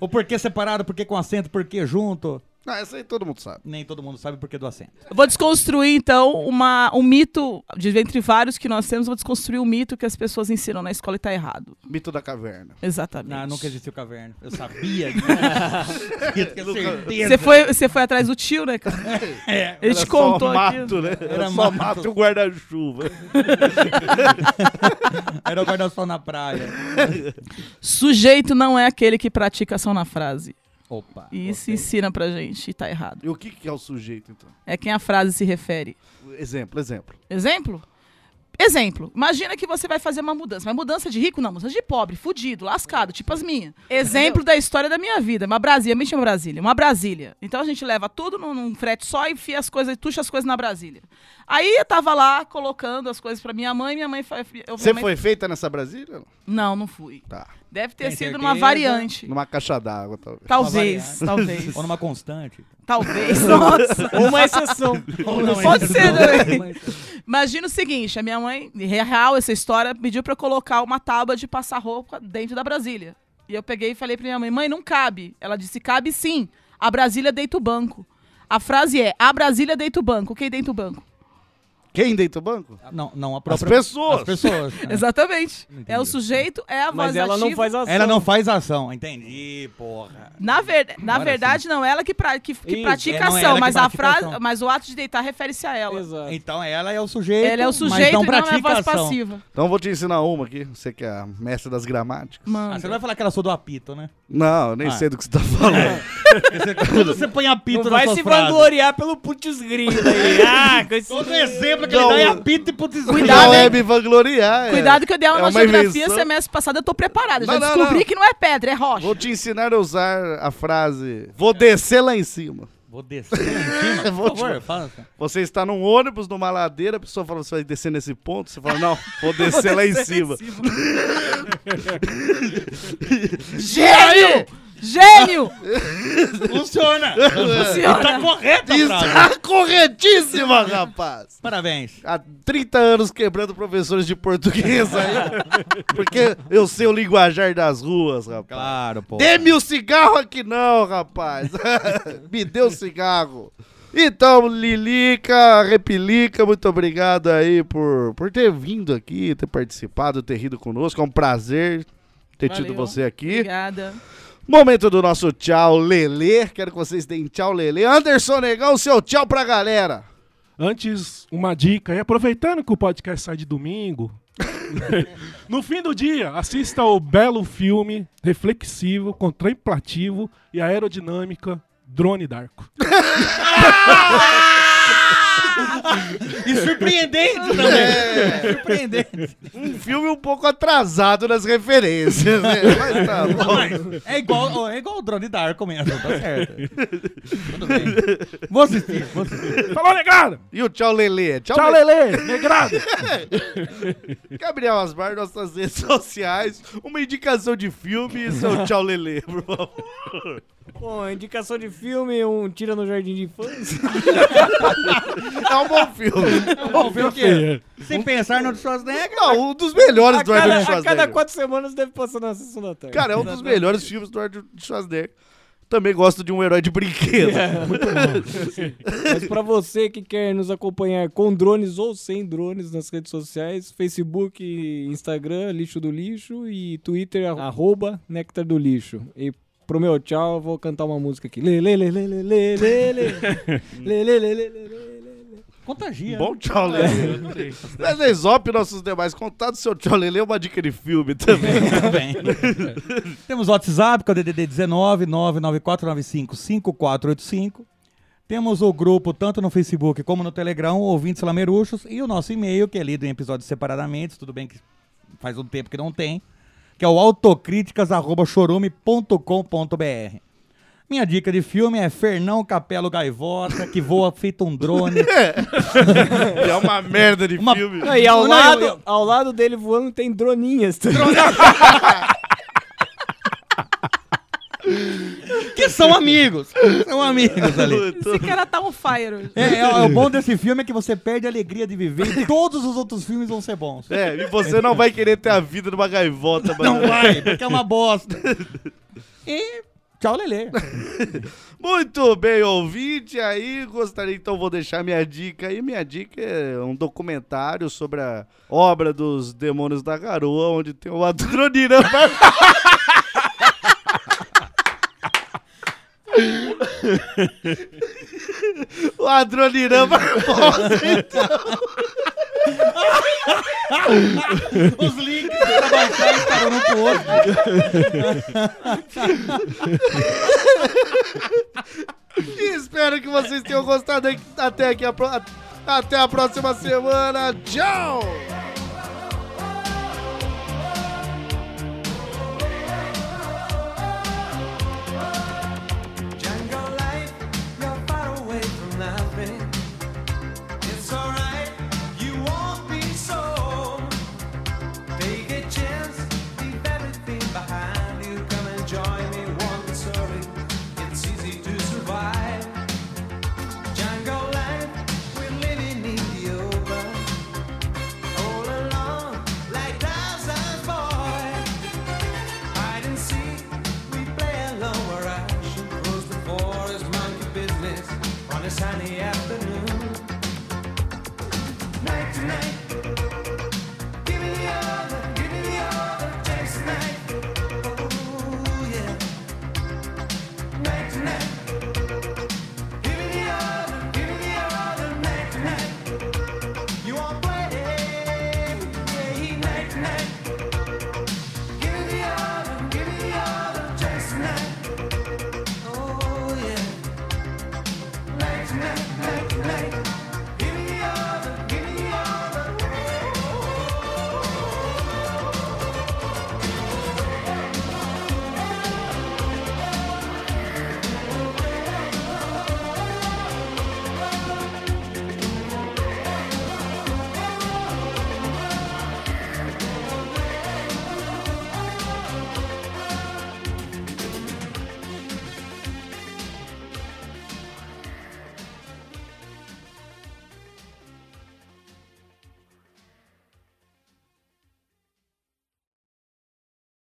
[SPEAKER 8] O porquê separado, porquê com acento, porquê junto.
[SPEAKER 7] Ah, essa aí todo mundo sabe.
[SPEAKER 8] Nem todo mundo sabe o porquê do acento.
[SPEAKER 9] Eu vou desconstruir, então, uma, um mito, de entre vários que nós temos, eu vou desconstruir o mito que as pessoas ensinam na escola e tá errado.
[SPEAKER 7] Mito da caverna.
[SPEAKER 9] Exatamente.
[SPEAKER 8] Ah, nunca existiu caverna. Eu sabia. disso. Eu tinha certeza.
[SPEAKER 9] Você foi, você foi atrás do tio, né, cara?
[SPEAKER 8] É,
[SPEAKER 9] Ele te contou
[SPEAKER 7] só
[SPEAKER 9] aqui.
[SPEAKER 7] mato, né? Era
[SPEAKER 8] Era
[SPEAKER 7] só
[SPEAKER 8] mato.
[SPEAKER 7] mato e um guarda-chuva.
[SPEAKER 8] era o guarda-sol na praia.
[SPEAKER 9] Sujeito não é aquele que pratica ação na frase.
[SPEAKER 8] Opa.
[SPEAKER 9] E isso ensina pra gente e tá errado.
[SPEAKER 7] E o que, que é o sujeito, então?
[SPEAKER 9] É quem a frase se refere.
[SPEAKER 7] Exemplo, exemplo.
[SPEAKER 9] Exemplo? Exemplo. Imagina que você vai fazer uma mudança. Mas mudança de rico, não. Mudança de pobre, fudido, lascado, tipo as minhas. Exemplo da história da minha vida. Uma Brasília, me chama Brasília. Uma Brasília. Então a gente leva tudo num, num frete só e enfia as coisas, tuxa as coisas na Brasília. Aí eu tava lá colocando as coisas pra minha mãe, minha mãe... fa- eu-
[SPEAKER 7] Você
[SPEAKER 9] minha mãe-
[SPEAKER 7] foi feita nessa Brasília?
[SPEAKER 9] Não, não fui.
[SPEAKER 7] Tá.
[SPEAKER 9] Deve ter
[SPEAKER 8] Tem
[SPEAKER 9] sido numa
[SPEAKER 8] certeza?
[SPEAKER 9] variante.
[SPEAKER 7] Numa caixa d'água, talvez.
[SPEAKER 9] Talvez,
[SPEAKER 8] Uma
[SPEAKER 9] talvez.
[SPEAKER 8] Ou numa constante.
[SPEAKER 9] Talvez, nossa.
[SPEAKER 5] Ou uma exceção.
[SPEAKER 9] Pode ser também. Imagina o seguinte, a minha mãe, é real essa história, pediu pra eu colocar uma tábua de passar roupa dentro da Brasília. E eu peguei e falei pra minha mãe, mãe, não cabe. Ela disse, cabe sim. A Brasília deita o banco. A frase é, a Brasília deita o banco. Quem deita o banco?
[SPEAKER 7] Quem deita o banco?
[SPEAKER 8] Não, não a
[SPEAKER 7] As
[SPEAKER 8] própria.
[SPEAKER 7] pessoas.
[SPEAKER 8] As pessoas. né?
[SPEAKER 9] Exatamente. É o
[SPEAKER 8] entendi.
[SPEAKER 9] sujeito, é a voz
[SPEAKER 5] Mas ela não
[SPEAKER 9] ativa.
[SPEAKER 5] faz ação.
[SPEAKER 8] Ela não faz ação, entendi, porra.
[SPEAKER 9] Na, ver- na
[SPEAKER 8] Agora
[SPEAKER 9] verdade, não, ela que, pra- que, que
[SPEAKER 5] Isso,
[SPEAKER 9] pratica
[SPEAKER 8] é, não, é
[SPEAKER 9] ação,
[SPEAKER 8] ela que
[SPEAKER 9] mas, a
[SPEAKER 8] pratica
[SPEAKER 9] frase,
[SPEAKER 8] ação.
[SPEAKER 9] mas o ato de deitar refere-se a ela.
[SPEAKER 5] Exato.
[SPEAKER 8] Então ela é o sujeito.
[SPEAKER 9] Ela é o
[SPEAKER 8] mas
[SPEAKER 9] sujeito
[SPEAKER 8] não
[SPEAKER 9] e não é a
[SPEAKER 8] pratica
[SPEAKER 9] voz
[SPEAKER 8] ação.
[SPEAKER 9] passiva.
[SPEAKER 7] Então eu vou te ensinar uma aqui. Você que é a mestre das gramáticas.
[SPEAKER 8] Ah, você
[SPEAKER 9] Mano.
[SPEAKER 8] não vai falar que ela sou do apito, né?
[SPEAKER 7] Não, eu nem
[SPEAKER 8] Ah.
[SPEAKER 7] sei do que você tá falando.
[SPEAKER 8] Quando você põe apito
[SPEAKER 5] Não
[SPEAKER 8] na
[SPEAKER 5] vai
[SPEAKER 8] sua
[SPEAKER 5] se
[SPEAKER 8] frase.
[SPEAKER 5] vangloriar pelo putz grilo aí. Ah, com esse...
[SPEAKER 8] Todo exemplo que ele
[SPEAKER 7] Não.
[SPEAKER 8] dá é apito e putz
[SPEAKER 9] Cuidado,
[SPEAKER 7] Não
[SPEAKER 9] né?
[SPEAKER 7] é me vangloriar. é-
[SPEAKER 9] Cuidado que eu dei aula
[SPEAKER 7] é
[SPEAKER 9] na
[SPEAKER 7] uma
[SPEAKER 9] geografia
[SPEAKER 7] invenção.
[SPEAKER 9] semestre passado, eu tô preparada. Já
[SPEAKER 7] Não, não,
[SPEAKER 9] descobri
[SPEAKER 7] não.
[SPEAKER 9] que não é pedra, é rocha.
[SPEAKER 7] Vou te ensinar a usar a frase Vou descer lá em cima.
[SPEAKER 8] Vou descer em cima.
[SPEAKER 7] Vou
[SPEAKER 8] Por
[SPEAKER 7] te-
[SPEAKER 8] favor, assim. faça.
[SPEAKER 7] Você está num ônibus, numa ladeira, a pessoa fala, você vai descer nesse ponto? Você fala, não, vou descer lá em cima.
[SPEAKER 9] Gênio! Gênio!
[SPEAKER 8] Funciona!
[SPEAKER 7] É.
[SPEAKER 9] Funciona.
[SPEAKER 8] Tá correto a frase.
[SPEAKER 7] Está é corretíssima, rapaz!
[SPEAKER 8] Parabéns.
[SPEAKER 7] Há 30 anos quebrando professores de português aí. Porque eu sei o linguajar das ruas, rapaz.
[SPEAKER 8] Claro, pô.
[SPEAKER 7] Dê-me o cigarro aqui não, rapaz. Me dê o cigarro. Então, Lilica, Repilica, muito obrigado aí por, por ter vindo aqui, ter participado, ter rido conosco. É um prazer ter tido
[SPEAKER 9] Valeu.
[SPEAKER 7] você aqui.
[SPEAKER 9] Obrigada.
[SPEAKER 7] Momento do nosso tchau, Lelê. Quero que vocês deem tchau, Lelê. Anderson Negão, seu tchau pra galera.
[SPEAKER 4] Antes, uma dica, e aproveitando que o podcast sai de domingo, no fim do dia, assista o belo filme reflexivo, contemplativo e aerodinâmica Drone Darko.
[SPEAKER 8] E surpreendente também. Surpreendente.
[SPEAKER 7] Um filme um pouco atrasado nas referências, né? Mas tá bom.
[SPEAKER 8] É igual, é igual o drone da Arco mesmo, tá certo. Tudo bem. Vou assistir, vou assistir.
[SPEAKER 4] Falou, negada!
[SPEAKER 7] E o tchau, Lelê. Tchau,
[SPEAKER 4] Tchau,
[SPEAKER 7] Lelê.
[SPEAKER 4] Lele! Negrada!
[SPEAKER 7] Gabriel Asmar, nossas redes sociais, uma indicação de filme e seu tchau, Lelê, por favor.
[SPEAKER 5] Bom, indicação de filme, um tira no jardim de infância.
[SPEAKER 7] É um bom filme.
[SPEAKER 8] Vamos ver o quê? Sem pensar né? no Schwarzenegger.
[SPEAKER 7] Não, um dos melhores
[SPEAKER 5] A
[SPEAKER 7] do Arthur
[SPEAKER 5] cada, a cada
[SPEAKER 7] Schwarzenegger.
[SPEAKER 5] quatro semanas deve passar na sessão da tarde.
[SPEAKER 7] Cara, é um dos melhores filmes do Arthur Schwarzenegger. Também gosto de um herói de brinquedo.
[SPEAKER 5] É. Mas pra você que quer nos acompanhar com drones ou sem drones nas redes sociais, Facebook, Instagram, Lixo do Lixo e Twitter, arroba Nectar do Lixo. E pro meu tchau, eu vou cantar uma música aqui. Lê, lê, lê, lê, lê, lê, lê, lê. Lê, lê, lê, lê, lê, lê, lê, lê.
[SPEAKER 8] Contagia.
[SPEAKER 7] Bom tchau, Lelê. Wesley Zop, nossos demais contatos, seu tchau, Lelê, uma dica de filme também.
[SPEAKER 8] também. Temos o WhatsApp, que é o DDD 19 99495 5485. Temos o grupo, tanto no Facebook como no Telegram, Ouvintes Lameruchos, e o nosso e-mail, que é lido em episódios separadamente, tudo bem que faz um tempo que não tem, que é o autocríticas.chorume.com.br. Minha dica de filme é Fernão Capelo Gaivota, que voa feito um drone.
[SPEAKER 7] é uma merda de filme.
[SPEAKER 5] Não, e ao,
[SPEAKER 8] Não,
[SPEAKER 5] lado,
[SPEAKER 8] eu- eu-
[SPEAKER 5] ao lado dele voando tem droninhas. tá?
[SPEAKER 8] que são amigos. São amigos ali.
[SPEAKER 9] Esse cara tá on fire hoje.
[SPEAKER 8] É, é- é o bom desse filme é que você perde a alegria de viver e todos os outros filmes vão ser bons.
[SPEAKER 7] É, e você não vai querer ter a vida de uma gaivota, mano.
[SPEAKER 8] Não vai, porque é uma bosta. E tchau, Lelê.
[SPEAKER 7] Muito bem, ouvinte. Aí gostaria, então, vou deixar minha dica aí. Minha dica é um documentário sobre a obra dos Demônios da Garoa, onde tem uma Adronina. O Adronirã Barbosa,
[SPEAKER 8] Os links tá pra baixar estarão no post.
[SPEAKER 7] E espero que vocês tenham gostado. Até, aqui a pro- até a próxima semana. Tchau!